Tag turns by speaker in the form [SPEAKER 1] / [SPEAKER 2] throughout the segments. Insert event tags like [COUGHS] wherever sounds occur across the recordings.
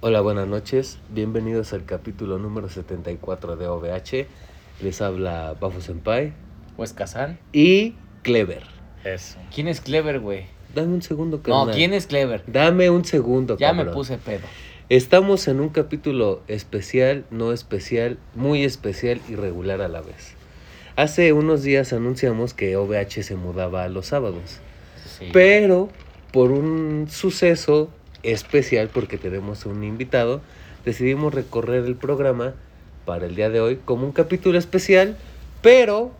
[SPEAKER 1] Hola, buenas noches. Bienvenidos al capítulo número 74 de OVH. Les habla Bafo Senpai
[SPEAKER 2] Pues Kazan.
[SPEAKER 1] y Clever.
[SPEAKER 3] Eso.
[SPEAKER 2] ¿Quién es Clever, güey?
[SPEAKER 1] Dame un segundo,
[SPEAKER 2] No,
[SPEAKER 1] carnal.
[SPEAKER 2] ¿quién es Clever?
[SPEAKER 1] Dame un segundo,
[SPEAKER 2] Ya me
[SPEAKER 1] cabrón.
[SPEAKER 2] puse pedo.
[SPEAKER 1] Estamos en un capítulo especial, no especial, muy especial y regular a la vez. Hace unos días anunciamos que OVH se mudaba a los sábados.
[SPEAKER 2] Sí.
[SPEAKER 1] Pero por un suceso especial, porque tenemos un invitado, decidimos recorrer el programa para el día de hoy como un capítulo especial, pero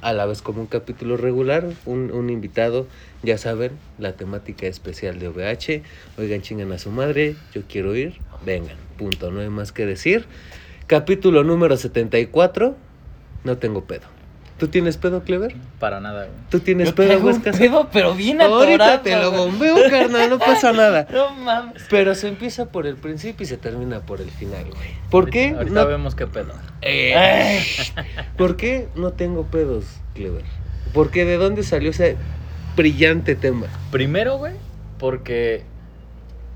[SPEAKER 1] a la vez como un capítulo regular, un, un invitado, ya saben, la temática especial de OVH, oigan chingan a su madre, yo quiero ir, vengan, punto, no hay más que decir. Capítulo número 74, no tengo pedo. ¿Tú tienes pedo, Clever?
[SPEAKER 3] Para nada, güey.
[SPEAKER 1] ¿Tú tienes
[SPEAKER 2] Yo
[SPEAKER 1] pedo,
[SPEAKER 2] traigo un
[SPEAKER 1] Huescas?
[SPEAKER 2] pedo, pero bien
[SPEAKER 1] Ahorita
[SPEAKER 2] atorado,
[SPEAKER 1] te lo
[SPEAKER 2] güey.
[SPEAKER 1] bombeo, carnal, no pasa nada.
[SPEAKER 2] No mames.
[SPEAKER 1] Pero se empieza por el principio y se termina por el final, güey. ¿Por qué?
[SPEAKER 3] Ahorita
[SPEAKER 1] No,
[SPEAKER 3] vemos qué pedo.
[SPEAKER 1] Eh, ¿Por qué no tengo pedos, Clever? ¿Por qué? ¿De dónde salió ese brillante tema?
[SPEAKER 3] Primero, güey, porque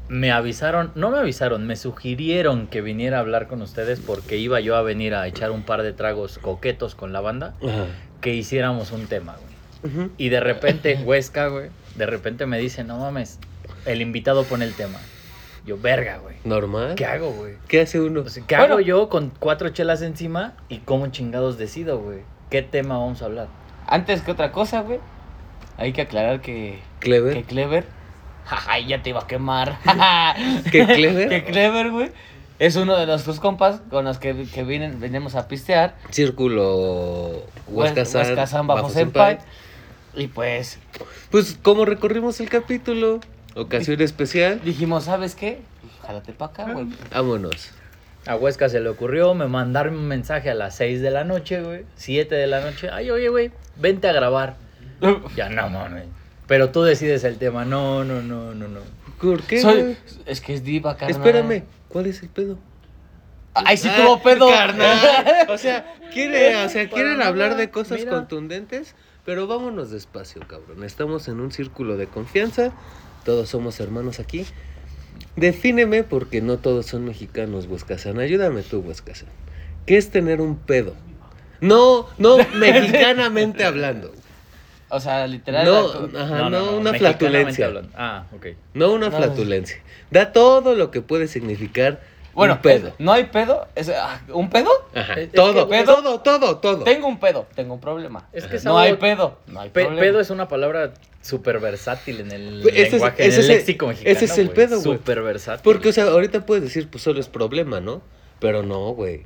[SPEAKER 3] me avisaron, no me avisaron, me sugirieron que viniera a hablar con ustedes porque iba yo a venir a echar un par de tragos coquetos con la banda,
[SPEAKER 1] Ajá.
[SPEAKER 3] que hiciéramos un tema, güey.
[SPEAKER 1] Ujú.
[SPEAKER 3] Y de repente, Huesca, güey, de repente me dice, no mames, el invitado pone el tema. Yo, verga, güey.
[SPEAKER 1] ¿Normal?
[SPEAKER 3] ¿Qué hago, güey?
[SPEAKER 1] ¿Qué hace uno?
[SPEAKER 3] O sea, Pues, ¿Qué
[SPEAKER 2] Bueno.
[SPEAKER 3] hago yo con cuatro chelas encima y cómo chingados decido, güey? ¿Qué tema vamos a hablar?
[SPEAKER 2] Antes que otra cosa, güey. Hay que aclarar que. Que
[SPEAKER 1] ¿Clever?
[SPEAKER 2] Clever. Jaja, ya te iba a
[SPEAKER 3] [LAUGHS]
[SPEAKER 2] quemar.
[SPEAKER 1] ¿Qué
[SPEAKER 2] [LAUGHS] que
[SPEAKER 1] Clever?
[SPEAKER 2] Clever, güey. Es uno de nuestros compas con los que, que vienen, venimos a pistear.
[SPEAKER 1] Círculo Huesca-san,
[SPEAKER 2] Huesca-san,
[SPEAKER 1] Bafo
[SPEAKER 2] Bafo Senpai. Y pues
[SPEAKER 1] Pues como recorrimos el capítulo, ocasión especial,
[SPEAKER 2] dijimos, ¿sabes qué? Jálate pa'
[SPEAKER 1] [LAUGHS]
[SPEAKER 2] acá, güey.
[SPEAKER 1] vámonos.
[SPEAKER 3] A Huesca se le ocurrió me mandarme un mensaje a las 6 de la noche, güey. 7 de la noche. Ay, oye, güey, vente a grabar. Ya no mames. Pero tú decides el tema. No, no, no, no, no.
[SPEAKER 1] ¿Por qué?
[SPEAKER 2] Soy,
[SPEAKER 1] güey?
[SPEAKER 2] es que es diva, carnal.
[SPEAKER 1] Espérame, ¿cuál es el pedo?
[SPEAKER 2] Ay, sí
[SPEAKER 1] Ah,
[SPEAKER 2] tuvo pedo.
[SPEAKER 1] carnal. O sea, quiere, o sea,
[SPEAKER 3] Para
[SPEAKER 1] quieren
[SPEAKER 3] nada,
[SPEAKER 1] hablar de cosas
[SPEAKER 3] mira.
[SPEAKER 1] contundentes, pero vámonos despacio, cabrón. Estamos en un círculo de confianza, todos somos hermanos aquí. Defíneme porque no todos son mexicanos, Huescazán. Ayúdame tú, Huescazán. ¿Qué es tener un pedo? No,
[SPEAKER 2] [LAUGHS]
[SPEAKER 1] no mexicanamente hablando.
[SPEAKER 2] [LAUGHS] O sea, literal.
[SPEAKER 1] No, ajá, no, una
[SPEAKER 3] mexicanamente
[SPEAKER 1] flatulencia.
[SPEAKER 3] hablando. Ah, ok.
[SPEAKER 1] No una
[SPEAKER 2] No,
[SPEAKER 1] flatulencia. Da todo lo que puede significar
[SPEAKER 2] bueno,
[SPEAKER 1] un pedo.
[SPEAKER 2] es- no hay pedo. es- ah, ¿Un pedo?
[SPEAKER 1] Ajá,
[SPEAKER 3] es que,
[SPEAKER 1] todo,
[SPEAKER 2] güey,
[SPEAKER 1] todo, todo, todo.
[SPEAKER 2] Tengo un pedo, tengo un problema.
[SPEAKER 3] Es que es
[SPEAKER 2] no
[SPEAKER 3] algo-
[SPEAKER 2] hay pedo. No hay
[SPEAKER 3] Pe-
[SPEAKER 2] problema.
[SPEAKER 3] pedo es una palabra súper versátil en el
[SPEAKER 1] Ese es- ese
[SPEAKER 3] lenguaje, en
[SPEAKER 1] es
[SPEAKER 3] el
[SPEAKER 1] el-
[SPEAKER 3] léxico mexicano.
[SPEAKER 1] ese es el pedo, güey.
[SPEAKER 3] Súper versátil.
[SPEAKER 1] Porque, o sea, ahorita puedes decir, pues solo es problema, ¿no? Pero no, güey.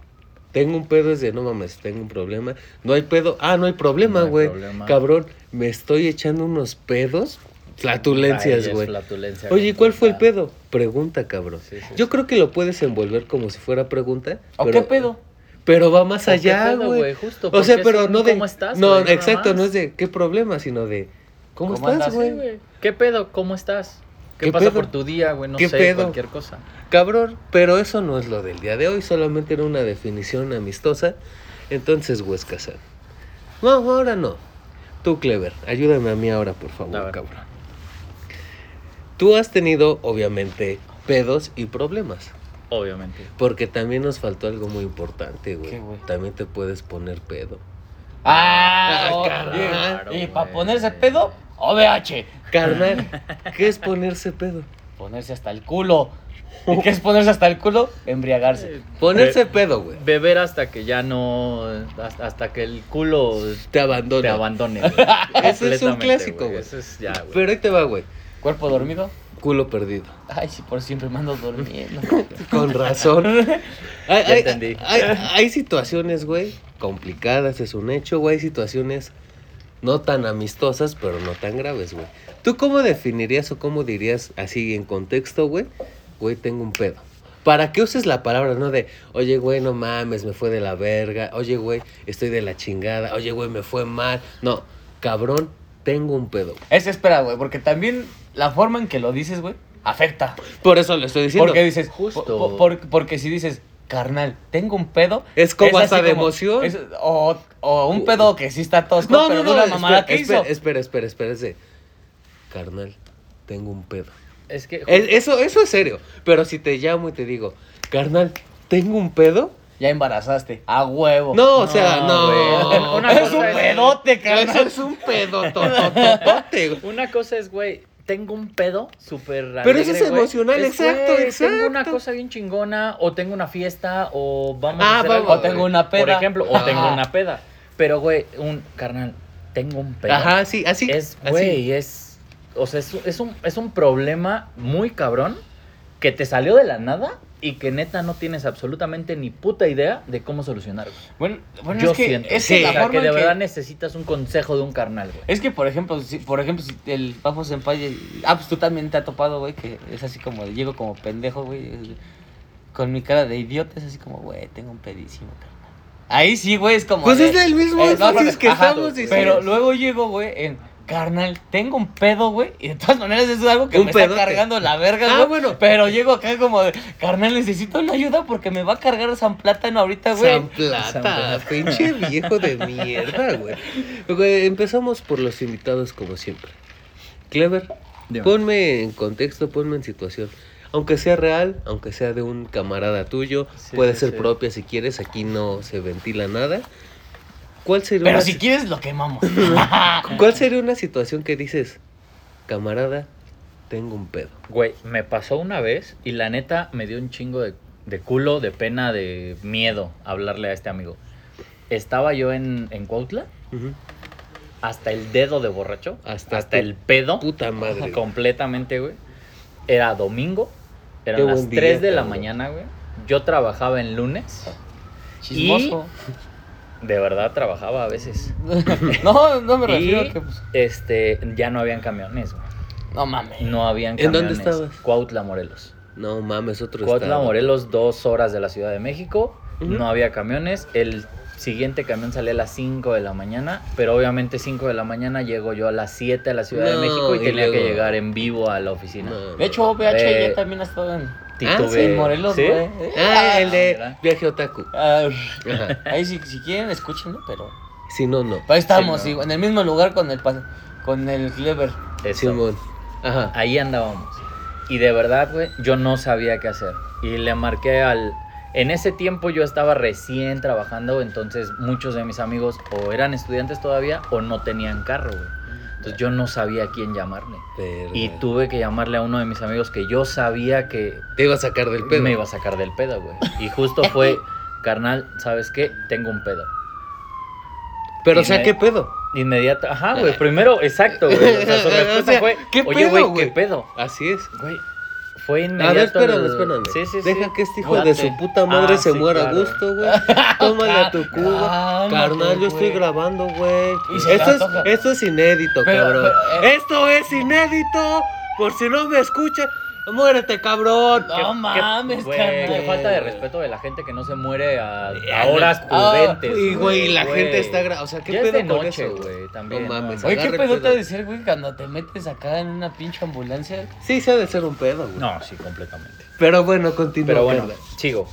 [SPEAKER 1] Tengo un pedo, es de no mames, tengo un problema. No hay pedo. Ah, no hay problema,
[SPEAKER 3] No hay
[SPEAKER 1] güey.
[SPEAKER 3] problema.
[SPEAKER 1] Cabrón, me estoy echando unos pedos. Flatulencias,
[SPEAKER 3] Ay, es
[SPEAKER 1] güey.
[SPEAKER 3] flatulencia
[SPEAKER 1] Oye, ¿y ¿cuál fue el
[SPEAKER 3] completa.
[SPEAKER 1] pedo? Pregunta, cabrón.
[SPEAKER 3] Sí, sí,
[SPEAKER 1] Yo
[SPEAKER 3] sí.
[SPEAKER 1] creo que lo puedes envolver como si fuera pregunta.
[SPEAKER 2] ¿O
[SPEAKER 1] pero-
[SPEAKER 2] qué pedo?
[SPEAKER 1] Pero va más
[SPEAKER 3] ¿O qué
[SPEAKER 1] allá,
[SPEAKER 3] pedo,
[SPEAKER 1] güey.
[SPEAKER 3] güey? Justo,
[SPEAKER 1] O
[SPEAKER 3] porque
[SPEAKER 1] sea,
[SPEAKER 3] es
[SPEAKER 1] pero
[SPEAKER 3] un
[SPEAKER 1] no de.
[SPEAKER 3] ¿cómo estás,
[SPEAKER 1] no,
[SPEAKER 3] güey? Nada
[SPEAKER 1] exacto,
[SPEAKER 3] más.
[SPEAKER 1] no es de qué problema, sino de. ¿Cómo,
[SPEAKER 2] ¿Cómo
[SPEAKER 1] estás,
[SPEAKER 2] andas,
[SPEAKER 1] güey?
[SPEAKER 3] Sí, güey. ¿Qué pedo? ¿Cómo estás? ¿Qué,
[SPEAKER 1] ¿Qué
[SPEAKER 3] pasa
[SPEAKER 1] pedo?
[SPEAKER 3] por tu día, güey? No
[SPEAKER 1] ¿Qué
[SPEAKER 3] sé,
[SPEAKER 1] pedo?
[SPEAKER 3] cualquier cosa.
[SPEAKER 1] Cabrón, pero eso no es lo del día de hoy, solamente era una definición amistosa. Entonces, Huesca San. No, ahora no. Tú, Clever, ayúdame a mí ahora, por
[SPEAKER 3] A
[SPEAKER 1] favor,
[SPEAKER 3] ver.
[SPEAKER 1] cabrón. Tú has tenido, obviamente, pedos y problemas.
[SPEAKER 3] Obviamente.
[SPEAKER 1] Porque también nos faltó algo muy importante, güey.
[SPEAKER 2] ¿Qué, güey?
[SPEAKER 1] También te puedes poner pedo.
[SPEAKER 2] Ah,
[SPEAKER 1] Ah,
[SPEAKER 2] oh,
[SPEAKER 1] carajo,
[SPEAKER 2] y, para
[SPEAKER 3] güey.
[SPEAKER 2] ponerse pedo, OVH.
[SPEAKER 3] [LAUGHS]
[SPEAKER 1] Carnal, ¿qué es ponerse pedo?
[SPEAKER 2] Ponerse hasta el culo. ¿Y qué es ponerse hasta el culo?
[SPEAKER 1] [LAUGHS]
[SPEAKER 2] Embriagarse.
[SPEAKER 1] Ponerse
[SPEAKER 3] Eh,
[SPEAKER 1] pedo, güey.
[SPEAKER 3] Beber hasta que ya no. Hasta, hasta que el culo
[SPEAKER 1] Te abandono.
[SPEAKER 3] te
[SPEAKER 1] [LAUGHS]
[SPEAKER 3] abandone. güey.
[SPEAKER 1] Eso es un
[SPEAKER 3] Completamente,
[SPEAKER 1] clásico, güey.
[SPEAKER 3] Eso es ya, güey.
[SPEAKER 1] Pero ahí te va, güey.
[SPEAKER 2] ¿Cuerpo dormido?
[SPEAKER 1] Culo perdido.
[SPEAKER 2] Ay, si por siempre me
[SPEAKER 1] [LAUGHS]
[SPEAKER 2] ando durmiendo.
[SPEAKER 1] Con razón. [LAUGHS] Hay, hay-
[SPEAKER 3] entendí.
[SPEAKER 1] hay- hay situaciones, güey, complicadas, es un hecho, güey. Hay situaciones no tan amistosas, pero no tan graves, güey. ¿Tú cómo definirías o cómo dirías así en contexto, güey? Güey, tengo un pedo. ¿Para qué uses la palabra, no? De, oye, güey, no mames, me fue de la verga. Oye, güey, estoy de la chingada. Oye, güey, me fue mal. No, cabrón, tengo un pedo.
[SPEAKER 2] Es que espera, güey, porque también la forma en que lo dices, güey, afecta.
[SPEAKER 1] Por eso lo estoy diciendo.
[SPEAKER 2] Porque dices,
[SPEAKER 3] Justo.
[SPEAKER 2] po- por- porque si dices, carnal, tengo un pedo.
[SPEAKER 1] Es como
[SPEAKER 2] así
[SPEAKER 1] hasta de emoción.
[SPEAKER 2] es- o, o un pedo que sí está tosco,
[SPEAKER 1] No,
[SPEAKER 2] pero
[SPEAKER 1] no, no,
[SPEAKER 2] de una
[SPEAKER 1] espera,
[SPEAKER 2] mamada que
[SPEAKER 1] espera,
[SPEAKER 2] hizo.
[SPEAKER 1] espera, espera, espera, espera, espera. Carnal, tengo un pedo.
[SPEAKER 3] Es que.
[SPEAKER 1] Es- eso, eso es serio. Pero si te llamo y te digo, carnal, ¿tengo un pedo?
[SPEAKER 2] Ya embarazaste. A huevo.
[SPEAKER 1] No, o sea,
[SPEAKER 3] Oh, güey.
[SPEAKER 1] no.
[SPEAKER 3] Una
[SPEAKER 2] es
[SPEAKER 3] cosa
[SPEAKER 2] un
[SPEAKER 3] es-
[SPEAKER 2] pedote, carnal.
[SPEAKER 1] Eso es un pedo, totototote, güey.
[SPEAKER 3] Una cosa es, güey, tengo un pedo súper
[SPEAKER 1] Pero eso
[SPEAKER 3] alegre,
[SPEAKER 1] es
[SPEAKER 3] güey.
[SPEAKER 1] emocional, exacto,
[SPEAKER 3] güey, Tengo
[SPEAKER 1] exacto.
[SPEAKER 3] una cosa bien chingona, o tengo una fiesta, o vamos
[SPEAKER 1] Ah,
[SPEAKER 3] a hacer
[SPEAKER 1] vamos. O
[SPEAKER 3] algo,
[SPEAKER 2] tengo
[SPEAKER 3] güey.
[SPEAKER 2] una
[SPEAKER 3] Por
[SPEAKER 2] peda.
[SPEAKER 3] ejemplo, o
[SPEAKER 1] Ajá.
[SPEAKER 3] tengo una peda. Pero, güey, un carnal, tengo un pedo.
[SPEAKER 1] Ajá, sí, así.
[SPEAKER 3] Es,
[SPEAKER 1] así.
[SPEAKER 3] güey, es. O sea, es, es un, es un problema muy cabrón que te salió de la nada y que neta no tienes absolutamente ni puta idea de cómo solucionar. güey.
[SPEAKER 2] Bueno, bueno
[SPEAKER 3] Yo
[SPEAKER 2] es que
[SPEAKER 3] siento.
[SPEAKER 2] esa
[SPEAKER 1] sí,
[SPEAKER 2] es la
[SPEAKER 3] o sea,
[SPEAKER 2] forma
[SPEAKER 3] que de
[SPEAKER 2] en que-
[SPEAKER 3] verdad necesitas un consejo de un carnal, güey.
[SPEAKER 2] Es que, por ejemplo, si, por ejemplo, si el Papo Senpai... Ah, pues tú también te has topado, güey, que es así como... de- Llego como pendejo, güey. es- Con mi cara de idiota, es así como, güey, tengo un pedísimo, carnal. Ahí sí, güey, es como...
[SPEAKER 1] Pues
[SPEAKER 2] de-
[SPEAKER 1] es el mismo
[SPEAKER 2] Eh, no,
[SPEAKER 1] énfasis
[SPEAKER 2] pero-
[SPEAKER 1] que
[SPEAKER 2] ajá,
[SPEAKER 1] estamos diciendo.
[SPEAKER 2] Pero luego llego, güey, en... Carnal, tengo un pedo, güey. Y de todas maneras eso es algo que
[SPEAKER 1] Un
[SPEAKER 2] me
[SPEAKER 1] pedote.
[SPEAKER 2] está cargando la verga,
[SPEAKER 1] Ah,
[SPEAKER 2] güey.
[SPEAKER 1] bueno.
[SPEAKER 2] Pero llego acá como de, carnal, necesito una ayuda porque me va a cargar San Plátano ahorita, güey.
[SPEAKER 1] San Plata,
[SPEAKER 3] San Plata.
[SPEAKER 1] pinche viejo de mierda, güey. Güey, Empezamos por los invitados como siempre. Clever,
[SPEAKER 3] Dime.
[SPEAKER 1] ponme en contexto, ponme en situación. Aunque sea real, aunque sea de un camarada tuyo,
[SPEAKER 3] Sí,
[SPEAKER 1] puede
[SPEAKER 3] sí,
[SPEAKER 1] ser
[SPEAKER 3] sí.
[SPEAKER 1] propia si quieres, aquí no se ventila nada. ¿Cuál sería,
[SPEAKER 2] Pero
[SPEAKER 1] una,
[SPEAKER 2] si quieres lo quemamos. [LAUGHS]
[SPEAKER 1] ¿Cuál sería una situación que dices, camarada, tengo un pedo?
[SPEAKER 3] Güey, me pasó una vez y la neta me dio un chingo de, de culo, de pena, de miedo hablarle a este amigo. Estaba yo en, en Cuautla,
[SPEAKER 1] Ujú.
[SPEAKER 3] hasta el dedo de borracho,
[SPEAKER 1] Hasta
[SPEAKER 3] hasta,
[SPEAKER 1] tu
[SPEAKER 3] el pedo,
[SPEAKER 1] Puta madre.
[SPEAKER 3] completamente, güey. Era domingo, eran
[SPEAKER 1] Qué buen
[SPEAKER 3] las
[SPEAKER 1] día,
[SPEAKER 3] 3 de la
[SPEAKER 1] cabrón.
[SPEAKER 3] mañana, güey. Yo trabajaba en lunes,
[SPEAKER 2] Chismoso.
[SPEAKER 3] de verdad trabajaba a veces.
[SPEAKER 2] [LAUGHS] no, no me refiero
[SPEAKER 3] Y
[SPEAKER 2] a que, pues,
[SPEAKER 3] este, ya no habían camiones, güey.
[SPEAKER 2] no mames.
[SPEAKER 3] No habían
[SPEAKER 1] ¿En dónde
[SPEAKER 3] camiones.
[SPEAKER 1] estabas?
[SPEAKER 3] Cuautla, Morelos.
[SPEAKER 1] No mames, otro
[SPEAKER 3] Cuautla,
[SPEAKER 1] estado.
[SPEAKER 3] Morelos, dos horas de la Ciudad de México.
[SPEAKER 1] Ujú.
[SPEAKER 3] No había camiones. El siguiente camión salía a las 5 de la mañana. Pero obviamente 5 de la mañana llego yo a las 7 a la Ciudad
[SPEAKER 1] No,
[SPEAKER 3] de México y,
[SPEAKER 1] y
[SPEAKER 3] tenía que
[SPEAKER 1] luego-
[SPEAKER 3] llegar en vivo a la oficina.
[SPEAKER 1] No.
[SPEAKER 2] De hecho, VH
[SPEAKER 3] Eh,
[SPEAKER 2] ya también ha estado en,
[SPEAKER 3] Titubeé.
[SPEAKER 1] sí,
[SPEAKER 2] en Morelos,
[SPEAKER 3] ¿Sí?
[SPEAKER 2] güey.
[SPEAKER 1] Ah, el de
[SPEAKER 3] mira.
[SPEAKER 1] viaje otaku.
[SPEAKER 2] Ah,
[SPEAKER 3] [LAUGHS]
[SPEAKER 1] Ajá.
[SPEAKER 2] ahí si, si quieren, escúchenlo, pero...
[SPEAKER 1] Si no, no.
[SPEAKER 2] pero ahí estamos,
[SPEAKER 3] Sí, no.
[SPEAKER 2] igual, en el mismo lugar con el, pas- con el Clever.
[SPEAKER 3] Eso.
[SPEAKER 1] Simón. Ajá.
[SPEAKER 3] Ahí andábamos. Y de verdad, güey, yo no sabía qué hacer. Y le marqué al... En ese tiempo yo estaba recién trabajando, entonces muchos de mis amigos o eran estudiantes todavía o no tenían carro, güey. Entonces yo no sabía a quién llamarle.
[SPEAKER 1] Verga.
[SPEAKER 3] Y tuve que llamarle a uno de mis amigos que yo sabía que
[SPEAKER 1] Te iba a sacar del pedo.
[SPEAKER 3] me iba a sacar del pedo, güey. Y justo
[SPEAKER 1] [LAUGHS]
[SPEAKER 3] fue, carnal, ¿sabes qué? Tengo un pedo.
[SPEAKER 1] Pero,
[SPEAKER 3] y
[SPEAKER 1] o sea,
[SPEAKER 3] me-
[SPEAKER 1] ¿qué pedo?
[SPEAKER 3] Inmediato. Ajá, güey. Primero, exacto, güey. O sea, su respuesta
[SPEAKER 1] Eh. [LAUGHS] O sea,
[SPEAKER 3] fue,
[SPEAKER 1] ¿qué
[SPEAKER 3] oye,
[SPEAKER 1] pedo,
[SPEAKER 3] güey,
[SPEAKER 1] güey?"
[SPEAKER 3] ¿qué pedo?
[SPEAKER 1] Así es.
[SPEAKER 3] Güey,
[SPEAKER 2] Ah,
[SPEAKER 3] fue
[SPEAKER 1] A ver,
[SPEAKER 3] inmediato.
[SPEAKER 1] Ah, espérame,
[SPEAKER 3] el-
[SPEAKER 1] espérame.
[SPEAKER 3] Sí, sí, sí.
[SPEAKER 1] Deja que este hijo
[SPEAKER 2] Date.
[SPEAKER 1] de su puta madre
[SPEAKER 3] Ah,
[SPEAKER 1] se
[SPEAKER 3] sí,
[SPEAKER 1] muera a
[SPEAKER 3] claro. Ah,
[SPEAKER 1] gusto, güey. Tómale a
[SPEAKER 3] [LAUGHS]
[SPEAKER 1] tu cuba.
[SPEAKER 2] Cálmate,
[SPEAKER 1] Carnal, yo estoy
[SPEAKER 2] güey.
[SPEAKER 1] grabando, güey.
[SPEAKER 2] Y se
[SPEAKER 1] Esto
[SPEAKER 2] la
[SPEAKER 1] es,
[SPEAKER 2] toca.
[SPEAKER 1] esto es inédito,
[SPEAKER 2] Pero-
[SPEAKER 1] cabrón.
[SPEAKER 2] pero, eh.
[SPEAKER 1] Esto es inédito. Por si no me escucha, muérete, cabrón.
[SPEAKER 2] No mames,
[SPEAKER 3] güey,
[SPEAKER 2] carnal.
[SPEAKER 3] Qué falta de respeto de la gente que no se muere a, a
[SPEAKER 1] no.
[SPEAKER 3] horas
[SPEAKER 2] Ah,
[SPEAKER 3] prudentes.
[SPEAKER 1] Eh, Y, güey, la
[SPEAKER 3] güey.
[SPEAKER 1] gente está... gra- O sea, ¿qué
[SPEAKER 3] Ya es
[SPEAKER 1] pedo
[SPEAKER 3] de
[SPEAKER 1] con
[SPEAKER 3] noche,
[SPEAKER 1] eso?
[SPEAKER 3] güey, también,
[SPEAKER 1] No
[SPEAKER 3] no
[SPEAKER 1] mames.
[SPEAKER 3] mames.
[SPEAKER 2] Oye, ¿qué
[SPEAKER 1] agarra el
[SPEAKER 2] pedo te ha
[SPEAKER 1] pedo.
[SPEAKER 2] de ser, güey, cuando te metes acá en una pinche ambulancia?
[SPEAKER 1] Sí, se ha de ser un pedo, güey.
[SPEAKER 3] No, sí, completamente.
[SPEAKER 1] Pero bueno, continúa.
[SPEAKER 3] Pero bueno,
[SPEAKER 1] carnal.
[SPEAKER 3] sigo.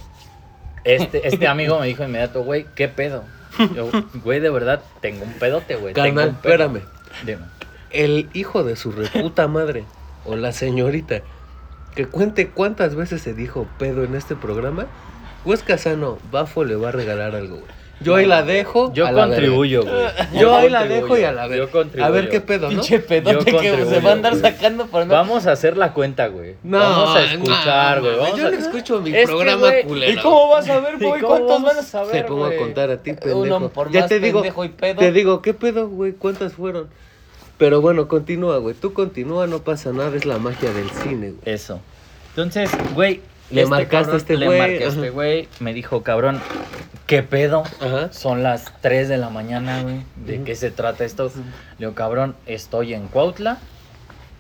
[SPEAKER 1] [LAUGHS]
[SPEAKER 3] Este, este amigo me dijo inmediato, güey, ¿qué pedo? Yo, güey, de verdad, tengo un pedote, güey. tengo
[SPEAKER 1] Carnal,
[SPEAKER 3] un pedo".
[SPEAKER 1] espérame.
[SPEAKER 3] Dime.
[SPEAKER 1] El hijo de su reputa madre, o la señorita, que cuente cuántas veces se dijo pedo en este programa, Wes Casano, Bafo le va a regalar algo, güey. Yo ahí la dejo.
[SPEAKER 3] Yo
[SPEAKER 1] a la
[SPEAKER 3] contribuyo, güey.
[SPEAKER 1] verga. Yo ahí la
[SPEAKER 3] contribuyo,
[SPEAKER 1] dejo y a la
[SPEAKER 3] Yo
[SPEAKER 1] vez.
[SPEAKER 3] contribuyo.
[SPEAKER 1] A ver qué pedo, ¿no?
[SPEAKER 2] Pinche pedote que se
[SPEAKER 3] contribuyo,
[SPEAKER 2] va a andar
[SPEAKER 3] güey.
[SPEAKER 2] sacando para no...
[SPEAKER 3] Vamos a hacer la cuenta, güey. Vamos a escuchar,
[SPEAKER 1] no,
[SPEAKER 3] güey. vamos
[SPEAKER 1] Yo
[SPEAKER 3] a-
[SPEAKER 1] no escucho mi
[SPEAKER 3] Es que,
[SPEAKER 1] programa
[SPEAKER 3] güey, ¿y
[SPEAKER 1] culero.
[SPEAKER 2] ¿Y cómo vas a ver,
[SPEAKER 3] ¿Y
[SPEAKER 2] güey?
[SPEAKER 3] cómo
[SPEAKER 2] ¿Cuántos
[SPEAKER 3] vamos
[SPEAKER 2] van a
[SPEAKER 3] saber,
[SPEAKER 1] Te pongo a
[SPEAKER 3] güey?
[SPEAKER 1] contar a ti, pendejo.
[SPEAKER 2] Uno por
[SPEAKER 1] ya
[SPEAKER 2] más
[SPEAKER 1] te digo,
[SPEAKER 2] pendejo y pedo.
[SPEAKER 1] te digo, ¿qué pedo, güey? ¿Cuántas fueron? Pero bueno, continúa, güey. Tú continúa, no pasa nada, es la magia del cine, güey.
[SPEAKER 3] Eso. Entonces, güey.
[SPEAKER 1] Le marcaste a este güey,
[SPEAKER 3] Le marqué a este
[SPEAKER 1] ajá.
[SPEAKER 3] güey. Me dijo, cabrón, ¿qué pedo?
[SPEAKER 1] Ajá.
[SPEAKER 3] Son las 3 de la mañana, güey.
[SPEAKER 1] Ujú.
[SPEAKER 3] ¿De qué se trata esto? Le digo, cabrón, estoy en Cuautla.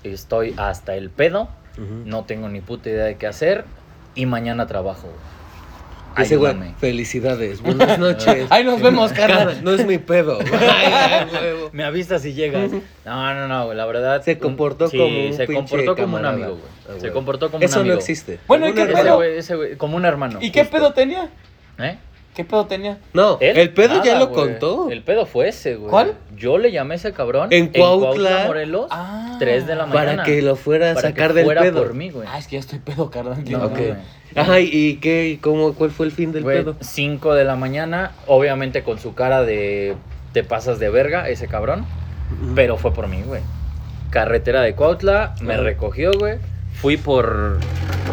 [SPEAKER 3] Estoy hasta el pedo. No tengo ni puta idea de qué hacer. Y mañana trabajo, güey.
[SPEAKER 1] Dice, güey,
[SPEAKER 3] Ayúdame. [LAUGHS]
[SPEAKER 1] felicidades, buenas noches.
[SPEAKER 2] Ahí nos vemos, carnal.
[SPEAKER 1] no es mi pedo. Ay, ay, huevo.
[SPEAKER 3] Me avisas si llegas. No, no, no, güey. La verdad.
[SPEAKER 1] Se
[SPEAKER 3] un-
[SPEAKER 1] comportó
[SPEAKER 3] sí,
[SPEAKER 1] como un
[SPEAKER 3] se
[SPEAKER 1] pinche
[SPEAKER 3] comportó como un
[SPEAKER 1] camarada.
[SPEAKER 3] amigo, güey.
[SPEAKER 1] Ah,
[SPEAKER 3] Se
[SPEAKER 1] huevo.
[SPEAKER 3] comportó como un
[SPEAKER 1] Eso
[SPEAKER 3] amigo.
[SPEAKER 1] no existe.
[SPEAKER 2] Bueno, ¿y
[SPEAKER 1] Una
[SPEAKER 2] qué
[SPEAKER 3] Ese
[SPEAKER 1] hermana-
[SPEAKER 2] pedo?
[SPEAKER 3] güey, ese güey, como un hermano.
[SPEAKER 2] ¿Y qué
[SPEAKER 3] justo.
[SPEAKER 2] pedo tenía?
[SPEAKER 3] ¿Eh?
[SPEAKER 2] ¿Qué pedo tenía?
[SPEAKER 1] No,
[SPEAKER 3] Él,
[SPEAKER 1] el pedo ya
[SPEAKER 3] nada,
[SPEAKER 1] lo
[SPEAKER 3] güey.
[SPEAKER 1] contó.
[SPEAKER 3] El pedo fue ese, güey.
[SPEAKER 2] ¿Cuál?
[SPEAKER 3] Yo le llamé a ese cabrón
[SPEAKER 1] En Cuautla.
[SPEAKER 3] Morelos,
[SPEAKER 2] Ah.
[SPEAKER 3] 3 de la
[SPEAKER 1] Para
[SPEAKER 3] mañana.
[SPEAKER 1] que lo fuera a
[SPEAKER 3] para que
[SPEAKER 1] sacar del
[SPEAKER 3] fuera
[SPEAKER 1] pedo.
[SPEAKER 3] por mí, güey.
[SPEAKER 2] Ah, es que ya estoy pedo, carnal.
[SPEAKER 3] No,
[SPEAKER 1] Ok.
[SPEAKER 3] güey.
[SPEAKER 1] Ajá, ¿y- ¿y qué? ¿Y ¿Cómo? ¿Cuál fue el fin del
[SPEAKER 3] Güey,
[SPEAKER 1] pedo?
[SPEAKER 3] 5 de la mañana, obviamente con su cara de te pasas de verga ese cabrón, pero fue por mí, güey. Carretera de Cuautla, me
[SPEAKER 1] Ajá.
[SPEAKER 3] recogió, güey. Fui por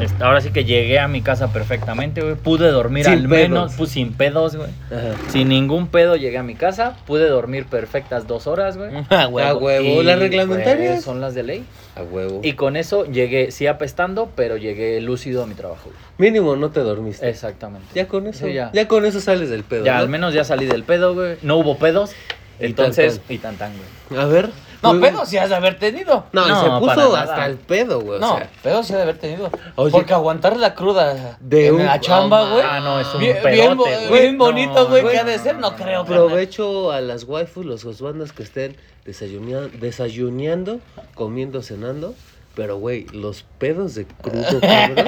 [SPEAKER 3] este, ahora sí que llegué a mi casa perfectamente, güey. Pude dormir
[SPEAKER 1] Sin
[SPEAKER 3] al menos,
[SPEAKER 1] pedos.
[SPEAKER 3] pues sin pedos, güey.
[SPEAKER 1] Ajá.
[SPEAKER 3] Sin ningún pedo llegué a mi casa, pude dormir perfectas dos horas, güey.
[SPEAKER 2] Ah,
[SPEAKER 3] [LAUGHS]
[SPEAKER 2] huevo.
[SPEAKER 1] Ah, huevo,
[SPEAKER 3] Y,
[SPEAKER 1] las reglamentarias.
[SPEAKER 3] pues, son las de ley.
[SPEAKER 1] A huevo.
[SPEAKER 3] Y con eso llegué, sí apestando, pero llegué lúcido a mi trabajo. güey.
[SPEAKER 1] Mínimo no te dormiste.
[SPEAKER 3] Exactamente.
[SPEAKER 1] Ya con eso,
[SPEAKER 3] Sí,
[SPEAKER 1] ya.
[SPEAKER 3] ya.
[SPEAKER 1] con eso sales del pedo.
[SPEAKER 3] Ya,
[SPEAKER 1] ¿no?
[SPEAKER 3] al menos ya salí del pedo, güey. No hubo pedos.
[SPEAKER 1] Y
[SPEAKER 3] entonces,
[SPEAKER 1] tan, tan.
[SPEAKER 3] y tan tan, güey.
[SPEAKER 1] A ver.
[SPEAKER 2] No,
[SPEAKER 1] muy-
[SPEAKER 2] pedo sí has de haber tenido.
[SPEAKER 1] No,
[SPEAKER 3] No,
[SPEAKER 1] se
[SPEAKER 3] para
[SPEAKER 1] puso
[SPEAKER 3] nada.
[SPEAKER 1] hasta el pedo, güey. o
[SPEAKER 2] No,
[SPEAKER 1] sea.
[SPEAKER 2] pedo sí ha de haber tenido.
[SPEAKER 1] Oye.
[SPEAKER 2] Porque aguantar la cruda
[SPEAKER 1] De
[SPEAKER 2] en
[SPEAKER 1] un-
[SPEAKER 2] la chamba,
[SPEAKER 1] Oh,
[SPEAKER 2] güey.
[SPEAKER 3] Ah, no, es un
[SPEAKER 2] bien,
[SPEAKER 3] pedote,
[SPEAKER 2] bien bo-
[SPEAKER 3] güey.
[SPEAKER 2] bien bonito, güey,
[SPEAKER 1] que ha
[SPEAKER 2] de ser, no creo, güey.
[SPEAKER 1] Aprovecho a las waifus, los osbandas que estén desayunia- desayuneando, comiendo, cenando. Pero, güey, los pedos de
[SPEAKER 3] [LAUGHS]
[SPEAKER 1] crudo, cabrón.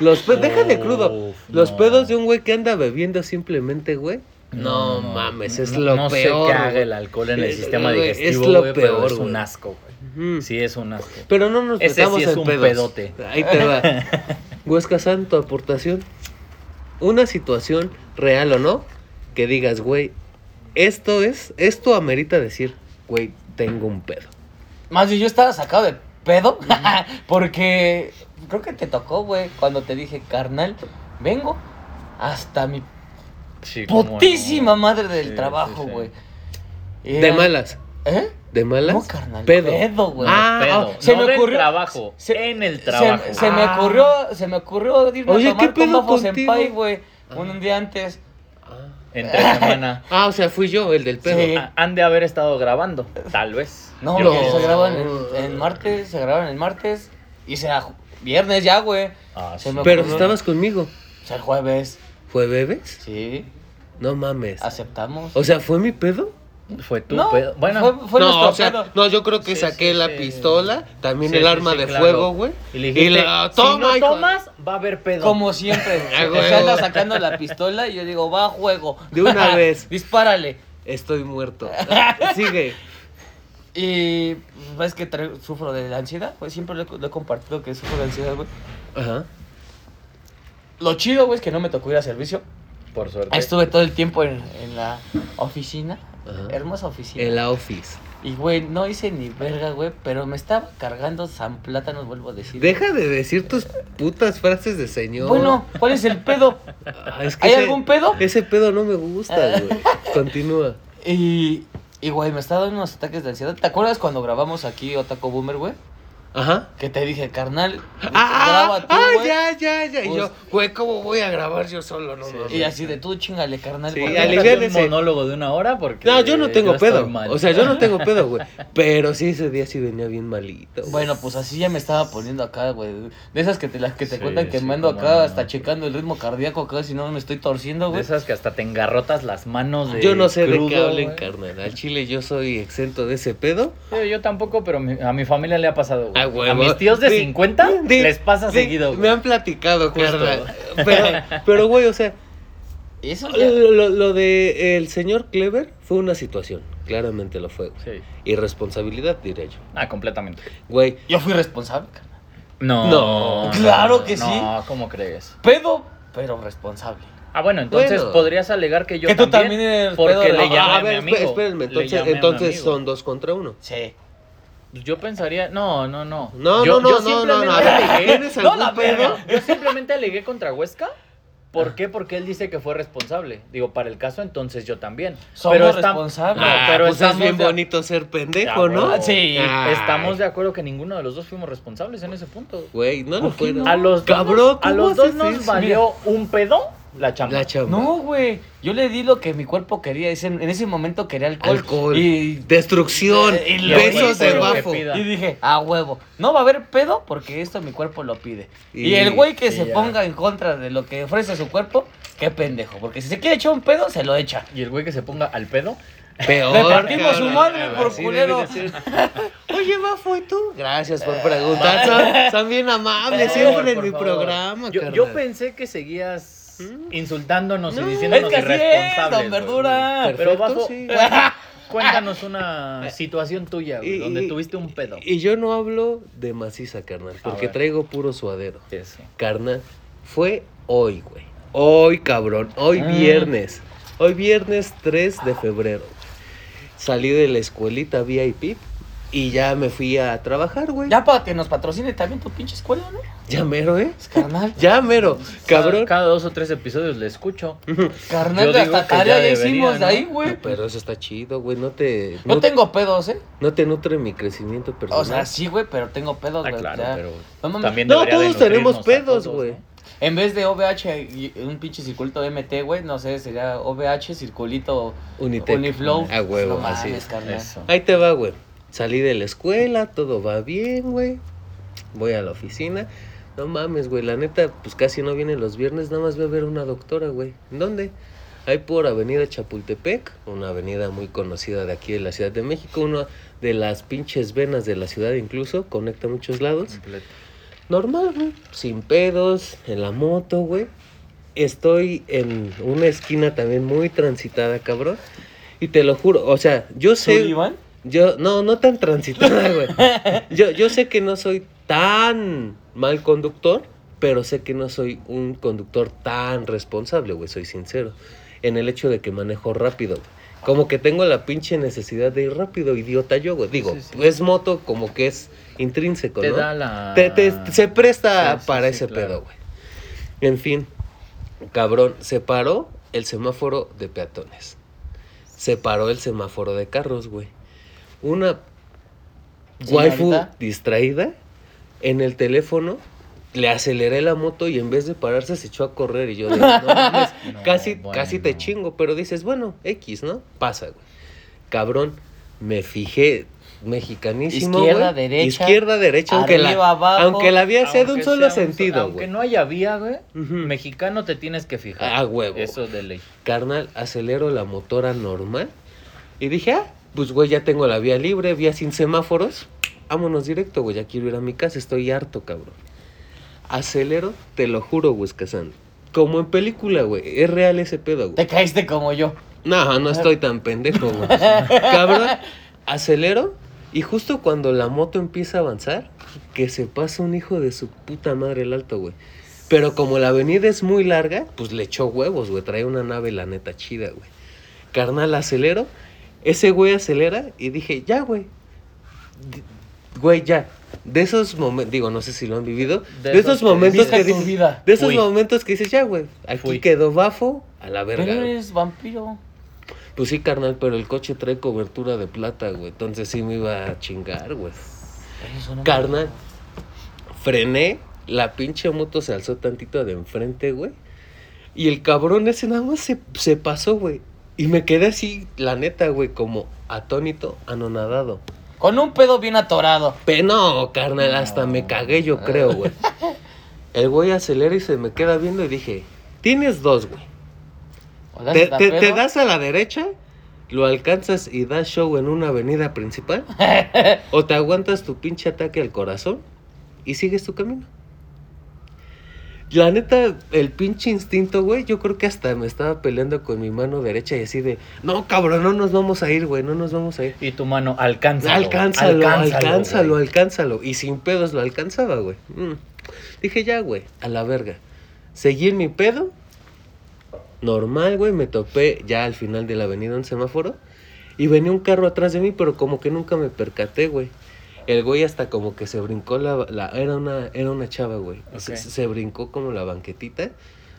[SPEAKER 1] Los pe- Deja de crudo.
[SPEAKER 3] Uf,
[SPEAKER 1] Los
[SPEAKER 3] no.
[SPEAKER 1] pedos de un güey que anda bebiendo simplemente, güey. No, mames, es lo
[SPEAKER 3] no
[SPEAKER 1] peor.
[SPEAKER 3] se caga
[SPEAKER 1] güey.
[SPEAKER 3] el alcohol en el
[SPEAKER 1] Es-
[SPEAKER 3] sistema
[SPEAKER 1] güey,
[SPEAKER 3] digestivo,
[SPEAKER 1] es lo
[SPEAKER 3] güey, pero
[SPEAKER 1] peor,
[SPEAKER 3] es un
[SPEAKER 1] güey.
[SPEAKER 3] asco, güey.
[SPEAKER 1] Ujú.
[SPEAKER 3] Sí, es un asco.
[SPEAKER 1] Pero no nos
[SPEAKER 3] Ese
[SPEAKER 1] metamos
[SPEAKER 3] sí es
[SPEAKER 1] en
[SPEAKER 3] un
[SPEAKER 1] pedos.
[SPEAKER 3] pedote.
[SPEAKER 1] Ahí te
[SPEAKER 3] [LAUGHS]
[SPEAKER 1] va. Huesca San, tu aportación. Una situación real o no, que digas, güey, esto es, esto amerita decir, güey, tengo un pedo.
[SPEAKER 2] Más bien yo estaba sacado de pedo. [LAUGHS] porque creo que te tocó, güey, cuando te dije, carnal, vengo hasta mi
[SPEAKER 3] Sí, cómo no.
[SPEAKER 2] putísima madre del
[SPEAKER 3] Sí, sí,
[SPEAKER 2] trabajo,
[SPEAKER 3] sí.
[SPEAKER 2] güey.
[SPEAKER 1] De
[SPEAKER 2] Era-
[SPEAKER 1] malas,
[SPEAKER 2] ¿Eh?
[SPEAKER 1] de malas.
[SPEAKER 2] No, carnal,
[SPEAKER 1] pedo.
[SPEAKER 2] pedo, güey.
[SPEAKER 1] Ah,
[SPEAKER 3] Pedo.
[SPEAKER 1] ah,
[SPEAKER 2] se
[SPEAKER 3] no
[SPEAKER 2] me
[SPEAKER 3] del
[SPEAKER 2] ocurrió-
[SPEAKER 3] trabajo,
[SPEAKER 2] se-
[SPEAKER 3] en el
[SPEAKER 2] Se-
[SPEAKER 3] trabajo.
[SPEAKER 2] Se, me
[SPEAKER 1] Ah.
[SPEAKER 2] ocurrió, se me ocurrió irme
[SPEAKER 1] Oye,
[SPEAKER 2] a
[SPEAKER 1] ¿qué
[SPEAKER 2] tomar con
[SPEAKER 1] pedo
[SPEAKER 2] Bafo
[SPEAKER 1] contigo?
[SPEAKER 2] Senpai, güey, un,
[SPEAKER 3] Ah.
[SPEAKER 2] un día antes.
[SPEAKER 3] entre
[SPEAKER 1] [LAUGHS]
[SPEAKER 3] semana.
[SPEAKER 1] Ah, o sea, fui yo el del pedo.
[SPEAKER 2] Sí.
[SPEAKER 3] Ah, Han de haber estado grabando, tal vez.
[SPEAKER 2] No,
[SPEAKER 1] Yo-
[SPEAKER 2] porque se graban en, en martes, se graban el martes y será ju- viernes ya, güey.
[SPEAKER 3] Ah,
[SPEAKER 2] Se
[SPEAKER 3] sí.
[SPEAKER 2] me
[SPEAKER 1] Pero
[SPEAKER 2] ocurrió-
[SPEAKER 1] estabas conmigo.
[SPEAKER 2] O sea, el jueves.
[SPEAKER 1] ¿Fue bebés?
[SPEAKER 2] Sí,
[SPEAKER 1] No mames.
[SPEAKER 2] aceptamos.
[SPEAKER 1] O sea, ¿fue mi pedo?
[SPEAKER 3] Fue tu
[SPEAKER 2] No,
[SPEAKER 3] pedo. Bueno,
[SPEAKER 2] fue, fue
[SPEAKER 1] no,
[SPEAKER 2] nuestro
[SPEAKER 1] o sea,
[SPEAKER 2] pedo.
[SPEAKER 1] no, yo creo que
[SPEAKER 3] Sí,
[SPEAKER 1] saqué
[SPEAKER 3] sí,
[SPEAKER 1] la
[SPEAKER 3] sí.
[SPEAKER 1] pistola, también
[SPEAKER 3] Sí,
[SPEAKER 1] el
[SPEAKER 3] sí,
[SPEAKER 1] arma
[SPEAKER 3] sí,
[SPEAKER 1] de
[SPEAKER 3] claro.
[SPEAKER 1] fuego, güey.
[SPEAKER 3] Y le dijiste,
[SPEAKER 1] la-
[SPEAKER 3] si no
[SPEAKER 1] hijo".
[SPEAKER 3] tomas, va a haber pedo.
[SPEAKER 2] Como siempre,
[SPEAKER 1] [LAUGHS] Ah,
[SPEAKER 2] se
[SPEAKER 1] güey.
[SPEAKER 2] te salga sacando la pistola y yo digo, va, juego.
[SPEAKER 1] De
[SPEAKER 2] [LAUGHS]
[SPEAKER 1] una vez.
[SPEAKER 2] Dispárale.
[SPEAKER 1] Estoy
[SPEAKER 2] [LAUGHS]
[SPEAKER 1] muerto. Sigue.
[SPEAKER 2] Y pues, ves que tra- sufro de la ansiedad, pues siempre lo, he- lo he compartido que sufro de ansiedad, güey.
[SPEAKER 1] Ajá.
[SPEAKER 2] Lo chido, güey, es que no me tocó ir a servicio.
[SPEAKER 3] Por suerte.
[SPEAKER 2] Estuve todo el tiempo en, en la oficina,
[SPEAKER 1] Ajá.
[SPEAKER 2] hermosa oficina.
[SPEAKER 1] En la office.
[SPEAKER 2] Y, güey, no hice ni verga, güey, pero me estaba cargando San Plátano, vuelvo a decir.
[SPEAKER 1] Deja de decir tus putas frases de señor.
[SPEAKER 2] Bueno, ¿cuál es el pedo?
[SPEAKER 1] Ah, es
[SPEAKER 2] ¿Hay algún pedo? Ah.
[SPEAKER 1] Ese pedo no me gusta, güey. Continúa.
[SPEAKER 2] Y, y, güey, me estaba dando unos ataques de ansiedad. ¿Te acuerdas cuando grabamos aquí Otaco Boomer, güey?
[SPEAKER 1] Ajá.
[SPEAKER 2] Que te dije, carnal,
[SPEAKER 1] Ah,
[SPEAKER 2] graba tú,
[SPEAKER 1] ah,
[SPEAKER 2] güey.
[SPEAKER 1] ya, ya, ya. Y
[SPEAKER 2] Pues-
[SPEAKER 1] yo, güey, ¿cómo voy a grabar yo solo? No, mames.
[SPEAKER 2] Y así de tú, chingale, carnal.
[SPEAKER 1] Sí,
[SPEAKER 2] porque-
[SPEAKER 3] Cuéntate
[SPEAKER 1] aliviánese.
[SPEAKER 3] un monólogo de una hora porque.
[SPEAKER 1] No, yo no tengo
[SPEAKER 3] estoy
[SPEAKER 1] pedo.
[SPEAKER 3] mal.
[SPEAKER 1] O sea, yo no tengo pedo,
[SPEAKER 2] [LAUGHS]
[SPEAKER 1] güey. Pero sí, ese día sí venía bien malito. güey.
[SPEAKER 2] Bueno, pues así ya me estaba poniendo acá, güey. De esas que te, las que te
[SPEAKER 3] Sí,
[SPEAKER 2] cuentan que
[SPEAKER 3] sí,
[SPEAKER 2] me ando
[SPEAKER 3] cómo
[SPEAKER 2] acá
[SPEAKER 3] no.
[SPEAKER 2] hasta checando el ritmo cardíaco acá, si no me estoy torciendo,
[SPEAKER 3] De
[SPEAKER 2] güey.
[SPEAKER 3] esas que hasta te engarrotas las manos de
[SPEAKER 1] Yo no sé de qué
[SPEAKER 3] crudo,
[SPEAKER 1] hablen,
[SPEAKER 3] güey.
[SPEAKER 1] carnal. Al chile yo soy exento de ese pedo.
[SPEAKER 3] Yo, yo tampoco, pero mi- a mi familia le ha pasado. güey.
[SPEAKER 1] A huevo.
[SPEAKER 3] mis tíos de
[SPEAKER 1] Ah, Sí,
[SPEAKER 3] 50
[SPEAKER 1] sí,
[SPEAKER 3] les pasa
[SPEAKER 1] sí,
[SPEAKER 3] seguido.
[SPEAKER 1] Me
[SPEAKER 3] güey.
[SPEAKER 1] han platicado,
[SPEAKER 3] Justo.
[SPEAKER 1] carnal.
[SPEAKER 3] [LAUGHS]
[SPEAKER 1] Pero, pero, güey, o sea,
[SPEAKER 2] Eso ya-
[SPEAKER 1] lo, lo- lo de el señor Clever fue una situación. Claramente lo fue. güey.
[SPEAKER 3] Sí.
[SPEAKER 1] Irresponsabilidad, diría yo.
[SPEAKER 3] Ah, completamente.
[SPEAKER 1] Güey,
[SPEAKER 2] Yo fui responsable, carnal.
[SPEAKER 3] No.
[SPEAKER 1] No.
[SPEAKER 2] Claro que sí.
[SPEAKER 3] No, ¿cómo crees?
[SPEAKER 2] Pedo, pero responsable.
[SPEAKER 3] Ah, bueno, entonces
[SPEAKER 1] Bueno.
[SPEAKER 3] podrías alegar que yo
[SPEAKER 2] Que tú
[SPEAKER 3] también.
[SPEAKER 2] también eres
[SPEAKER 3] porque
[SPEAKER 2] pedo
[SPEAKER 3] le
[SPEAKER 2] de-
[SPEAKER 3] llamé
[SPEAKER 1] ah,
[SPEAKER 3] a,
[SPEAKER 1] a ver,
[SPEAKER 3] mi amigo.
[SPEAKER 1] esp- espérenme.
[SPEAKER 3] Le
[SPEAKER 1] Entonces,
[SPEAKER 3] llamé a mi
[SPEAKER 1] entonces
[SPEAKER 3] amigo.
[SPEAKER 1] son dos contra uno.
[SPEAKER 2] Sí.
[SPEAKER 3] Yo pensaría, no, no, no.
[SPEAKER 1] No,
[SPEAKER 3] yo,
[SPEAKER 1] no,
[SPEAKER 3] yo
[SPEAKER 1] no, no, no,
[SPEAKER 3] simplemente
[SPEAKER 1] no. a ver,
[SPEAKER 3] alegué- [LAUGHS]
[SPEAKER 1] ¿Tienes
[SPEAKER 2] No,
[SPEAKER 1] algún
[SPEAKER 2] la
[SPEAKER 1] pedo? Ah.
[SPEAKER 2] verga.
[SPEAKER 3] Yo simplemente alegué contra Huesca. ¿Por qué? Porque él dice que fue responsable. Digo, para el caso, entonces yo también.
[SPEAKER 2] Somos
[SPEAKER 3] está-
[SPEAKER 2] responsables.
[SPEAKER 3] No,
[SPEAKER 1] Ah,
[SPEAKER 3] pero
[SPEAKER 1] pues es
[SPEAKER 3] estamos
[SPEAKER 1] bien
[SPEAKER 3] de-
[SPEAKER 1] bonito ser pendejo,
[SPEAKER 3] Ya,
[SPEAKER 1] ¿no? Ah.
[SPEAKER 3] huevo.
[SPEAKER 2] Sí.
[SPEAKER 1] Ay,
[SPEAKER 3] Estamos de acuerdo que ninguno de los dos fuimos responsables en ese punto.
[SPEAKER 1] Güey, no lo
[SPEAKER 2] ¿Por qué
[SPEAKER 1] fueron.
[SPEAKER 2] no?
[SPEAKER 3] A los
[SPEAKER 1] Cabrón,
[SPEAKER 3] dos, a
[SPEAKER 1] ¿cómo
[SPEAKER 3] los dos
[SPEAKER 1] haces
[SPEAKER 3] nos
[SPEAKER 1] eso?
[SPEAKER 3] valió un pedo la chamba.
[SPEAKER 1] La chamba.
[SPEAKER 2] No, güey. Yo le di lo que mi cuerpo quería. ese- en ese momento quería alcohol.
[SPEAKER 1] Alcohol.
[SPEAKER 2] Y,
[SPEAKER 1] Destrucción.
[SPEAKER 2] Y lo
[SPEAKER 1] besos
[SPEAKER 2] hice,
[SPEAKER 1] de
[SPEAKER 2] lo que
[SPEAKER 1] bafo.
[SPEAKER 3] pida.
[SPEAKER 2] y dije, a huevo. No va a haber pedo porque esto mi cuerpo lo pide. Y,
[SPEAKER 1] Y-
[SPEAKER 2] el güey que
[SPEAKER 3] sí,
[SPEAKER 2] se
[SPEAKER 3] ya.
[SPEAKER 2] ponga en contra de lo que ofrece su cuerpo, qué pendejo. Porque si se quiere echar un pedo, se lo echa.
[SPEAKER 3] Y el güey que se ponga al pedo.
[SPEAKER 1] Peor.
[SPEAKER 2] Le partimos su
[SPEAKER 1] cabrón.
[SPEAKER 2] madre por
[SPEAKER 1] Así
[SPEAKER 2] culero.
[SPEAKER 1] debe de ser. Oye, Bafo, ¿y tú? Gracias por preguntar. Son, son bien amables,
[SPEAKER 3] Por
[SPEAKER 1] siempre
[SPEAKER 3] favor,
[SPEAKER 1] en
[SPEAKER 3] por
[SPEAKER 1] mi
[SPEAKER 3] favor.
[SPEAKER 1] programa,
[SPEAKER 3] Yo, yo
[SPEAKER 1] carnal.
[SPEAKER 3] pensé que seguías insultándonos y
[SPEAKER 1] Mm. No,
[SPEAKER 3] diciéndonos
[SPEAKER 2] es que así es,
[SPEAKER 3] irresponsables.
[SPEAKER 2] don
[SPEAKER 3] güey.
[SPEAKER 2] Verdura.
[SPEAKER 3] Pero
[SPEAKER 1] Perfecto,
[SPEAKER 3] bajo,
[SPEAKER 1] sí. [LAUGHS]
[SPEAKER 3] cuéntanos una situación tuya, güey,
[SPEAKER 1] Y-
[SPEAKER 3] donde
[SPEAKER 1] y-
[SPEAKER 3] tuviste un pedo.
[SPEAKER 1] Y yo no hablo de maciza, carnal, porque
[SPEAKER 3] ver.
[SPEAKER 1] traigo puro suadero.
[SPEAKER 3] Eso.
[SPEAKER 1] Carnal, fue hoy, güey. Hoy, cabrón. Hoy
[SPEAKER 3] Mm.
[SPEAKER 1] viernes. Hoy viernes 3 de febrero. Salí de la escuelita VIP y ya me fui a trabajar, güey.
[SPEAKER 2] Ya para que nos patrocine también tu pinche escuela, ¿no?
[SPEAKER 1] Ya mero, ¿eh?
[SPEAKER 2] Es Pues, carnal.
[SPEAKER 1] Ya mero, cabrón.
[SPEAKER 3] Cada dos o tres episodios le escucho.
[SPEAKER 2] Carnal,
[SPEAKER 3] Yo
[SPEAKER 2] de
[SPEAKER 3] digo
[SPEAKER 2] hasta
[SPEAKER 3] que ya
[SPEAKER 2] tarea ya
[SPEAKER 3] debería,
[SPEAKER 2] hicimos
[SPEAKER 3] ¿no?
[SPEAKER 2] ahí, güey.
[SPEAKER 1] Pero eso está chido, güey. No te,
[SPEAKER 2] No
[SPEAKER 1] no,
[SPEAKER 2] tengo pedos, ¿eh?
[SPEAKER 1] no te nutre mi crecimiento personal.
[SPEAKER 2] O sea, sí, güey, pero tengo pedos,
[SPEAKER 3] Ah,
[SPEAKER 2] güey.
[SPEAKER 3] claro,
[SPEAKER 2] o sea,
[SPEAKER 3] pero
[SPEAKER 2] no mames.
[SPEAKER 3] también
[SPEAKER 1] No,
[SPEAKER 3] debería de
[SPEAKER 1] todos tenemos
[SPEAKER 3] nutrirnos a
[SPEAKER 1] pedos,
[SPEAKER 3] todos,
[SPEAKER 1] güey.
[SPEAKER 3] ¿no?
[SPEAKER 2] En vez de OVH, y un pinche circulito de MT, güey, no sé, sería OVH, circulito
[SPEAKER 1] Unitec.
[SPEAKER 2] Uniflow.
[SPEAKER 1] A Ah, huevo,
[SPEAKER 2] No
[SPEAKER 1] así
[SPEAKER 2] mames,
[SPEAKER 1] es.
[SPEAKER 2] carnal.
[SPEAKER 3] Eso.
[SPEAKER 1] Ahí te va, güey. Salí de la escuela, todo va bien, güey. Voy a la oficina. No mames, güey. La neta, pues casi no viene los viernes. Nada más voy a ver una doctora, güey. ¿En dónde? Ahí por Avenida Chapultepec, una avenida muy conocida de aquí de la Ciudad de México, una de las pinches venas de la ciudad incluso, conecta muchos lados.
[SPEAKER 3] Completo.
[SPEAKER 1] Normal, güey. Sin pedos, en la moto, güey. Estoy en una esquina también muy transitada, cabrón. Y te lo juro, o sea, yo sé...
[SPEAKER 2] ¿Sullivan?
[SPEAKER 1] Yo, no, no tan transitada,
[SPEAKER 3] [LAUGHS]
[SPEAKER 1] güey. Yo, yo sé que no soy tan mal conductor, pero sé que no soy un conductor tan responsable, güey, soy sincero. En el hecho de que manejo rápido, güey. Como que tengo la pinche necesidad de ir rápido, idiota yo, güey. Digo,
[SPEAKER 3] Sí, sí.
[SPEAKER 1] es moto como que es intrínseco,
[SPEAKER 3] Te
[SPEAKER 1] ¿no?
[SPEAKER 3] da la.
[SPEAKER 1] Te- te- se presta
[SPEAKER 3] Sí, sí,
[SPEAKER 1] para
[SPEAKER 3] sí,
[SPEAKER 1] ese
[SPEAKER 3] claro.
[SPEAKER 1] pedo, güey. En fin, cabrón, se paró el semáforo de peatones. Se paró el semáforo de carros, güey. Una waifu
[SPEAKER 2] Señorita.
[SPEAKER 1] distraída en el teléfono. Le aceleré la moto y en vez de pararse se echó a correr y yo de, "No mames,
[SPEAKER 3] [LAUGHS] No,
[SPEAKER 1] casi, casi te
[SPEAKER 3] bueno.
[SPEAKER 1] chingo, pero dices, bueno, X, ¿no? Pasa, güey. Cabrón, me fijé mexicanísimo,
[SPEAKER 2] Izquierda,
[SPEAKER 1] güey.
[SPEAKER 2] derecha,
[SPEAKER 1] Izquierda, derecha, aunque la,
[SPEAKER 2] arriba, abajo.
[SPEAKER 1] aunque la vía sea de un
[SPEAKER 3] Aunque
[SPEAKER 1] solo
[SPEAKER 3] sea
[SPEAKER 1] sentido,
[SPEAKER 3] Aunque
[SPEAKER 1] güey.
[SPEAKER 3] no haya vía, güey.
[SPEAKER 1] Ujú.
[SPEAKER 3] Mexicano te tienes que fijar.
[SPEAKER 1] Ah, huevo.
[SPEAKER 3] Eso de ley.
[SPEAKER 1] Carnal, acelero la motora normal y dije, ah, pues güey, ya tengo la vía libre, vía sin semáforos. Vámonos directo, güey, ya quiero ir a mi casa, estoy harto, cabrón. Acelero, te lo juro, güey, Escazán. Como en película, güey, es real ese pedo, güey.
[SPEAKER 2] Te caíste como yo.
[SPEAKER 1] No, no estoy tan pendejo, güey. Cabrón, acelero y justo cuando la moto empieza a avanzar, que se pasa un hijo de su puta madre el alto, güey. Pero como la avenida es muy larga, pues le echó huevos, güey. Trae una nave, la neta, chida, güey. Carnal, acelero. Ese güey acelera y dije, ya, güey. D- Güey, ya. De esos momentos, digo, no sé si lo han vivido. De,
[SPEAKER 3] De
[SPEAKER 1] esos
[SPEAKER 3] esos que
[SPEAKER 1] momentos
[SPEAKER 3] dices-
[SPEAKER 1] que
[SPEAKER 2] Vive tu
[SPEAKER 1] dices-
[SPEAKER 2] vida.
[SPEAKER 1] De esos
[SPEAKER 3] Fui.
[SPEAKER 1] momentos que dices, ya, güey. Aquí
[SPEAKER 3] Fui.
[SPEAKER 1] quedó bafo a la verga.
[SPEAKER 2] Pero
[SPEAKER 1] güey".
[SPEAKER 2] eres vampiro.
[SPEAKER 1] Pues sí, carnal, pero el coche trae cobertura de plata, güey. Entonces sí me iba a chingar, güey.
[SPEAKER 2] Eso no-
[SPEAKER 1] Carnal, frené, la pinche moto se alzó tantito de enfrente, güey. Y el cabrón ese nada más se, se pasó, güey. Y me quedé así, la neta, güey, como atónito, anonadado.
[SPEAKER 2] Con un pedo bien atorado.
[SPEAKER 1] Pero no, carnal, hasta me cagué, yo creo, güey. El güey acelera y se me queda viendo y dije, tienes dos, güey.
[SPEAKER 2] O sea,
[SPEAKER 1] Te,
[SPEAKER 2] está
[SPEAKER 1] te- te
[SPEAKER 2] pedo.
[SPEAKER 1] das a la derecha, lo alcanzas y das show en una avenida
[SPEAKER 2] [LAUGHS]
[SPEAKER 1] principal. o te aguantas tu pinche ataque al corazón y sigues tu camino. La neta, el pinche instinto, güey, yo creo que hasta me estaba peleando con mi mano derecha y así de, no, cabrón, no nos vamos a ir, güey, no nos vamos a ir.
[SPEAKER 3] Y tu mano, alcánzalo.
[SPEAKER 1] Alcánzalo, alcánzalo, alcánzalo,
[SPEAKER 3] güey.
[SPEAKER 1] Y sin pedos lo alcanzaba, güey. Mm. Dije, ya, güey, a la verga. Seguí en mi pedo. Normal, güey, me topé ya al final de la avenida un semáforo. Y venía un carro atrás de mí, pero como que nunca me percaté, güey. El güey hasta como que se brincó la... la- era, una, era una chava, güey. Se,
[SPEAKER 3] Ok.
[SPEAKER 1] se brincó como la banquetita,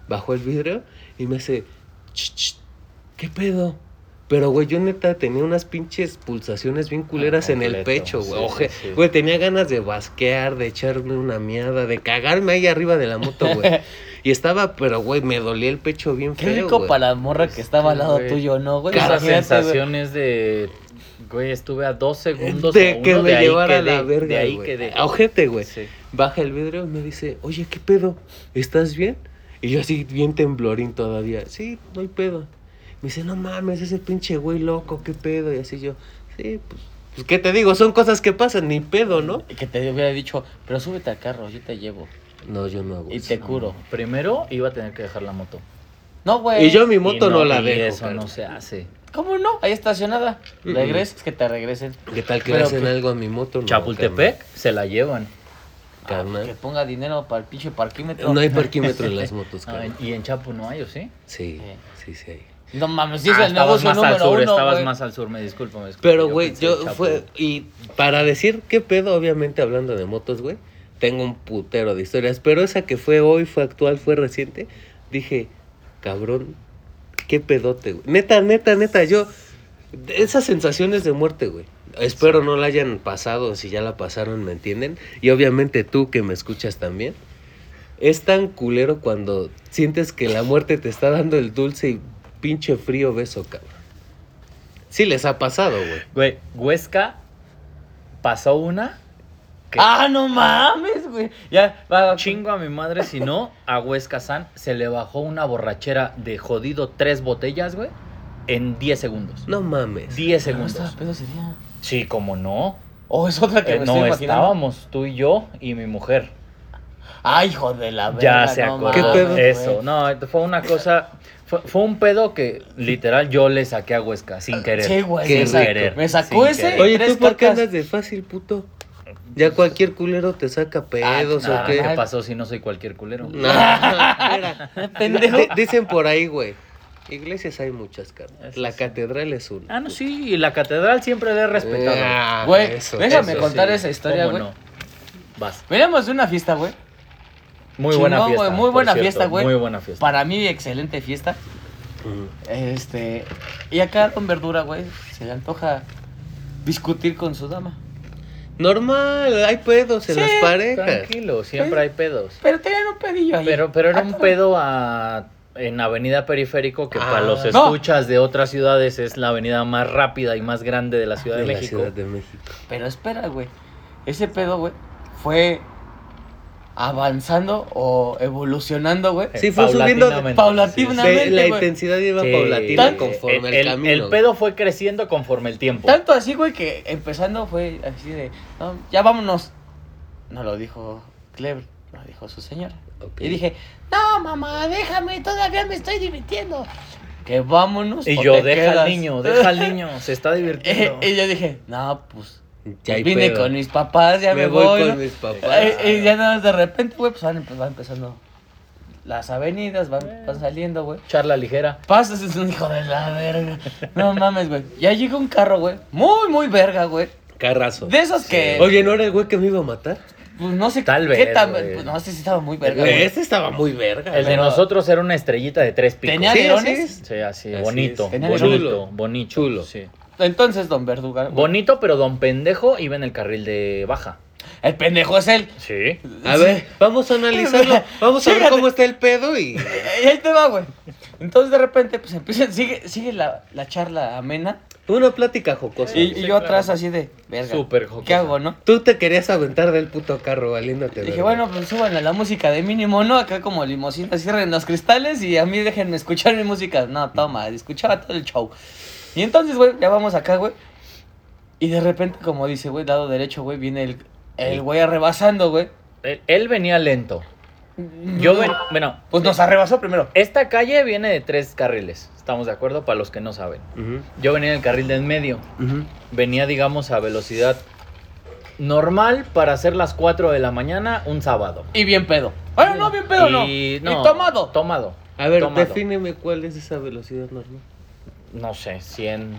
[SPEAKER 1] bajó el vidrio y me hace... "Ch, ch, ¿Qué pedo? Pero, güey, yo neta tenía unas pinches pulsaciones bien culeras en el
[SPEAKER 3] Ah, completo,
[SPEAKER 1] pecho, güey.
[SPEAKER 3] sí,
[SPEAKER 1] Oje-
[SPEAKER 3] sí, sí.
[SPEAKER 1] Güey, tenía ganas de basquear, de echarme una miada, de cagarme ahí arriba de la moto,
[SPEAKER 3] [LAUGHS]
[SPEAKER 1] güey. y estaba, pero, güey, me dolía el pecho bien
[SPEAKER 2] Qué
[SPEAKER 1] feo,
[SPEAKER 2] rico
[SPEAKER 1] güey.
[SPEAKER 2] para la morra que estaba al lado
[SPEAKER 3] güey.
[SPEAKER 2] tuyo, ¿no, güey?
[SPEAKER 1] Cara,
[SPEAKER 3] Esas
[SPEAKER 2] Imagínate, güey.
[SPEAKER 3] sensaciones de. Güey, estuve a dos segundos
[SPEAKER 1] De
[SPEAKER 3] a uno
[SPEAKER 1] que
[SPEAKER 3] de
[SPEAKER 1] me
[SPEAKER 3] ahí
[SPEAKER 1] llevara a
[SPEAKER 3] quedé,
[SPEAKER 1] la verga,
[SPEAKER 3] De ah, ahí
[SPEAKER 1] güey. Ah,
[SPEAKER 3] quedé.
[SPEAKER 1] A Ojete, güey.
[SPEAKER 3] Sí.
[SPEAKER 1] Baja el vidrio y me dice, oye, ¿qué pedo? ¿Estás bien? Y yo así, bien temblorín todavía. Sí, no hay pedo. Me dice, no mames, ese pinche güey loco, ¿qué pedo? Y así yo, sí, pues, pues, ¿qué te digo? Son cosas que pasan, ni pedo, ¿no?
[SPEAKER 2] Que te hubiera dicho, pero súbete al carro, yo te llevo.
[SPEAKER 1] No, yo no hago
[SPEAKER 2] Y
[SPEAKER 1] eso.
[SPEAKER 2] te curo.
[SPEAKER 3] Primero iba a tener que dejar la moto.
[SPEAKER 2] No, güey.
[SPEAKER 1] Y yo mi moto
[SPEAKER 3] Y
[SPEAKER 1] no, la
[SPEAKER 3] y
[SPEAKER 1] dejo.
[SPEAKER 3] Eso
[SPEAKER 1] carnal.
[SPEAKER 3] no se hace.
[SPEAKER 2] ¿Cómo no? Ahí estacionada.
[SPEAKER 1] Mm.
[SPEAKER 2] Regresas, que te regresen.
[SPEAKER 1] ¿Qué tal que le
[SPEAKER 2] Pero
[SPEAKER 1] hacen
[SPEAKER 2] que-
[SPEAKER 1] algo a mi moto? No,
[SPEAKER 3] Chapultepec se la llevan.
[SPEAKER 1] Carnal.
[SPEAKER 2] Que ponga dinero para el pinche parquímetro.
[SPEAKER 1] carnal. No hay parquímetro en las
[SPEAKER 3] [LAUGHS]
[SPEAKER 1] motos,
[SPEAKER 3] Ah,
[SPEAKER 1] carnal.
[SPEAKER 3] y en Chapu no hay, ¿o sí?
[SPEAKER 1] Sí,
[SPEAKER 2] Eh.
[SPEAKER 1] sí, sí hay.
[SPEAKER 2] No mames, sí es
[SPEAKER 3] Ah,
[SPEAKER 2] el negocio
[SPEAKER 3] más al
[SPEAKER 2] número
[SPEAKER 3] sur,
[SPEAKER 2] uno,
[SPEAKER 3] estabas
[SPEAKER 2] güey.
[SPEAKER 3] más al sur, me disculpo, me disculpo.
[SPEAKER 1] Pero, güey,
[SPEAKER 3] pensé
[SPEAKER 1] yo
[SPEAKER 3] Chapu.
[SPEAKER 1] fue. Y para decir qué pedo, obviamente hablando de motos, güey, tengo un putero de historias. Pero esa que fue hoy, fue actual, fue reciente. Dije, cabrón, qué pedote, güey. Neta, neta, neta, yo. Esas sensaciones de muerte, güey. Espero no la hayan pasado, si ya la pasaron, ¿me entienden? Y obviamente tú que me escuchas también. Es tan culero cuando sientes que la muerte te está dando el dulce y pinche frío beso, cabrón. Sí les ha pasado, güey.
[SPEAKER 3] Güey, Huesca pasó una. que
[SPEAKER 2] Ah, no mames, güey. Ya, va, va.
[SPEAKER 3] Chingo a mi madre, si no, a Huesca San se le bajó una borrachera de jodido tres botellas, güey, en 10 segundos.
[SPEAKER 1] No mames.
[SPEAKER 3] 10
[SPEAKER 2] ¿Cómo estaba
[SPEAKER 3] segundos.
[SPEAKER 2] pedo ese día?
[SPEAKER 3] Sí, como no.
[SPEAKER 2] Oh, es otra Ah, que
[SPEAKER 3] Eh,
[SPEAKER 2] me
[SPEAKER 3] no
[SPEAKER 2] estoy imaginando.
[SPEAKER 3] estábamos, tú y yo y mi mujer.
[SPEAKER 2] Ay, hijo de la verga.
[SPEAKER 3] Ya se
[SPEAKER 2] no
[SPEAKER 3] acordó.
[SPEAKER 1] ¿Qué
[SPEAKER 2] mames,
[SPEAKER 1] pedo?
[SPEAKER 2] güey.
[SPEAKER 3] Eso, no, fue una cosa. Fue, fue un pedo que literal yo le saqué a Huesca sin querer.
[SPEAKER 2] Sí, güey,
[SPEAKER 1] Qué
[SPEAKER 2] me sacó-
[SPEAKER 3] querer,
[SPEAKER 2] me sacó
[SPEAKER 3] sin
[SPEAKER 2] ese.
[SPEAKER 3] querer.
[SPEAKER 1] Oye,
[SPEAKER 2] tres
[SPEAKER 1] ¿tú por qué
[SPEAKER 2] cacas.
[SPEAKER 1] andas de fácil, puto? Ya cualquier culero te saca pedos
[SPEAKER 2] Ah,
[SPEAKER 1] o
[SPEAKER 3] Nada,
[SPEAKER 1] qué.
[SPEAKER 3] ¿Qué pasó si no soy cualquier culero?
[SPEAKER 1] No, espera.
[SPEAKER 2] Pendejo.
[SPEAKER 1] Di- Dicen por ahí, güey. Iglesias hay muchas, carnal.
[SPEAKER 3] Eso
[SPEAKER 1] La
[SPEAKER 3] sí.
[SPEAKER 1] catedral es una.
[SPEAKER 3] Ah, no, sí, y la catedral siempre le he respetado.
[SPEAKER 1] Ah,
[SPEAKER 2] Güey,
[SPEAKER 1] eso,
[SPEAKER 2] déjame
[SPEAKER 1] eso,
[SPEAKER 2] contar
[SPEAKER 1] sí.
[SPEAKER 2] esa historia,
[SPEAKER 3] ¿Cómo
[SPEAKER 2] güey.
[SPEAKER 3] no? Vas.
[SPEAKER 2] Veníamos de una fiesta, güey.
[SPEAKER 3] Muy
[SPEAKER 2] Chingón,
[SPEAKER 3] buena
[SPEAKER 2] güey,
[SPEAKER 3] fiesta.
[SPEAKER 2] muy
[SPEAKER 3] por
[SPEAKER 2] buena
[SPEAKER 3] cierto,
[SPEAKER 2] fiesta, güey.
[SPEAKER 3] Muy buena fiesta.
[SPEAKER 2] Para mí, excelente fiesta.
[SPEAKER 1] Ujú.
[SPEAKER 2] Este. Y acá con verdura, güey. Se le antoja discutir con su dama.
[SPEAKER 1] Normal, hay pedos en
[SPEAKER 2] Sí,
[SPEAKER 1] las parejas.
[SPEAKER 3] Tranquilo, siempre
[SPEAKER 1] Pues,
[SPEAKER 3] hay pedos.
[SPEAKER 2] Pero tenían un pedillo ahí.
[SPEAKER 3] Pero, pero era un
[SPEAKER 2] Ah,
[SPEAKER 3] pedo a- en Avenida Periférico, que
[SPEAKER 1] Ah.
[SPEAKER 3] para los
[SPEAKER 1] No.
[SPEAKER 3] escuchas de otras ciudades es la avenida más rápida y más grande de la Ciudad de,
[SPEAKER 1] De la
[SPEAKER 3] México.
[SPEAKER 1] Ciudad de México.
[SPEAKER 2] Pero espera, güey. Ese pedo, güey, fue avanzando o evolucionando, güey.
[SPEAKER 1] Sí, fue subiendo de-
[SPEAKER 3] Eh, Paulatinamente.
[SPEAKER 2] paulatinamente.
[SPEAKER 1] Se- la
[SPEAKER 2] güey.
[SPEAKER 1] intensidad iba
[SPEAKER 3] Sí.
[SPEAKER 1] paulatina
[SPEAKER 3] Sí.
[SPEAKER 1] conforme
[SPEAKER 3] el,
[SPEAKER 1] el,
[SPEAKER 3] el-
[SPEAKER 1] camino.
[SPEAKER 3] el pedo fue creciendo conforme el tiempo.
[SPEAKER 2] Tanto así, güey, que empezando fue así de, "No, ya vámonos. No lo dijo Clever, lo dijo su señora.
[SPEAKER 1] Ok.
[SPEAKER 2] Y dije, no, mamá, déjame, todavía me estoy divirtiendo. Que vámonos.
[SPEAKER 3] Y
[SPEAKER 1] pues,
[SPEAKER 2] o
[SPEAKER 3] yo,
[SPEAKER 2] te
[SPEAKER 3] deja
[SPEAKER 2] quedas".
[SPEAKER 3] al niño, deja al niño,
[SPEAKER 1] [LAUGHS]
[SPEAKER 3] se
[SPEAKER 1] Eh,
[SPEAKER 3] está divirtiendo.
[SPEAKER 2] [LAUGHS] y yo dije, no, pues,
[SPEAKER 1] Ya hay
[SPEAKER 2] vine
[SPEAKER 1] pedo.
[SPEAKER 2] con mis papás, ya me,
[SPEAKER 1] Me voy
[SPEAKER 2] ¿no?
[SPEAKER 1] con mis papás.
[SPEAKER 2] Ay, Y Eh, ya nada más de repente, güey, pues van, empe- van empezando las avenidas,
[SPEAKER 3] Eh.
[SPEAKER 2] van, van saliendo, güey.
[SPEAKER 3] Charla ligera.
[SPEAKER 2] Pasas, es un hijo de la verga. No mames, güey. Ya llega un carro, güey. Muy, muy verga, güey.
[SPEAKER 1] Carrazo.
[SPEAKER 2] De esos que.
[SPEAKER 1] Oye, ¿no era el güey que me iba a matar?
[SPEAKER 2] Pues no sé
[SPEAKER 3] Tal
[SPEAKER 2] qué
[SPEAKER 3] vez,
[SPEAKER 2] tan-
[SPEAKER 3] güey.
[SPEAKER 2] pues, no sé si estaba muy verga, güey.
[SPEAKER 1] Este estaba muy verga.
[SPEAKER 3] El de
[SPEAKER 2] Pero-
[SPEAKER 3] nosotros era una estrellita de tres picos.
[SPEAKER 2] Tenía
[SPEAKER 1] Sí,
[SPEAKER 2] alerones.
[SPEAKER 1] sí.
[SPEAKER 3] Sí, así,
[SPEAKER 1] Así
[SPEAKER 3] bonito,
[SPEAKER 1] es.
[SPEAKER 2] Tenía
[SPEAKER 3] bonito,
[SPEAKER 1] chulo.
[SPEAKER 3] bonito.
[SPEAKER 1] Chulo.
[SPEAKER 3] sí.
[SPEAKER 2] Entonces, don Verduga. güey,
[SPEAKER 3] Bonito, pero don pendejo iba en el carril de baja.
[SPEAKER 2] El pendejo es él.
[SPEAKER 3] Sí.
[SPEAKER 1] A ver, vamos a
[SPEAKER 3] [LAUGHS]
[SPEAKER 1] analizarlo. Vamos a ver
[SPEAKER 2] Fíjate.
[SPEAKER 1] cómo está el pedo y.
[SPEAKER 2] Y Eh, ahí te va, güey. Entonces, de repente, pues empieza, sigue, sigue la, la charla amena.
[SPEAKER 1] Una plática jocosa.
[SPEAKER 2] Y, y
[SPEAKER 3] sí,
[SPEAKER 2] yo
[SPEAKER 3] claro.
[SPEAKER 2] atrás, así de. Verga.
[SPEAKER 3] Súper
[SPEAKER 2] ¿Qué
[SPEAKER 3] jocosa.
[SPEAKER 2] hago, no?
[SPEAKER 1] Tú te querías aventar del puto carro valiéndote.
[SPEAKER 2] Dije,
[SPEAKER 1] verga.
[SPEAKER 2] bueno, pues súbanle la música de mínimo, ¿no? Acá como limosina, cierren los cristales y a mí déjenme escuchar mi música. No, toma, escuchaba todo el show. Y entonces, güey, ya vamos acá, güey. Y de repente, como dice, güey, lado derecho, güey, viene el, el güey arrebasando, güey.
[SPEAKER 3] Él, él venía lento. Yo, ven- bueno,
[SPEAKER 2] Pues nos arrebasó primero.
[SPEAKER 3] esta calle viene de tres carriles. ¿Estamos de acuerdo? Para los que no saben.
[SPEAKER 1] Ujú,
[SPEAKER 3] Yo venía en el carril de en medio.
[SPEAKER 1] ujú.
[SPEAKER 3] Venía, digamos, a velocidad normal para hacer las 4 de la mañana un sábado.
[SPEAKER 2] Y bien pedo. Bueno, no, bien pedo, no. Y, tomado.
[SPEAKER 3] Tomado.
[SPEAKER 1] A ver,
[SPEAKER 3] tomado.
[SPEAKER 1] defíneme cuál es esa velocidad normal.
[SPEAKER 3] No sé, 100,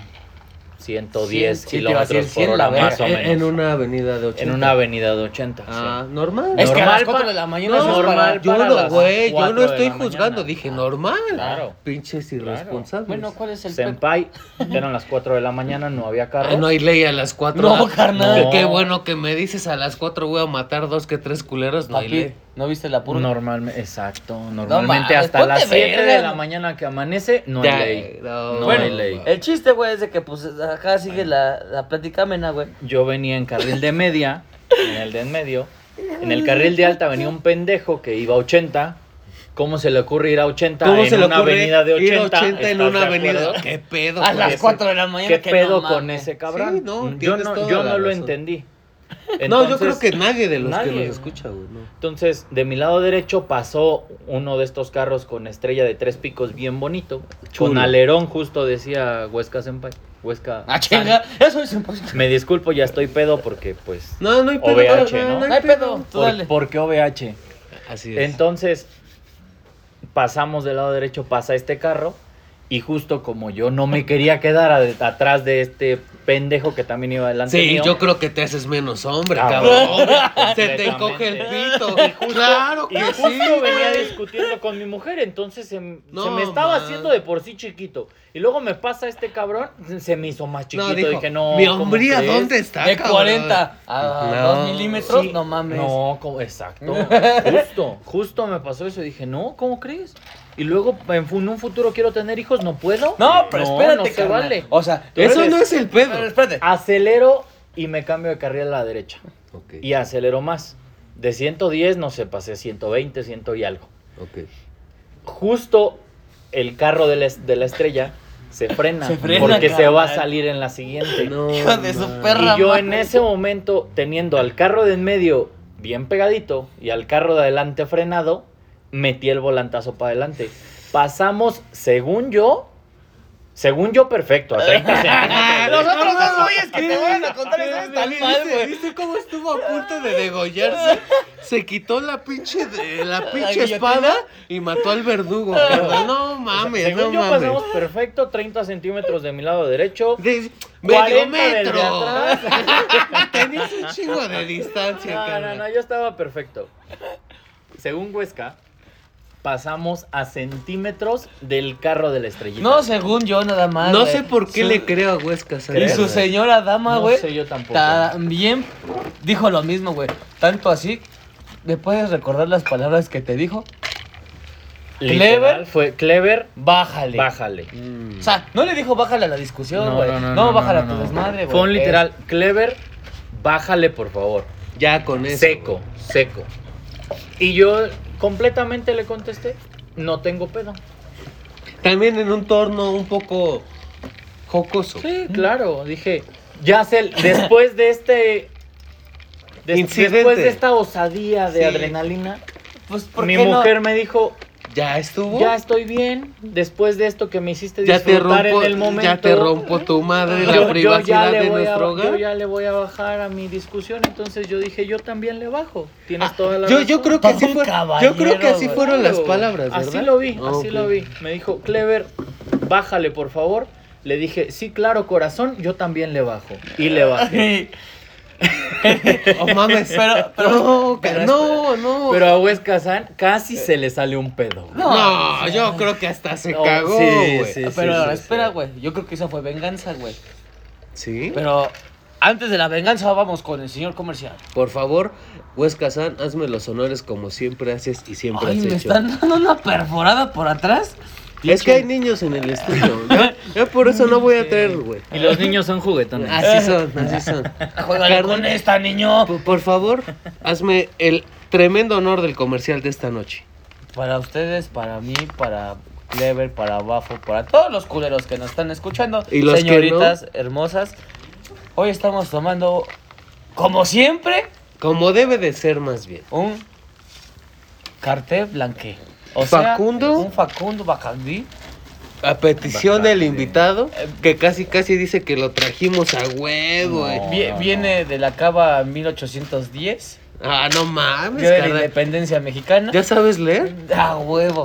[SPEAKER 3] 110
[SPEAKER 2] Cien, sí, te iba a
[SPEAKER 3] kilómetros
[SPEAKER 2] decir
[SPEAKER 3] por
[SPEAKER 2] 100
[SPEAKER 3] hora,
[SPEAKER 2] la verga.
[SPEAKER 3] más o
[SPEAKER 1] En-
[SPEAKER 3] menos.
[SPEAKER 1] En una avenida de 80.
[SPEAKER 3] En una avenida de 80. sí.
[SPEAKER 1] Ah, normal.
[SPEAKER 2] Es que a las
[SPEAKER 3] Normal
[SPEAKER 2] cuatro
[SPEAKER 3] pa-
[SPEAKER 2] de la mañana
[SPEAKER 1] No,
[SPEAKER 2] es normal.
[SPEAKER 3] normal.
[SPEAKER 1] yo
[SPEAKER 3] para
[SPEAKER 1] no,
[SPEAKER 3] las
[SPEAKER 1] güey, yo
[SPEAKER 3] cuatro
[SPEAKER 1] no
[SPEAKER 3] de
[SPEAKER 1] estoy
[SPEAKER 3] la
[SPEAKER 1] juzgando,
[SPEAKER 3] mañana.
[SPEAKER 1] dije normal.
[SPEAKER 3] Claro.
[SPEAKER 1] Pinches irresponsables.
[SPEAKER 2] Bueno, ¿cuál es el
[SPEAKER 1] [LAUGHS]
[SPEAKER 2] pedo?
[SPEAKER 3] Senpai, eran las 4 de la mañana, no había
[SPEAKER 1] Ah,
[SPEAKER 3] carro.
[SPEAKER 1] no hay ley a las 4.
[SPEAKER 2] No, carnal.
[SPEAKER 3] No.
[SPEAKER 1] Qué bueno que me dices a las 4 voy a matar dos que tres culeros. No hay
[SPEAKER 2] Papi,
[SPEAKER 1] ley.
[SPEAKER 2] ¿no viste la purga?
[SPEAKER 3] Normalmente, exacto. Normalmente
[SPEAKER 2] mames,
[SPEAKER 3] hasta las
[SPEAKER 2] ponte
[SPEAKER 3] 7 de
[SPEAKER 2] verga.
[SPEAKER 3] la mañana que amanece, no hay
[SPEAKER 1] Ya,
[SPEAKER 3] ley.
[SPEAKER 1] no,
[SPEAKER 3] No
[SPEAKER 1] bueno,
[SPEAKER 3] hay ley.
[SPEAKER 2] El chiste, güey, es de que pues acá sigue la, la plática amena, güey.
[SPEAKER 3] Yo venía en carril de media, en el de en medio. En el carril de alta venía un pendejo que iba a 80. ¿Cómo se le ocurre ir a 80
[SPEAKER 1] ¿Cómo
[SPEAKER 3] en
[SPEAKER 1] se le
[SPEAKER 3] una
[SPEAKER 1] ocurre
[SPEAKER 3] avenida de 80?
[SPEAKER 1] ir a 80 en
[SPEAKER 3] ¿Estás
[SPEAKER 1] una
[SPEAKER 3] de
[SPEAKER 1] avenida?
[SPEAKER 3] acuerdo?
[SPEAKER 1] ¿Qué pedo? pues.
[SPEAKER 2] A
[SPEAKER 1] con
[SPEAKER 2] las
[SPEAKER 1] eso?
[SPEAKER 2] 4 de la mañana.
[SPEAKER 3] ¿Qué
[SPEAKER 2] que
[SPEAKER 3] pedo
[SPEAKER 2] no
[SPEAKER 3] con
[SPEAKER 2] mames.
[SPEAKER 3] ese cabrón?
[SPEAKER 1] Sí, no,
[SPEAKER 3] yo
[SPEAKER 1] tienes
[SPEAKER 3] no,
[SPEAKER 1] toda
[SPEAKER 3] yo
[SPEAKER 1] la
[SPEAKER 3] no lo
[SPEAKER 1] razón.
[SPEAKER 3] entendí.
[SPEAKER 1] no, yo
[SPEAKER 3] Entonces-
[SPEAKER 1] creo que nadie de los
[SPEAKER 3] nadie,
[SPEAKER 1] que
[SPEAKER 3] güey.
[SPEAKER 1] nos escucha, güey. no.
[SPEAKER 3] Entonces, de mi lado derecho pasó uno de estos carros con estrella de tres picos bien bonito.
[SPEAKER 1] Chulo.
[SPEAKER 3] Con alerón, justo decía Huesca Senpai. Huesca.
[SPEAKER 2] Ah, chinga, eso es imposible.
[SPEAKER 3] Me disculpo, ya estoy pedo porque, pues.
[SPEAKER 1] No, no hay pedo.
[SPEAKER 3] OVH,
[SPEAKER 1] no,
[SPEAKER 3] ¿no?
[SPEAKER 1] no
[SPEAKER 2] No hay pedo, tú
[SPEAKER 3] por-
[SPEAKER 2] dale.
[SPEAKER 3] porque OVH.
[SPEAKER 1] Así es.
[SPEAKER 3] Entonces, pasamos del lado derecho, pasa este carro. Y justo como yo no me quería quedar a- atrás de este pendejo que también iba adelante.
[SPEAKER 1] Sí,
[SPEAKER 3] mío,
[SPEAKER 1] yo creo que te haces menos hombre,
[SPEAKER 3] Ah,
[SPEAKER 1] cabrón.
[SPEAKER 3] bueno.
[SPEAKER 1] [LAUGHS] Se te encoge el pito. claro
[SPEAKER 3] Y
[SPEAKER 1] que
[SPEAKER 3] justo
[SPEAKER 1] sí.
[SPEAKER 3] venía
[SPEAKER 1] güey.
[SPEAKER 3] discutiendo con mi mujer, entonces se, m-
[SPEAKER 1] No,
[SPEAKER 3] se me estaba
[SPEAKER 1] man.
[SPEAKER 3] haciendo de por sí chiquito. Y luego me pasa este cabrón, se- se me hizo más chiquito.
[SPEAKER 1] No, dijo,
[SPEAKER 3] dije, no.
[SPEAKER 1] mi
[SPEAKER 3] ¿cómo
[SPEAKER 1] hombría,
[SPEAKER 3] crees?
[SPEAKER 1] ¿dónde está,
[SPEAKER 2] De
[SPEAKER 1] cabrón?
[SPEAKER 2] 40 a
[SPEAKER 1] No.
[SPEAKER 2] 2 milímetros,
[SPEAKER 3] Sí,
[SPEAKER 2] no mames.
[SPEAKER 3] No,
[SPEAKER 1] [LAUGHS]
[SPEAKER 3] como- exacto. Justo, justo me pasó eso. Dije, no, ¿cómo crees? Y luego en fu- en un futuro quiero tener hijos, ¿no puedo?
[SPEAKER 2] No, pero espérate,
[SPEAKER 3] no se
[SPEAKER 2] carnal.
[SPEAKER 3] vale.
[SPEAKER 2] O sea, tú
[SPEAKER 1] Eso
[SPEAKER 2] eres-
[SPEAKER 1] no es el
[SPEAKER 2] Pero
[SPEAKER 1] pedo.
[SPEAKER 2] espérate.
[SPEAKER 3] Acelero y me cambio de carril a la derecha.
[SPEAKER 1] Ok,
[SPEAKER 3] Y acelero más. De 110, no sé, pasé 120, 100 y algo.
[SPEAKER 1] ok.
[SPEAKER 3] justo el carro de la, es- de la estrella se frena,
[SPEAKER 2] Se frena,
[SPEAKER 3] porque se va a
[SPEAKER 2] carnal.
[SPEAKER 3] salir en la siguiente.
[SPEAKER 1] No,
[SPEAKER 2] Hijo de su
[SPEAKER 1] man.
[SPEAKER 2] perra.
[SPEAKER 3] y yo en
[SPEAKER 2] madre.
[SPEAKER 3] ese momento, teniendo al carro de en medio bien pegadito y al carro de adelante frenado, metí el volantazo para adelante. Pasamos, según yo, según yo,
[SPEAKER 1] [LAUGHS]
[SPEAKER 3] perfecto, a 30 centímetros.
[SPEAKER 2] Los otros dos güeyes que te van a contar eso
[SPEAKER 1] ¿Viste-
[SPEAKER 2] está mal,
[SPEAKER 1] ¿Viste,
[SPEAKER 2] güey.
[SPEAKER 1] viste cómo estuvo a punto de degollarse? Se quitó la pinche, de- la pinche
[SPEAKER 2] guillotina.
[SPEAKER 1] espada y mató al verdugo. carnal. No
[SPEAKER 3] O sea,
[SPEAKER 1] mames,
[SPEAKER 3] Ah. según
[SPEAKER 1] no
[SPEAKER 3] yo,
[SPEAKER 1] mames.
[SPEAKER 3] pasamos perfecto, 30 centímetros de mi lado derecho.
[SPEAKER 1] De,
[SPEAKER 3] 40
[SPEAKER 1] medio
[SPEAKER 3] del de
[SPEAKER 1] metro.
[SPEAKER 3] atrás.
[SPEAKER 1] [LAUGHS] Tenías un chingo de distancia,
[SPEAKER 3] No, no,
[SPEAKER 1] carnal.
[SPEAKER 3] no, yo estaba perfecto. Según Huesca, pasamos a centímetros del carro de la estrellita.
[SPEAKER 2] No, según yo, nada más.
[SPEAKER 1] No
[SPEAKER 2] güey.
[SPEAKER 1] sé por qué
[SPEAKER 2] Su-
[SPEAKER 1] le creo a Huesca,
[SPEAKER 2] Y
[SPEAKER 1] ¿sabes?
[SPEAKER 2] su
[SPEAKER 3] creo,
[SPEAKER 2] señora dama,
[SPEAKER 3] No
[SPEAKER 2] güey.
[SPEAKER 3] sé yo tampoco.
[SPEAKER 2] También dijo lo mismo, güey. Tanto así, ¿le puedes recordar las palabras que te dijo?
[SPEAKER 3] Literal,
[SPEAKER 2] Clever.
[SPEAKER 3] Fue Clever,
[SPEAKER 2] Bájale.
[SPEAKER 3] bájale.
[SPEAKER 1] Mm.
[SPEAKER 2] O sea, no le dijo bájale a la discusión, güey. No, bájale a tu desmadre, güey.
[SPEAKER 3] Fue un literal, Clever, bájale, por favor.
[SPEAKER 1] ya con eso.
[SPEAKER 3] Seco,
[SPEAKER 1] güey.
[SPEAKER 3] seco. Y yo completamente le contesté, no tengo pedo.
[SPEAKER 1] También en un torno un poco jocoso.
[SPEAKER 3] Sí, claro, dije, ya sé, después de este... des-
[SPEAKER 1] Incidente.
[SPEAKER 3] después de esta osadía de
[SPEAKER 1] Sí.
[SPEAKER 3] adrenalina,
[SPEAKER 2] Es, Pues, ¿por
[SPEAKER 3] Mi
[SPEAKER 2] qué no?
[SPEAKER 3] mujer me dijo,
[SPEAKER 1] Ya estuvo.
[SPEAKER 3] ya estoy bien, después de esto que me hiciste
[SPEAKER 1] Ya te
[SPEAKER 3] disfrutar
[SPEAKER 1] rompo,
[SPEAKER 3] en el momento.
[SPEAKER 1] ya te rompo tu madre
[SPEAKER 3] yo-
[SPEAKER 1] la
[SPEAKER 3] yo
[SPEAKER 1] privacidad
[SPEAKER 3] ya le
[SPEAKER 1] de
[SPEAKER 3] voy a-
[SPEAKER 1] nuestro hogar.
[SPEAKER 3] Yo ya le voy a bajar a mi discusión, entonces yo dije, yo también le bajo. Tienes toda la
[SPEAKER 1] Ah, Yo,
[SPEAKER 3] razón.
[SPEAKER 1] yo creo que
[SPEAKER 2] Todo
[SPEAKER 1] así
[SPEAKER 2] un
[SPEAKER 1] fueron,
[SPEAKER 2] caballero,
[SPEAKER 1] yo creo que así
[SPEAKER 2] güey.
[SPEAKER 1] fueron las
[SPEAKER 3] Claro,
[SPEAKER 1] palabras, ¿verdad?
[SPEAKER 3] Así lo vi,
[SPEAKER 1] Ah,
[SPEAKER 3] así
[SPEAKER 1] ok.
[SPEAKER 3] lo vi. Me dijo, Clever, bájale por favor. Le dije, sí, claro, corazón, yo también le bajo. Y le
[SPEAKER 1] [LAUGHS]
[SPEAKER 3] bajé.
[SPEAKER 2] [LAUGHS] Ay,
[SPEAKER 1] Oh, mames. [LAUGHS]
[SPEAKER 2] Pero- pero-
[SPEAKER 1] no,
[SPEAKER 2] pero-
[SPEAKER 1] no, no.
[SPEAKER 3] Pero a Wes Kazan casi se le sale un pedo.
[SPEAKER 2] No,
[SPEAKER 1] no, yo creo que hasta se
[SPEAKER 3] No,
[SPEAKER 1] cagó,
[SPEAKER 3] sí,
[SPEAKER 1] güey.
[SPEAKER 3] sí.
[SPEAKER 2] pero
[SPEAKER 3] sí,
[SPEAKER 2] espera,
[SPEAKER 3] sí.
[SPEAKER 2] güey. Yo creo que esa fue venganza, güey.
[SPEAKER 1] ¿Sí?
[SPEAKER 2] Pero antes de la venganza vamos con el señor comercial.
[SPEAKER 1] Por favor, Huesca San, hazme los honores como siempre haces y siempre
[SPEAKER 2] Ay,
[SPEAKER 1] has
[SPEAKER 2] me
[SPEAKER 1] hecho.
[SPEAKER 2] están dando una perforada por atrás.
[SPEAKER 1] Es que hay niños en el estudio. Ya, ya por eso no voy a traer, güey.
[SPEAKER 3] Y los niños son juguetones.
[SPEAKER 1] Así son, así son.
[SPEAKER 2] Juega con esta, niño.
[SPEAKER 1] Por, por favor, hazme el tremendo honor del comercial de esta noche.
[SPEAKER 2] Para ustedes, para mí, para Clever, para Bafo, para todos los culeros que nos están escuchando.
[SPEAKER 1] Y los que
[SPEAKER 2] señoritas hermosas. Hoy estamos tomando, como siempre,
[SPEAKER 1] Como debe de ser más bien.
[SPEAKER 2] un cartel blanque. O sea,
[SPEAKER 1] Facundo.
[SPEAKER 2] un Facundo Bacardí.
[SPEAKER 1] A petición
[SPEAKER 3] Bastante.
[SPEAKER 1] del invitado, que casi casi dice que lo trajimos a huevo. eh.
[SPEAKER 3] No.
[SPEAKER 2] Vie- viene de la cava 1810.
[SPEAKER 1] Ah, no
[SPEAKER 2] Día
[SPEAKER 1] mames,
[SPEAKER 2] de la
[SPEAKER 1] carnal.
[SPEAKER 2] independencia mexicana.
[SPEAKER 1] ¿Ya sabes leer?
[SPEAKER 2] Ah, huevo.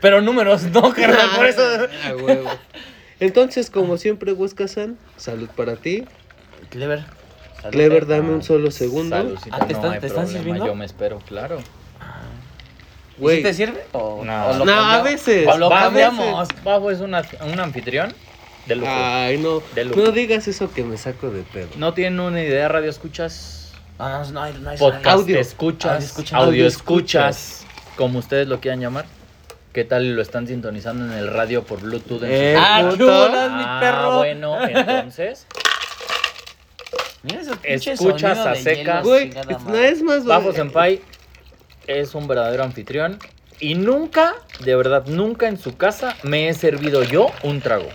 [SPEAKER 2] Pero números no, [LAUGHS] carnal, por eso.
[SPEAKER 1] Ah, huevo. Entonces, como siempre, Huesca San, salud para ti.
[SPEAKER 2] Clever. salud.
[SPEAKER 1] Clever, dame un solo segundo.
[SPEAKER 3] Saludcita,
[SPEAKER 2] Ah, ¿te están-
[SPEAKER 3] hay
[SPEAKER 2] te están
[SPEAKER 3] problema,
[SPEAKER 2] sirviendo?
[SPEAKER 3] Yo me espero, claro.
[SPEAKER 2] ¿Y
[SPEAKER 1] Güey.
[SPEAKER 2] si te sirve? ¿O,
[SPEAKER 3] No.
[SPEAKER 2] o lo
[SPEAKER 1] No, a
[SPEAKER 2] cambiamos?
[SPEAKER 1] veces,
[SPEAKER 2] O lo
[SPEAKER 1] Pues, a
[SPEAKER 2] cambiamos.
[SPEAKER 3] Bafo es una- un anfitrión de lujo.
[SPEAKER 1] Ay, no.
[SPEAKER 3] De lujo.
[SPEAKER 1] No digas eso que me saco de pedo.
[SPEAKER 3] No tienen una idea, radio escuchas,
[SPEAKER 2] Ah, No, no, no, hay- no hay-
[SPEAKER 3] podcast
[SPEAKER 1] Audio.
[SPEAKER 3] escuchas,
[SPEAKER 2] Audio
[SPEAKER 3] audio
[SPEAKER 2] escuchas.
[SPEAKER 3] escuchas,
[SPEAKER 1] Audio escuchas.
[SPEAKER 3] como ustedes lo quieran llamar. ¿Qué tal lo están sintonizando en el radio por Bluetooth? en
[SPEAKER 1] Eh,
[SPEAKER 3] su-
[SPEAKER 2] Ah,
[SPEAKER 1] puto.
[SPEAKER 2] ¿qué bolas, mi
[SPEAKER 3] Ah,
[SPEAKER 2] perro?
[SPEAKER 3] bueno,
[SPEAKER 1] [LAUGHS]
[SPEAKER 3] entonces,
[SPEAKER 2] Mira esos pinches
[SPEAKER 3] Escuchas
[SPEAKER 2] sonidos
[SPEAKER 3] a
[SPEAKER 2] de
[SPEAKER 3] secas.
[SPEAKER 2] hielos,
[SPEAKER 1] Güey,
[SPEAKER 2] Ah, chingada
[SPEAKER 1] es- no
[SPEAKER 2] madre.
[SPEAKER 1] es más, eh, güey.
[SPEAKER 3] Bafo Senpai es un verdadero anfitrión y nunca, de verdad, nunca en su casa me he servido yo un trago.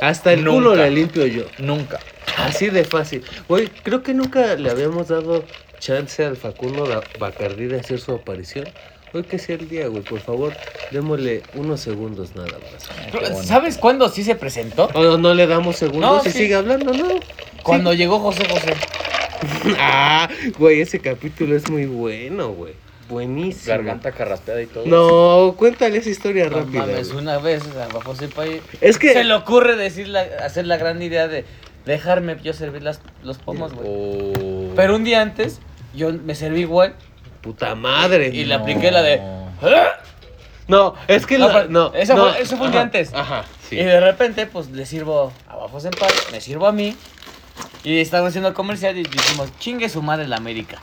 [SPEAKER 1] Hasta el
[SPEAKER 3] Nunca.
[SPEAKER 1] culo le limpio yo.
[SPEAKER 3] Nunca.
[SPEAKER 1] Así de fácil. Güey, creo que nunca le habíamos dado chance al Facundo da- Bacardí de hacer su aparición. Hoy que sea el día, güey. Por favor, démosle unos segundos nada más.
[SPEAKER 3] Qué bueno.
[SPEAKER 2] ¿Sabes cuándo sí se presentó?
[SPEAKER 1] O no le damos segundos
[SPEAKER 2] No,
[SPEAKER 1] y
[SPEAKER 2] sí.
[SPEAKER 1] sigue hablando, ¿no?
[SPEAKER 2] Cuando llegó José José.
[SPEAKER 1] [LAUGHS] Ah, güey, ese capítulo es muy bueno, güey. Buenísimo.
[SPEAKER 3] Garganta carraspeada y todo.
[SPEAKER 1] No, cuéntale esa historia
[SPEAKER 2] No
[SPEAKER 1] rápida.
[SPEAKER 2] mames,
[SPEAKER 1] güey.
[SPEAKER 2] una vez a Bafo Senpai
[SPEAKER 1] Es que
[SPEAKER 2] se le ocurre decir la- hacer la gran idea de dejarme yo servir las, los pomos, güey.
[SPEAKER 3] Oh.
[SPEAKER 2] Pero un día antes, yo me serví igual
[SPEAKER 1] puta madre.
[SPEAKER 2] y le apliqué la de.
[SPEAKER 3] No.
[SPEAKER 2] "¡Ah!".
[SPEAKER 1] No, es que
[SPEAKER 2] No,
[SPEAKER 1] la-
[SPEAKER 2] pero
[SPEAKER 1] no,
[SPEAKER 2] eso
[SPEAKER 1] no.
[SPEAKER 2] fue- eso fue un día
[SPEAKER 1] Ajá,
[SPEAKER 2] antes.
[SPEAKER 1] Ajá, sí.
[SPEAKER 2] Y de repente, pues le sirvo a Bafo Senpai, me sirvo a mí. Y estaban haciendo comercial y dijimos, chingue su madre la América.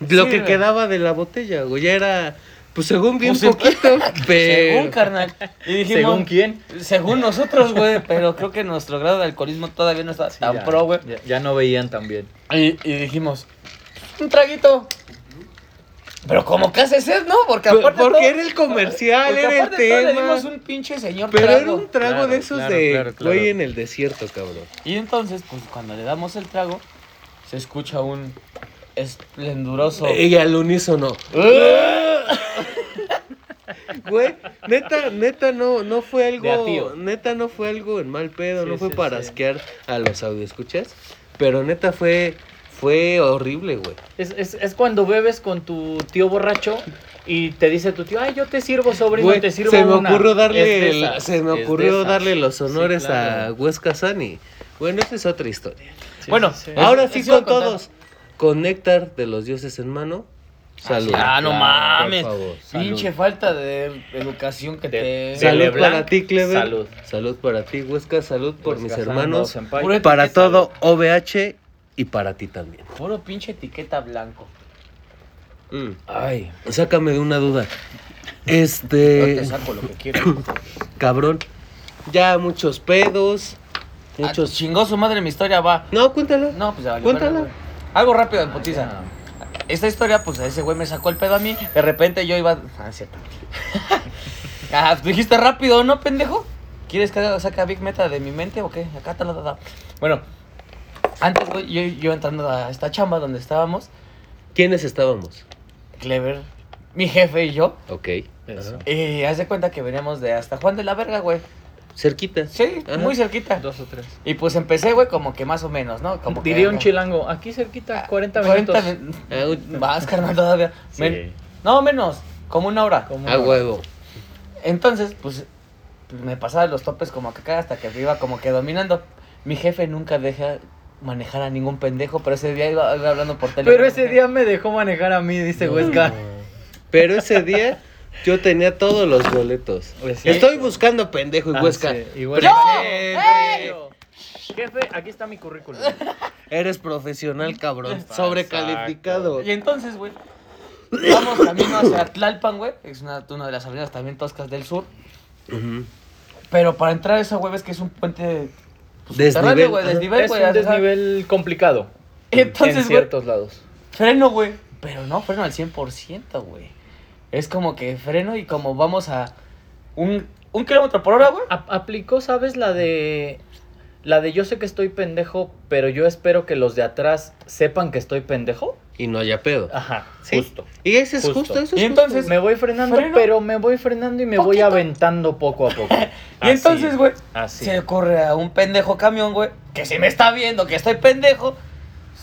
[SPEAKER 1] Lo
[SPEAKER 2] Sí,
[SPEAKER 1] que
[SPEAKER 2] güey.
[SPEAKER 1] quedaba de la botella, güey, ya era pues según bien
[SPEAKER 2] Pues,
[SPEAKER 1] poquito, pero
[SPEAKER 2] [LAUGHS] Según carnal. Y
[SPEAKER 3] [LAUGHS]
[SPEAKER 2] dijimos,
[SPEAKER 3] ¿Según quién?
[SPEAKER 2] Según nosotros, güey, pero creo que nuestro grado de alcoholismo todavía no está
[SPEAKER 3] Sí,
[SPEAKER 2] tan
[SPEAKER 3] ya-
[SPEAKER 2] pro, güey.
[SPEAKER 3] Ya, ya no veían tan bien.
[SPEAKER 2] Y, y dijimos, un traguito. Pero como que hace sed, ¿no? Porque
[SPEAKER 1] Pero-
[SPEAKER 2] aparte
[SPEAKER 1] porque
[SPEAKER 2] todo-
[SPEAKER 1] era el comercial,
[SPEAKER 2] porque
[SPEAKER 1] era el
[SPEAKER 2] aparte todo
[SPEAKER 1] tema.
[SPEAKER 2] le dimos un pinche señor
[SPEAKER 1] pero
[SPEAKER 2] trago.
[SPEAKER 1] era un trago
[SPEAKER 3] Claro,
[SPEAKER 1] de esos
[SPEAKER 3] claro,
[SPEAKER 1] de
[SPEAKER 3] claro, claro.
[SPEAKER 1] güey en el desierto, cabrón.
[SPEAKER 2] Y entonces, pues cuando le damos el trago, se escucha un esplendoroso...
[SPEAKER 1] Y al unísono. ¡Ah! Güey, neta, neta no, no fue
[SPEAKER 3] De a tío.
[SPEAKER 1] algo, neta no fue algo en mal pedo,
[SPEAKER 3] Sí,
[SPEAKER 1] no fue
[SPEAKER 3] sí,
[SPEAKER 1] para
[SPEAKER 3] sí.
[SPEAKER 1] asquear a los escuchas pero neta fue fue horrible, güey.
[SPEAKER 3] Es, es, es cuando bebes con tu tío borracho y te dice tu tío, ay, yo te sirvo sobrino,
[SPEAKER 1] Güey,
[SPEAKER 3] te sirvo
[SPEAKER 1] se me
[SPEAKER 3] una".
[SPEAKER 1] ocurrió
[SPEAKER 3] Es de
[SPEAKER 1] darle el-
[SPEAKER 3] esas,
[SPEAKER 1] se me
[SPEAKER 3] es de
[SPEAKER 1] ocurrió
[SPEAKER 3] esas.
[SPEAKER 1] darle los
[SPEAKER 3] Sí,
[SPEAKER 1] honores a
[SPEAKER 3] claro.
[SPEAKER 1] Huesca Sani. Bueno, esa es otra historia.
[SPEAKER 3] Sí,
[SPEAKER 2] Bueno,
[SPEAKER 3] sí, sí.
[SPEAKER 2] Ah,
[SPEAKER 1] Ahora
[SPEAKER 2] eso
[SPEAKER 1] sí
[SPEAKER 2] iba
[SPEAKER 1] con
[SPEAKER 2] a contar.
[SPEAKER 1] todos. Con néctar de los dioses en mano. Salud.
[SPEAKER 2] Ah, no
[SPEAKER 3] Claro,
[SPEAKER 2] mames.
[SPEAKER 1] por favor, salud.
[SPEAKER 2] Pinche falta de educación que
[SPEAKER 3] De-
[SPEAKER 2] te...
[SPEAKER 3] de-
[SPEAKER 1] salud
[SPEAKER 3] Leblanc,
[SPEAKER 1] para ti, Clever.
[SPEAKER 3] salud.
[SPEAKER 1] Salud para ti, Huesca. Salud por mis
[SPEAKER 3] Casano,
[SPEAKER 1] hermanos.
[SPEAKER 3] senpai.
[SPEAKER 2] Puro-
[SPEAKER 1] Para
[SPEAKER 2] Etiqueta,
[SPEAKER 1] todo OVH y para ti también.
[SPEAKER 2] Puro pinche etiqueta blanco.
[SPEAKER 1] Mm.
[SPEAKER 3] Ay, Eh.
[SPEAKER 1] Sácame de una duda.
[SPEAKER 2] Yo
[SPEAKER 1] Este.
[SPEAKER 2] te saco
[SPEAKER 3] [COUGHS]
[SPEAKER 2] lo que quieras.
[SPEAKER 1] Cabrón. Ya muchos pedos.
[SPEAKER 2] Ah,
[SPEAKER 1] Muchos.
[SPEAKER 2] chingó su madre mi historia, va.
[SPEAKER 1] No, cuéntala.
[SPEAKER 2] No, pues ya valió
[SPEAKER 1] Cuéntala.
[SPEAKER 2] verga, güey. Algo rápido en putiza.
[SPEAKER 3] ya.
[SPEAKER 2] Esta historia, pues ese güey me sacó el pedo a mí. De repente yo iba. Ah, es cierto. [LAUGHS] ah, tú dijiste rápido, ¿no, pendejo? ¿Quieres que haga- saque a Big Meta de mi mente o qué? Acá ta, la, ta, ta. Bueno, antes, güey, yo, yo entrando a esta chamba donde estábamos,
[SPEAKER 1] ¿Quiénes estábamos?
[SPEAKER 2] Clever, mi jefe y yo.
[SPEAKER 1] Ok.
[SPEAKER 3] Eso.
[SPEAKER 1] Ajá.
[SPEAKER 2] Y haz de cuenta que veníamos de hasta Juan de la Verga, güey.
[SPEAKER 1] Cerquita.
[SPEAKER 2] Sí,
[SPEAKER 1] Ajá.
[SPEAKER 2] muy cerquita.
[SPEAKER 3] Dos o tres.
[SPEAKER 2] Y pues empecé, güey, como que más o menos, ¿no? Como que-
[SPEAKER 3] Diría un chilango, aquí cerquita, 40 minutos.
[SPEAKER 2] 40 min- eh,
[SPEAKER 1] Ah, un-
[SPEAKER 2] Más, carnal, todavía.
[SPEAKER 3] Sí.
[SPEAKER 2] Men- No, menos. Como una hora.
[SPEAKER 3] Como
[SPEAKER 1] A huevo.
[SPEAKER 2] Entonces, pues, me pasaba los topes como que acá hasta que iba como que dominando. Mi jefe nunca deja manejar a ningún pendejo, pero ese día iba, iba hablando por teléfono.
[SPEAKER 3] Pero ese día me dejó manejar a mí, dice Huesca.
[SPEAKER 1] Pues Pero ese día yo tenía todos los boletos.
[SPEAKER 3] Pues sí.
[SPEAKER 1] Estoy buscando pendejo y
[SPEAKER 3] Ah,
[SPEAKER 1] Huesca.
[SPEAKER 3] sí, y Huesca.
[SPEAKER 1] Presente.
[SPEAKER 3] Jefe, aquí está
[SPEAKER 1] [LAUGHS]
[SPEAKER 3] mi currículum.
[SPEAKER 1] Eres profesional, cabrón. Sobrecalificado.
[SPEAKER 2] Y entonces, güey, vamos camino hacia Tlalpan, güey. Es una, una de las avenidas también toscas del sur.
[SPEAKER 1] Ujú.
[SPEAKER 2] Pero para entrar a esa, güey, es que es un puente... pues,
[SPEAKER 1] Desnivel.
[SPEAKER 2] subterráneo, güey,
[SPEAKER 1] Ajá.
[SPEAKER 2] desnivel,
[SPEAKER 3] Es
[SPEAKER 2] güey,
[SPEAKER 3] un
[SPEAKER 2] o sea,
[SPEAKER 3] desnivel complicado. en
[SPEAKER 2] Entonces, güey,
[SPEAKER 3] ciertos lados.
[SPEAKER 2] Freno, güey. Pero no freno al 100%, güey. Es como que freno y como vamos a un, un kilómetro por hora, güey.
[SPEAKER 3] A- aplicó, ¿sabes? La de. La de yo sé que estoy pendejo, pero yo espero que los de atrás sepan que estoy pendejo.
[SPEAKER 1] Y no haya pedo.
[SPEAKER 3] Ajá,
[SPEAKER 1] Sí.
[SPEAKER 3] Ah, justo.
[SPEAKER 1] Y ese es
[SPEAKER 3] Justo.
[SPEAKER 1] justo, eso es
[SPEAKER 2] Y entonces-
[SPEAKER 3] Me voy frenando,
[SPEAKER 2] Freno.
[SPEAKER 3] pero me voy frenando y me voy
[SPEAKER 2] Poquito.
[SPEAKER 3] aventando poco a poco.
[SPEAKER 2] [LAUGHS] Y entonces, güey,
[SPEAKER 3] Así.
[SPEAKER 2] se corre a un pendejo camión, güey, que se me está viendo que estoy pendejo.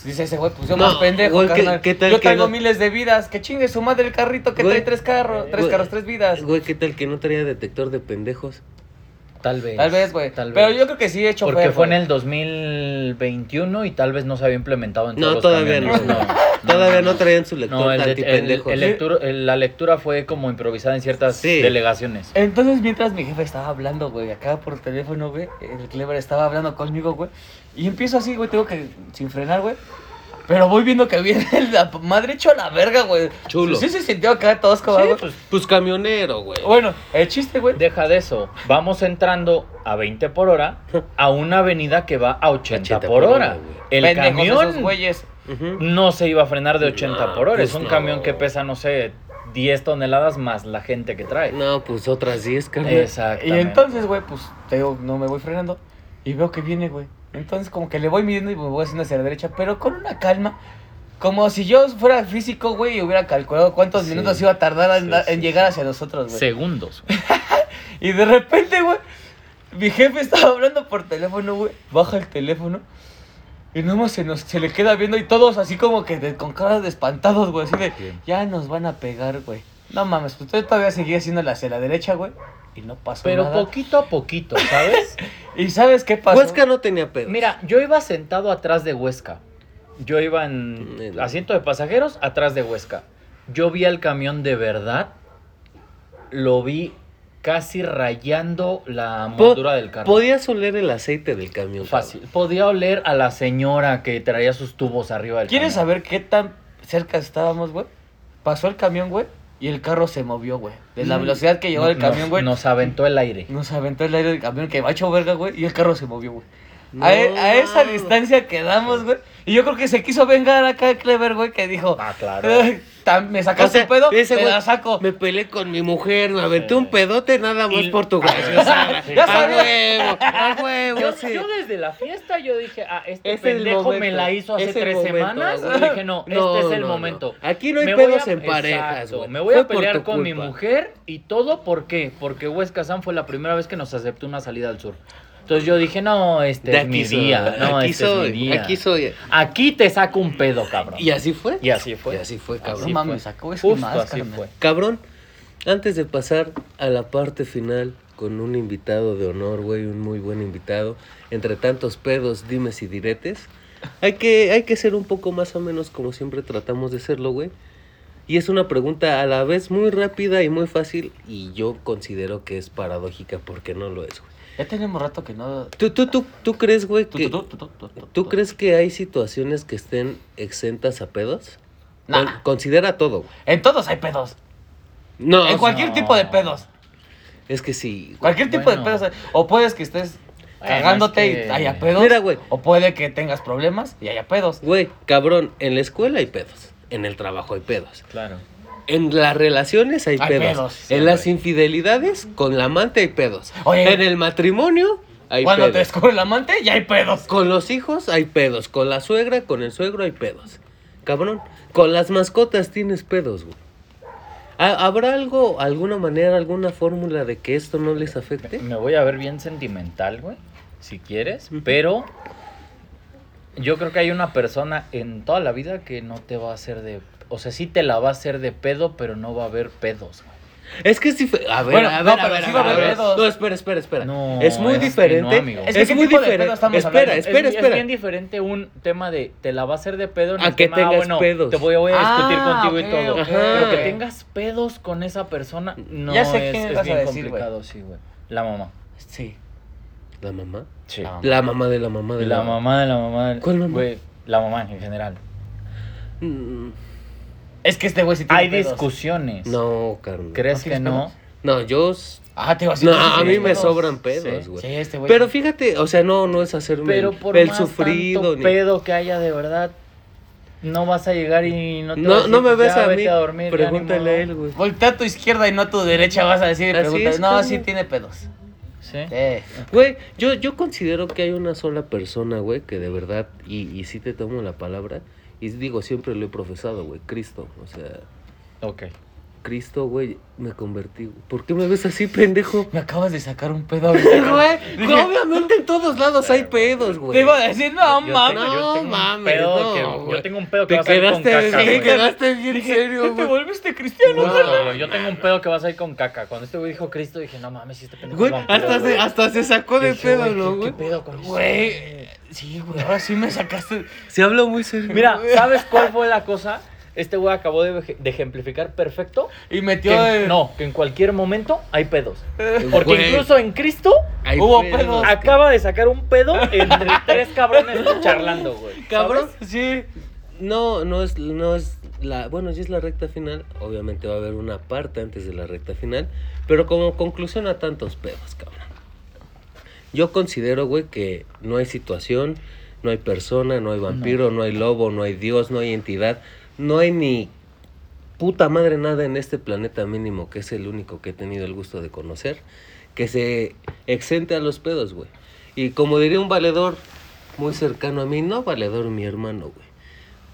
[SPEAKER 2] Dice ese güey, pues yo
[SPEAKER 1] No,
[SPEAKER 2] más pendejo,
[SPEAKER 1] güey, ¿qué-
[SPEAKER 2] carnal.
[SPEAKER 1] qué tal
[SPEAKER 2] Yo
[SPEAKER 1] que
[SPEAKER 2] traigo
[SPEAKER 1] no-
[SPEAKER 2] miles de vidas, que chingue su madre el carrito que
[SPEAKER 1] Güey,
[SPEAKER 2] trae tres carros, tres
[SPEAKER 1] güey,
[SPEAKER 2] carros, tres vidas.
[SPEAKER 1] Güey, ¿qué tal que no traía detector de pendejos?
[SPEAKER 3] Tal vez.
[SPEAKER 2] Tal vez, güey.
[SPEAKER 3] tal
[SPEAKER 2] Pero
[SPEAKER 3] vez.
[SPEAKER 2] yo creo que sí he hecho
[SPEAKER 3] Porque fue en el 2021 y tal vez no se había implementado en todos
[SPEAKER 1] No,
[SPEAKER 3] los
[SPEAKER 1] todavía no.
[SPEAKER 3] camiones.
[SPEAKER 1] [LAUGHS] Todavía no traían su lector
[SPEAKER 3] No, el de- el-
[SPEAKER 1] antipendejos.
[SPEAKER 3] el lectura- el- la lectura fue como improvisada en ciertas
[SPEAKER 1] Sí.
[SPEAKER 3] delegaciones.
[SPEAKER 2] Entonces, mientras mi jefe estaba hablando, güey, acá por teléfono, güey, el clever estaba hablando conmigo, güey, y empiezo así, güey, tengo que, sin frenar, güey, pero voy viendo que viene [LAUGHS] la madre hecho a la verga, güey.
[SPEAKER 1] Chulo.
[SPEAKER 2] Sí se sintió acá tosco,
[SPEAKER 3] Sí,
[SPEAKER 2] güey.
[SPEAKER 3] pues,
[SPEAKER 1] Pues camionero, güey.
[SPEAKER 2] Bueno, el chiste, güey,
[SPEAKER 3] Deja de eso. Vamos entrando a 20 por hora a una avenida que va a 80,
[SPEAKER 1] 80 por
[SPEAKER 3] por hora.
[SPEAKER 1] hora, güey.
[SPEAKER 3] el
[SPEAKER 2] pendejos esos
[SPEAKER 3] camión
[SPEAKER 2] güeyes.
[SPEAKER 1] Ujú.
[SPEAKER 3] no se iba a frenar de 80
[SPEAKER 1] No,
[SPEAKER 3] por hora. es
[SPEAKER 1] pues
[SPEAKER 3] un
[SPEAKER 1] no.
[SPEAKER 3] camión que pesa, no sé, 10 toneladas más la gente que trae.
[SPEAKER 1] No, pues
[SPEAKER 3] Eh,
[SPEAKER 1] otras 10, carnal.
[SPEAKER 3] Exactamente.
[SPEAKER 2] Y entonces, güey, pues, te digo, no me voy frenando, y veo que viene, güey, Entonces como que le voy midiendo y me voy haciendo hacia la derecha, pero con una calma. Como si yo fuera físico, güey, y hubiera calculado cuántos
[SPEAKER 1] Sí.
[SPEAKER 2] minutos iba a tardar en,
[SPEAKER 1] Sí,
[SPEAKER 2] da- en
[SPEAKER 1] sí,
[SPEAKER 2] llegar
[SPEAKER 1] sí.
[SPEAKER 2] hacia nosotros, güey.
[SPEAKER 3] Segundos.
[SPEAKER 2] Y de repente, güey, mi jefe estaba hablando por teléfono, güey. Baja el teléfono. Y nomás se, nos, se le queda viendo y todos así como que de- con caras de espantados, güey. Así de,
[SPEAKER 3] Bien.
[SPEAKER 2] ya nos van a pegar, güey. No mames, pues yo todavía seguía haciéndola hacia la derecha, güey. Y no pasó
[SPEAKER 3] Pero
[SPEAKER 2] nada.
[SPEAKER 3] poquito a poquito,
[SPEAKER 1] [LAUGHS]
[SPEAKER 3] ¿sabes?
[SPEAKER 2] ¿Y sabes qué pasó?
[SPEAKER 3] Pues
[SPEAKER 1] Huesca no tenía pedo.
[SPEAKER 3] Mira, yo iba sentado atrás de Huesca. Yo iba en
[SPEAKER 1] Nel.
[SPEAKER 3] asiento de pasajeros atrás de Huesca. Yo vi al camión de verdad. Lo vi casi rayando la moldura del carro.
[SPEAKER 1] Podías oler el aceite del camión.
[SPEAKER 3] Fácil. Podía oler a la señora que traía sus tubos arriba del
[SPEAKER 2] ¿Quieres
[SPEAKER 3] camión.
[SPEAKER 2] saber qué tan cerca estábamos, güey? Pasó el camión, güey, y el carro se movió, güey. De la
[SPEAKER 1] Mm.
[SPEAKER 2] velocidad que llegó el
[SPEAKER 3] Nos-
[SPEAKER 2] camión, güey.
[SPEAKER 3] Nos aventó el aire.
[SPEAKER 2] Nos aventó el aire del camión que va hecho verga, güey, y el carro se movió, güey.
[SPEAKER 1] No.
[SPEAKER 2] A, e- a esa distancia quedamos, güey. Y yo creo que se quiso vengar acá Clever, güey, que dijo,
[SPEAKER 3] Ah,
[SPEAKER 2] [LAUGHS]
[SPEAKER 3] claro.
[SPEAKER 2] "Eh, tan- me
[SPEAKER 1] O
[SPEAKER 2] sacaste
[SPEAKER 1] sea,
[SPEAKER 2] un pedo,
[SPEAKER 1] ese
[SPEAKER 2] te
[SPEAKER 1] güey,
[SPEAKER 2] la saco.
[SPEAKER 1] Me peleé con mi mujer, me aventé un pedote nada más
[SPEAKER 3] Eh. Y- Ah,
[SPEAKER 1] por
[SPEAKER 3] [LAUGHS]
[SPEAKER 1] tu graciosa.
[SPEAKER 2] [LAUGHS] Ya
[SPEAKER 1] a
[SPEAKER 2] sabía.
[SPEAKER 1] huevo, a huevo,
[SPEAKER 3] Yo,
[SPEAKER 1] sí.
[SPEAKER 3] yo desde la fiesta yo dije, ah, este
[SPEAKER 1] Es el
[SPEAKER 3] pendejo me
[SPEAKER 1] momento,
[SPEAKER 3] la hizo hace
[SPEAKER 1] es el
[SPEAKER 3] tres
[SPEAKER 1] momento,
[SPEAKER 3] semanas.
[SPEAKER 1] güey.
[SPEAKER 3] Y dije, no,
[SPEAKER 1] No,
[SPEAKER 3] este es el
[SPEAKER 1] no, no.
[SPEAKER 3] momento.
[SPEAKER 1] Aquí no hay
[SPEAKER 3] Me voy
[SPEAKER 1] pedos
[SPEAKER 3] a-
[SPEAKER 1] en parejas,
[SPEAKER 3] Exacto,
[SPEAKER 1] güey.
[SPEAKER 3] Me voy
[SPEAKER 1] Fue
[SPEAKER 3] a
[SPEAKER 1] por
[SPEAKER 3] pelear
[SPEAKER 1] tu
[SPEAKER 3] con mi
[SPEAKER 1] culpa.
[SPEAKER 3] mujer y todo, ¿por qué? Porque Huesca San fue la primera vez que nos aceptó una salida al sur. Entonces yo dije, no, este
[SPEAKER 1] De
[SPEAKER 3] es mi
[SPEAKER 1] aquí soy,
[SPEAKER 3] día. No,
[SPEAKER 1] aquí
[SPEAKER 3] este
[SPEAKER 1] soy,
[SPEAKER 3] es mi día.
[SPEAKER 1] aquí soy.
[SPEAKER 3] Aquí te saco un pedo, cabrón.
[SPEAKER 1] Y así fue.
[SPEAKER 3] Y así fue.
[SPEAKER 1] Y así fue,
[SPEAKER 2] No
[SPEAKER 1] cabrón.
[SPEAKER 3] así
[SPEAKER 2] mames,
[SPEAKER 3] fue.
[SPEAKER 2] sacó eso
[SPEAKER 3] Justo
[SPEAKER 2] más,
[SPEAKER 3] así
[SPEAKER 2] carnal.
[SPEAKER 3] fue.
[SPEAKER 1] Cabrón, antes de pasar a la parte final con un invitado de honor, güey, un muy buen invitado, entre tantos pedos, dimes y diretes, hay que, hay que ser un poco más o menos como siempre tratamos de serlo, güey. Y es una pregunta a la vez muy rápida y muy fácil, y yo considero que es paradójica porque no lo es, güey.
[SPEAKER 2] Ya tenemos rato que no...
[SPEAKER 1] ¿Tú, tú, tú, tú crees, güey,
[SPEAKER 2] Tú,
[SPEAKER 1] que...
[SPEAKER 2] tú, tú, tú, tú, tú,
[SPEAKER 1] ¿Tú
[SPEAKER 2] tú.
[SPEAKER 1] crees que hay situaciones que estén exentas a pedos?
[SPEAKER 2] Nah.
[SPEAKER 1] Con- considera todo, güey.
[SPEAKER 2] En todos hay pedos.
[SPEAKER 1] No,
[SPEAKER 2] En cualquier
[SPEAKER 3] no.
[SPEAKER 2] tipo de pedos.
[SPEAKER 1] es que sí. güey.
[SPEAKER 2] Cualquier tipo de
[SPEAKER 3] Bueno.
[SPEAKER 2] pedos. hay. O puedes que estés
[SPEAKER 3] Bueno, es
[SPEAKER 2] cagándote y
[SPEAKER 3] que-
[SPEAKER 2] haya pedos.
[SPEAKER 1] Mira, güey.
[SPEAKER 2] O puede que tengas problemas y haya pedos.
[SPEAKER 1] Güey, cabrón, en la escuela hay pedos. En el trabajo hay pedos.
[SPEAKER 3] Claro.
[SPEAKER 1] En las relaciones hay,
[SPEAKER 2] Hay
[SPEAKER 1] pedos.
[SPEAKER 2] pedos,
[SPEAKER 1] en
[SPEAKER 3] siempre.
[SPEAKER 1] las infidelidades, con la amante hay pedos.
[SPEAKER 2] Oye.
[SPEAKER 1] en el matrimonio hay
[SPEAKER 2] Cuando te
[SPEAKER 1] pedos.
[SPEAKER 2] descubre el amante, ya hay pedos.
[SPEAKER 1] Con los hijos hay pedos. Con la suegra, con el suegro hay pedos. Cabrón, con las mascotas tienes pedos, güey. ¿Ha- ¿Habrá algo, alguna manera, alguna fórmula de que esto no les afecte?
[SPEAKER 3] Me voy a ver bien sentimental, güey, si quieres,
[SPEAKER 1] Ujú.
[SPEAKER 3] pero yo creo que hay una persona en toda la vida que no te va a hacer de, o sea, sí te la va a hacer de pedo, pero no va a haber pedos. güey.
[SPEAKER 1] Es que es diferente. A ver,
[SPEAKER 2] Bueno,
[SPEAKER 1] a
[SPEAKER 2] no,
[SPEAKER 1] ver, a
[SPEAKER 2] pero
[SPEAKER 1] ver,
[SPEAKER 2] sí
[SPEAKER 1] a
[SPEAKER 2] va a
[SPEAKER 1] ver,
[SPEAKER 2] haber
[SPEAKER 1] a ver.
[SPEAKER 2] pedos.
[SPEAKER 1] No, espera, espera, espera.
[SPEAKER 3] No,
[SPEAKER 1] es muy
[SPEAKER 3] es que no,
[SPEAKER 1] diferente.
[SPEAKER 3] amigo.
[SPEAKER 1] Es,
[SPEAKER 2] Es que ¿qué
[SPEAKER 1] muy
[SPEAKER 2] tipo de pedo
[SPEAKER 1] diferente.
[SPEAKER 2] estamos
[SPEAKER 1] espera,
[SPEAKER 2] hablando?
[SPEAKER 3] Es,
[SPEAKER 1] Eh, espera,
[SPEAKER 3] es
[SPEAKER 1] espera.
[SPEAKER 3] bien diferente un tema de te la va a hacer de pedo en
[SPEAKER 1] A
[SPEAKER 3] el
[SPEAKER 1] que
[SPEAKER 3] tema, ah,
[SPEAKER 1] tengas
[SPEAKER 3] bueno,
[SPEAKER 1] pedos.
[SPEAKER 3] te voy, voy a discutir
[SPEAKER 2] Ah,
[SPEAKER 3] contigo
[SPEAKER 2] ok,
[SPEAKER 3] y todo.
[SPEAKER 2] ok,
[SPEAKER 1] Ajá.
[SPEAKER 3] Pero que
[SPEAKER 2] ok.
[SPEAKER 3] tengas pedos con esa persona no
[SPEAKER 2] Ya sé
[SPEAKER 3] es,
[SPEAKER 2] quién
[SPEAKER 3] es
[SPEAKER 2] vas a
[SPEAKER 3] bien
[SPEAKER 2] decir, güey.
[SPEAKER 3] complicado, sí, güey. La mamá.
[SPEAKER 2] Sí.
[SPEAKER 1] ¿La mamá?
[SPEAKER 3] Sí.
[SPEAKER 2] La mamá.
[SPEAKER 1] La mamá de la mamá de la,
[SPEAKER 3] La mamá de la mamá. del-
[SPEAKER 1] ¿Cuál mamá?
[SPEAKER 3] Güey, la mamá en general.
[SPEAKER 1] Mm,
[SPEAKER 2] Es que este güey sí tiene
[SPEAKER 3] Hay
[SPEAKER 2] pedos.
[SPEAKER 3] discusiones.
[SPEAKER 1] No, carnal.
[SPEAKER 3] ¿Crees
[SPEAKER 2] ¿No
[SPEAKER 3] que
[SPEAKER 2] tienes
[SPEAKER 3] no?
[SPEAKER 1] No, yo. s-
[SPEAKER 2] Ah, te digo, sí,
[SPEAKER 1] No,
[SPEAKER 2] tú sí
[SPEAKER 1] a mí
[SPEAKER 2] tienes
[SPEAKER 1] me
[SPEAKER 2] pedos.
[SPEAKER 1] sobran
[SPEAKER 3] Sí,
[SPEAKER 1] pedos, güey.
[SPEAKER 2] Sí, este güey.
[SPEAKER 1] Pero fíjate, o sea, no, no es hacerme
[SPEAKER 3] Pero
[SPEAKER 1] el-
[SPEAKER 3] por
[SPEAKER 1] el
[SPEAKER 3] más
[SPEAKER 1] sufrido.
[SPEAKER 3] tanto
[SPEAKER 1] ni-
[SPEAKER 3] pedo que haya de verdad, no vas a llegar y no te vas a
[SPEAKER 1] No,
[SPEAKER 3] decir,
[SPEAKER 1] no me
[SPEAKER 3] "Ya,
[SPEAKER 1] ves a
[SPEAKER 3] vete
[SPEAKER 1] mí.
[SPEAKER 3] dormir, ya, ni
[SPEAKER 1] Pregúntale
[SPEAKER 3] modo".
[SPEAKER 1] a él, güey.
[SPEAKER 2] Voltea a tu izquierda y no a tu derecha vas a decir y
[SPEAKER 1] Así
[SPEAKER 2] preguntas.
[SPEAKER 1] es,
[SPEAKER 2] no,
[SPEAKER 1] carnal.
[SPEAKER 2] sí
[SPEAKER 1] [LAUGHS]
[SPEAKER 2] tiene pedos.
[SPEAKER 3] Sí.
[SPEAKER 2] Sí.
[SPEAKER 1] Güey, yo, yo considero que hay una sola persona, güey, que de verdad, y, y sí te tomo la palabra, y digo, siempre lo he profesado, güey, Cristo. O sea,
[SPEAKER 3] Ok.
[SPEAKER 1] Cristo, güey, me convertí. güey. ¿Por qué me ves así, pendejo?
[SPEAKER 2] Me acabas de sacar un
[SPEAKER 1] [LAUGHS]
[SPEAKER 2] pedo ahorita.
[SPEAKER 1] Güey,
[SPEAKER 2] Dije-
[SPEAKER 1] obviamente en todos lados hay pedos, güey.
[SPEAKER 2] Te iba a decir, no
[SPEAKER 3] Yo
[SPEAKER 2] mames.
[SPEAKER 1] tengo- yo tengo un
[SPEAKER 3] mames,
[SPEAKER 1] pedo
[SPEAKER 3] no,
[SPEAKER 1] que-
[SPEAKER 3] güey.
[SPEAKER 1] yo
[SPEAKER 3] yo tengo un pedo que
[SPEAKER 1] Te
[SPEAKER 3] va a salir con
[SPEAKER 1] quedaste,
[SPEAKER 3] caca,
[SPEAKER 1] te
[SPEAKER 3] güey.
[SPEAKER 1] quedaste bien serio,
[SPEAKER 2] Te
[SPEAKER 1] güey.
[SPEAKER 2] volviste cristiano.
[SPEAKER 1] Wow.
[SPEAKER 3] Justo, güey, Yo tengo un pedo que va a salir con caca. Cuando este güey dijo Cristo, dije, no mames, si este pendejo
[SPEAKER 1] Güey,
[SPEAKER 3] es vampiro,
[SPEAKER 1] hasta
[SPEAKER 3] güey".
[SPEAKER 1] se, hasta se sacó de
[SPEAKER 3] Dije,
[SPEAKER 1] pedo,
[SPEAKER 3] "Güey,
[SPEAKER 1] ¿no,
[SPEAKER 3] ¿qué-
[SPEAKER 1] güey?
[SPEAKER 3] qué pedo con eso,
[SPEAKER 2] Güey. eh, Sí, güey. Ahora sí me sacaste.
[SPEAKER 1] Se habló muy serio. [LAUGHS]
[SPEAKER 3] Mira, ¿sabes cuál fue la cosa? Este güey acabó de, ej- de ejemplificar perfecto
[SPEAKER 2] Y
[SPEAKER 3] que,
[SPEAKER 2] metió.
[SPEAKER 3] en-
[SPEAKER 2] el-
[SPEAKER 3] no, que en cualquier momento hay pedos.
[SPEAKER 1] Güey,
[SPEAKER 3] Porque incluso en Cristo
[SPEAKER 1] hay
[SPEAKER 2] hubo pedos.
[SPEAKER 3] acaba de sacar un pedo entre tres cabrones charlando, güey.
[SPEAKER 1] Cabrón,
[SPEAKER 2] Sí.
[SPEAKER 1] no, no es, no es la, bueno, ya es la recta final, obviamente va a haber una parte antes de la recta final, pero como conclusión a tantos pedos, cabrón. Yo considero, güey, que no hay situación, no hay persona, no hay vampiro, no hay lobo, no hay dios, no hay entidad, no hay ni puta madre nada en este planeta mínimo, que es el único que he tenido el gusto de conocer, que se exente a los pedos, güey. Y como diría un valedor, muy cercano a mí, no valedor mi hermano, güey.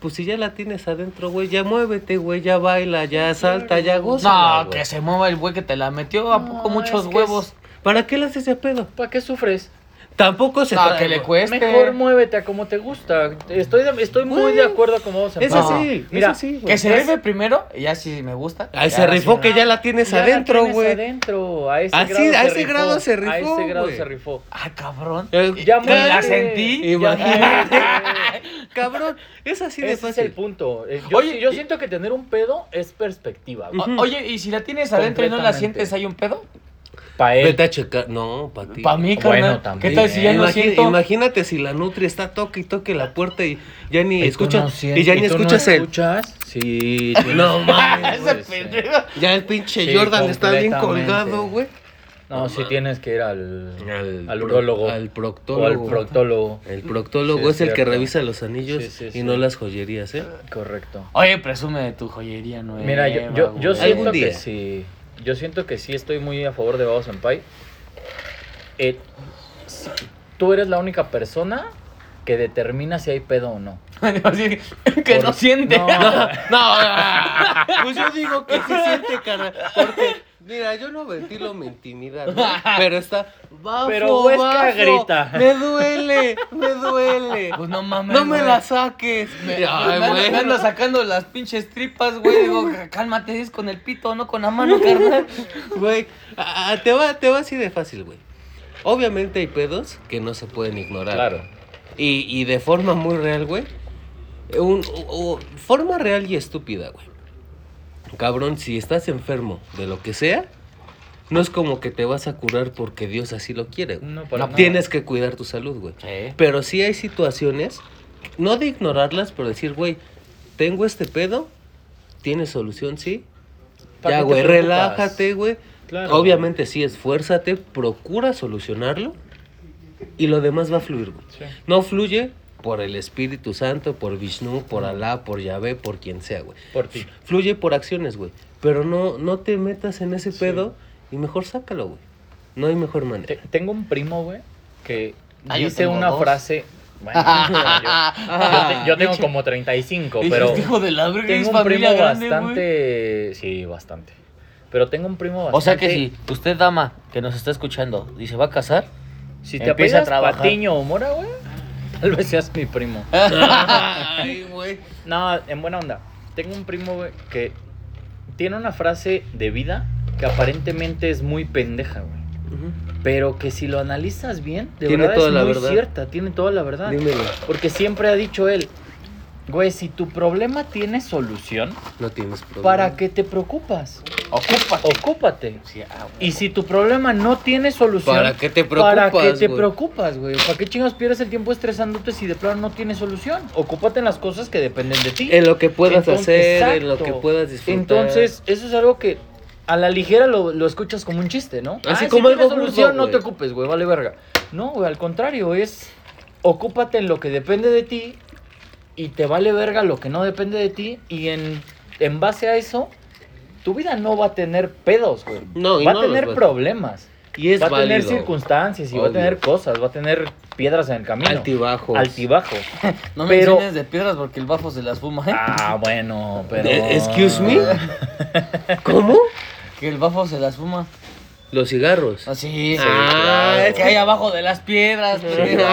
[SPEAKER 1] Pues si ya la tienes adentro, güey, ya muévete, güey, ya baila, ya salta, ya goza.
[SPEAKER 2] No, que se mueva el güey que te la metió. ¿A poco
[SPEAKER 3] No,
[SPEAKER 2] muchos
[SPEAKER 3] es que
[SPEAKER 2] huevos?
[SPEAKER 1] ¿Para qué le haces ese pedo?
[SPEAKER 3] ¿Para qué sufres?
[SPEAKER 1] Tampoco se
[SPEAKER 2] No,
[SPEAKER 1] trata-
[SPEAKER 2] que le cueste.
[SPEAKER 3] Mejor muévete a como te gusta. Estoy, de- estoy muy
[SPEAKER 1] Este- Güey,
[SPEAKER 3] de acuerdo a cómo vamos a
[SPEAKER 1] Es
[SPEAKER 2] No.
[SPEAKER 3] empezar.
[SPEAKER 1] así,
[SPEAKER 3] Mira,
[SPEAKER 1] es así, güey.
[SPEAKER 2] que se rife primero, y ya si me gusta.
[SPEAKER 1] Ahí
[SPEAKER 2] ya
[SPEAKER 1] se
[SPEAKER 2] la
[SPEAKER 1] rifó que
[SPEAKER 2] señora-
[SPEAKER 1] ya la tienes
[SPEAKER 3] Ya la
[SPEAKER 1] adentro,
[SPEAKER 3] tienes
[SPEAKER 1] güey.
[SPEAKER 3] adentro, A ese,
[SPEAKER 1] Así-
[SPEAKER 3] grado,
[SPEAKER 1] a
[SPEAKER 3] se
[SPEAKER 1] ese
[SPEAKER 3] rifó,
[SPEAKER 1] grado se
[SPEAKER 3] A
[SPEAKER 1] rifó,
[SPEAKER 3] ese grado
[SPEAKER 1] güey.
[SPEAKER 3] se rifó.
[SPEAKER 2] Ah, cabrón.
[SPEAKER 1] Eh,
[SPEAKER 2] Y-
[SPEAKER 3] Ya
[SPEAKER 2] y la
[SPEAKER 1] muévete.
[SPEAKER 2] sentí.
[SPEAKER 1] [LAUGHS]
[SPEAKER 3] Ya
[SPEAKER 1] Imagínate.
[SPEAKER 3] muévete.
[SPEAKER 1] Cabrón, es así de
[SPEAKER 3] [LAUGHS] Ese es el
[SPEAKER 1] fácil.
[SPEAKER 3] punto. Eh, Yo,
[SPEAKER 2] Oye,
[SPEAKER 3] yo
[SPEAKER 2] y-
[SPEAKER 3] siento que tener un pedo es perspectiva.
[SPEAKER 2] O- Oye, y si la tienes adentro y no la
[SPEAKER 3] Completamente.
[SPEAKER 2] sientes, ¿hay un pedo?
[SPEAKER 3] Para él.
[SPEAKER 1] Vete a checar. No, para ti. Eh,
[SPEAKER 2] Para mí,
[SPEAKER 3] Bueno,
[SPEAKER 2] carnal.
[SPEAKER 3] también.
[SPEAKER 2] ¿Qué tal si ya no
[SPEAKER 1] Imagi-
[SPEAKER 2] siento?
[SPEAKER 1] Imagínate si la nutri está toque y toque la puerta y ya ni
[SPEAKER 3] ¿Y tú
[SPEAKER 1] escuchas.
[SPEAKER 3] no sientes-
[SPEAKER 1] y ya ni
[SPEAKER 3] tú no
[SPEAKER 1] escuchas el.
[SPEAKER 3] escuchas?
[SPEAKER 1] [LAUGHS]
[SPEAKER 3] Sí.
[SPEAKER 1] No mames.
[SPEAKER 2] [LAUGHS] Ese
[SPEAKER 3] Puede ser.
[SPEAKER 2] pendejo.
[SPEAKER 1] Ya el pinche
[SPEAKER 3] Sí,
[SPEAKER 1] Jordan está bien
[SPEAKER 3] completamente.
[SPEAKER 1] colgado, güey.
[SPEAKER 3] No, sí tienes que ir al, al,
[SPEAKER 1] pro-
[SPEAKER 3] urólogo.
[SPEAKER 1] Al
[SPEAKER 3] o al
[SPEAKER 1] proctólogo.
[SPEAKER 3] proctólogo.
[SPEAKER 1] El proctólogo
[SPEAKER 3] Sí,
[SPEAKER 1] es,
[SPEAKER 3] es
[SPEAKER 1] el que
[SPEAKER 3] cierto.
[SPEAKER 1] revisa los anillos
[SPEAKER 3] Sí, sí,
[SPEAKER 1] y
[SPEAKER 3] sí.
[SPEAKER 1] no las joyerías, ¿eh?
[SPEAKER 3] Correcto.
[SPEAKER 2] Oye, presume de tu joyería nueva.
[SPEAKER 3] Mira, yo, yo, yo
[SPEAKER 2] güey.
[SPEAKER 1] Algún
[SPEAKER 3] siento
[SPEAKER 1] día.
[SPEAKER 3] que sí. Yo siento que sí estoy muy a favor de Babo Senpai. Eh, s- tú eres la única persona que determina si hay pedo o no.
[SPEAKER 2] [LAUGHS] Así que no
[SPEAKER 3] Por- [LAUGHS]
[SPEAKER 2] siente.
[SPEAKER 3] No.
[SPEAKER 2] [LAUGHS]
[SPEAKER 1] No, pues yo digo que se siente, carnal. Porque, mira, yo no ventilo mi intimidad,
[SPEAKER 2] [LAUGHS]
[SPEAKER 1] ¿no? pero está. Bafo,
[SPEAKER 3] Pero Huesca
[SPEAKER 1] bafo,
[SPEAKER 3] grita.
[SPEAKER 1] Me duele, me duele.
[SPEAKER 2] Pues no mames.
[SPEAKER 1] No me
[SPEAKER 2] güey.
[SPEAKER 1] la saques. Ay,
[SPEAKER 2] me, ando-
[SPEAKER 1] güey.
[SPEAKER 2] me ando sacando las pinches tripas, güey. Digo, [LAUGHS] cálmate, es con el pito, no con la mano, carnal.
[SPEAKER 1] Güey, a- a- te va, te va así de fácil, güey. Obviamente hay pedos que no se pueden ignorar.
[SPEAKER 3] Claro.
[SPEAKER 1] güey. Y, y de forma muy real, güey. Un, o- o- forma real y estúpida, güey. Cabrón, si estás enfermo de lo que sea, no es como que te vas a curar porque Dios así lo quiere. güey.
[SPEAKER 3] No, para
[SPEAKER 2] No,
[SPEAKER 3] nada.
[SPEAKER 1] Tienes que cuidar tu salud, güey. Pero sí hay situaciones, no de ignorarlas, pero decir, güey, tengo este pedo, tiene solución, sí. Ya,
[SPEAKER 3] ¿Para qué te
[SPEAKER 1] güey,
[SPEAKER 3] preocupas?
[SPEAKER 1] relájate, güey.
[SPEAKER 3] Claro.
[SPEAKER 1] Obviamente sí, esfuérzate, procura solucionarlo y lo demás va a fluir, güey.
[SPEAKER 3] Sí.
[SPEAKER 1] No fluye por el Espíritu Santo, por Vishnu, por Alá, por Yahvé, por quien sea, güey.
[SPEAKER 3] Por ti.
[SPEAKER 1] Fluye por acciones, güey. Pero no, no te metas en ese pedo y mejor sácalo, güey. No hay mejor manera.
[SPEAKER 3] Te- tengo un primo, güey, que
[SPEAKER 2] Ah, yo
[SPEAKER 3] dice
[SPEAKER 2] tengo
[SPEAKER 3] una
[SPEAKER 2] dos.
[SPEAKER 3] frase. Bueno, [LAUGHS] yo, yo te- Ah,
[SPEAKER 2] [LAUGHS]
[SPEAKER 3] yo tengo como 35, pero
[SPEAKER 2] Dices, hijo de la verga, es
[SPEAKER 3] tengo un primo
[SPEAKER 2] familia grande, güey.
[SPEAKER 3] bastante. Sí, bastante. Pero tengo un primo bastante.
[SPEAKER 2] O sea que si usted, dama, que nos está escuchando, y se va a casar,
[SPEAKER 3] Si te
[SPEAKER 2] Empieza a
[SPEAKER 3] apellidas
[SPEAKER 2] trabajar.
[SPEAKER 3] Patiño o Mora, güey, tal vez seas mi primo.
[SPEAKER 1] Ay, güey.
[SPEAKER 3] No, en buena onda. Tengo un primo, güey, que tiene una frase de vida que aparentemente es muy pendeja, güey. Pero que si lo analizas bien, de
[SPEAKER 1] Tiene
[SPEAKER 3] verdad
[SPEAKER 1] toda
[SPEAKER 3] es
[SPEAKER 1] la
[SPEAKER 3] muy
[SPEAKER 1] verdad.
[SPEAKER 3] cierta. Tiene toda la verdad.
[SPEAKER 1] Dímelo.
[SPEAKER 3] Porque siempre ha dicho él, güey, si tu problema tiene solución,
[SPEAKER 1] No tienes problema.
[SPEAKER 3] ¿para qué te preocupas?
[SPEAKER 2] ocúpate.
[SPEAKER 3] Ocúpate.
[SPEAKER 2] Sí, ah, güey.
[SPEAKER 3] Y si tu problema no tiene solución,
[SPEAKER 1] ¿Para qué te
[SPEAKER 3] ¿para
[SPEAKER 1] preocupas,
[SPEAKER 3] qué te
[SPEAKER 1] güey?
[SPEAKER 3] preocupas, güey? ¿Para qué chingados pierdes el tiempo estresándote si de plano no tiene solución? Ocúpate en las cosas que dependen de ti.
[SPEAKER 1] En lo que puedas
[SPEAKER 3] Entonces,
[SPEAKER 1] hacer, en lo
[SPEAKER 3] exacto.
[SPEAKER 1] que puedas disfrutar.
[SPEAKER 3] Entonces, eso es algo que a la ligera lo, lo escuchas como un chiste, ¿no?
[SPEAKER 1] Así como
[SPEAKER 3] tienes
[SPEAKER 1] algo
[SPEAKER 3] solución,
[SPEAKER 1] burdo,
[SPEAKER 3] no te
[SPEAKER 1] güey.
[SPEAKER 3] ocupes, güey, vale verga. No, güey, al contrario, es ocúpate en lo que depende de ti y te vale verga lo que no depende de ti y en, en base a eso, tu vida no va a tener pedos, güey.
[SPEAKER 1] No, y
[SPEAKER 3] va
[SPEAKER 1] no
[SPEAKER 3] a
[SPEAKER 1] los
[SPEAKER 3] tener
[SPEAKER 1] va a-
[SPEAKER 3] problemas.
[SPEAKER 1] y es
[SPEAKER 3] va a
[SPEAKER 1] válido.
[SPEAKER 3] tener circunstancias y va a
[SPEAKER 1] Obvio.
[SPEAKER 3] tener cosas, va a tener piedras en el camino.
[SPEAKER 1] Altibajos.
[SPEAKER 3] Altibajo.
[SPEAKER 2] No
[SPEAKER 3] pero-
[SPEAKER 2] menciones de piedras porque el bafo se las fuma,
[SPEAKER 3] [LAUGHS]
[SPEAKER 2] ¿eh?
[SPEAKER 3] Ah, bueno, pero...
[SPEAKER 1] Eh, excuse me.
[SPEAKER 3] [LAUGHS]
[SPEAKER 1] ¿Cómo?
[SPEAKER 2] Que el bafo se las fuma.
[SPEAKER 1] Los cigarros.
[SPEAKER 2] Así.
[SPEAKER 1] Ah,
[SPEAKER 2] Es que hay abajo de las piedras. pendejo.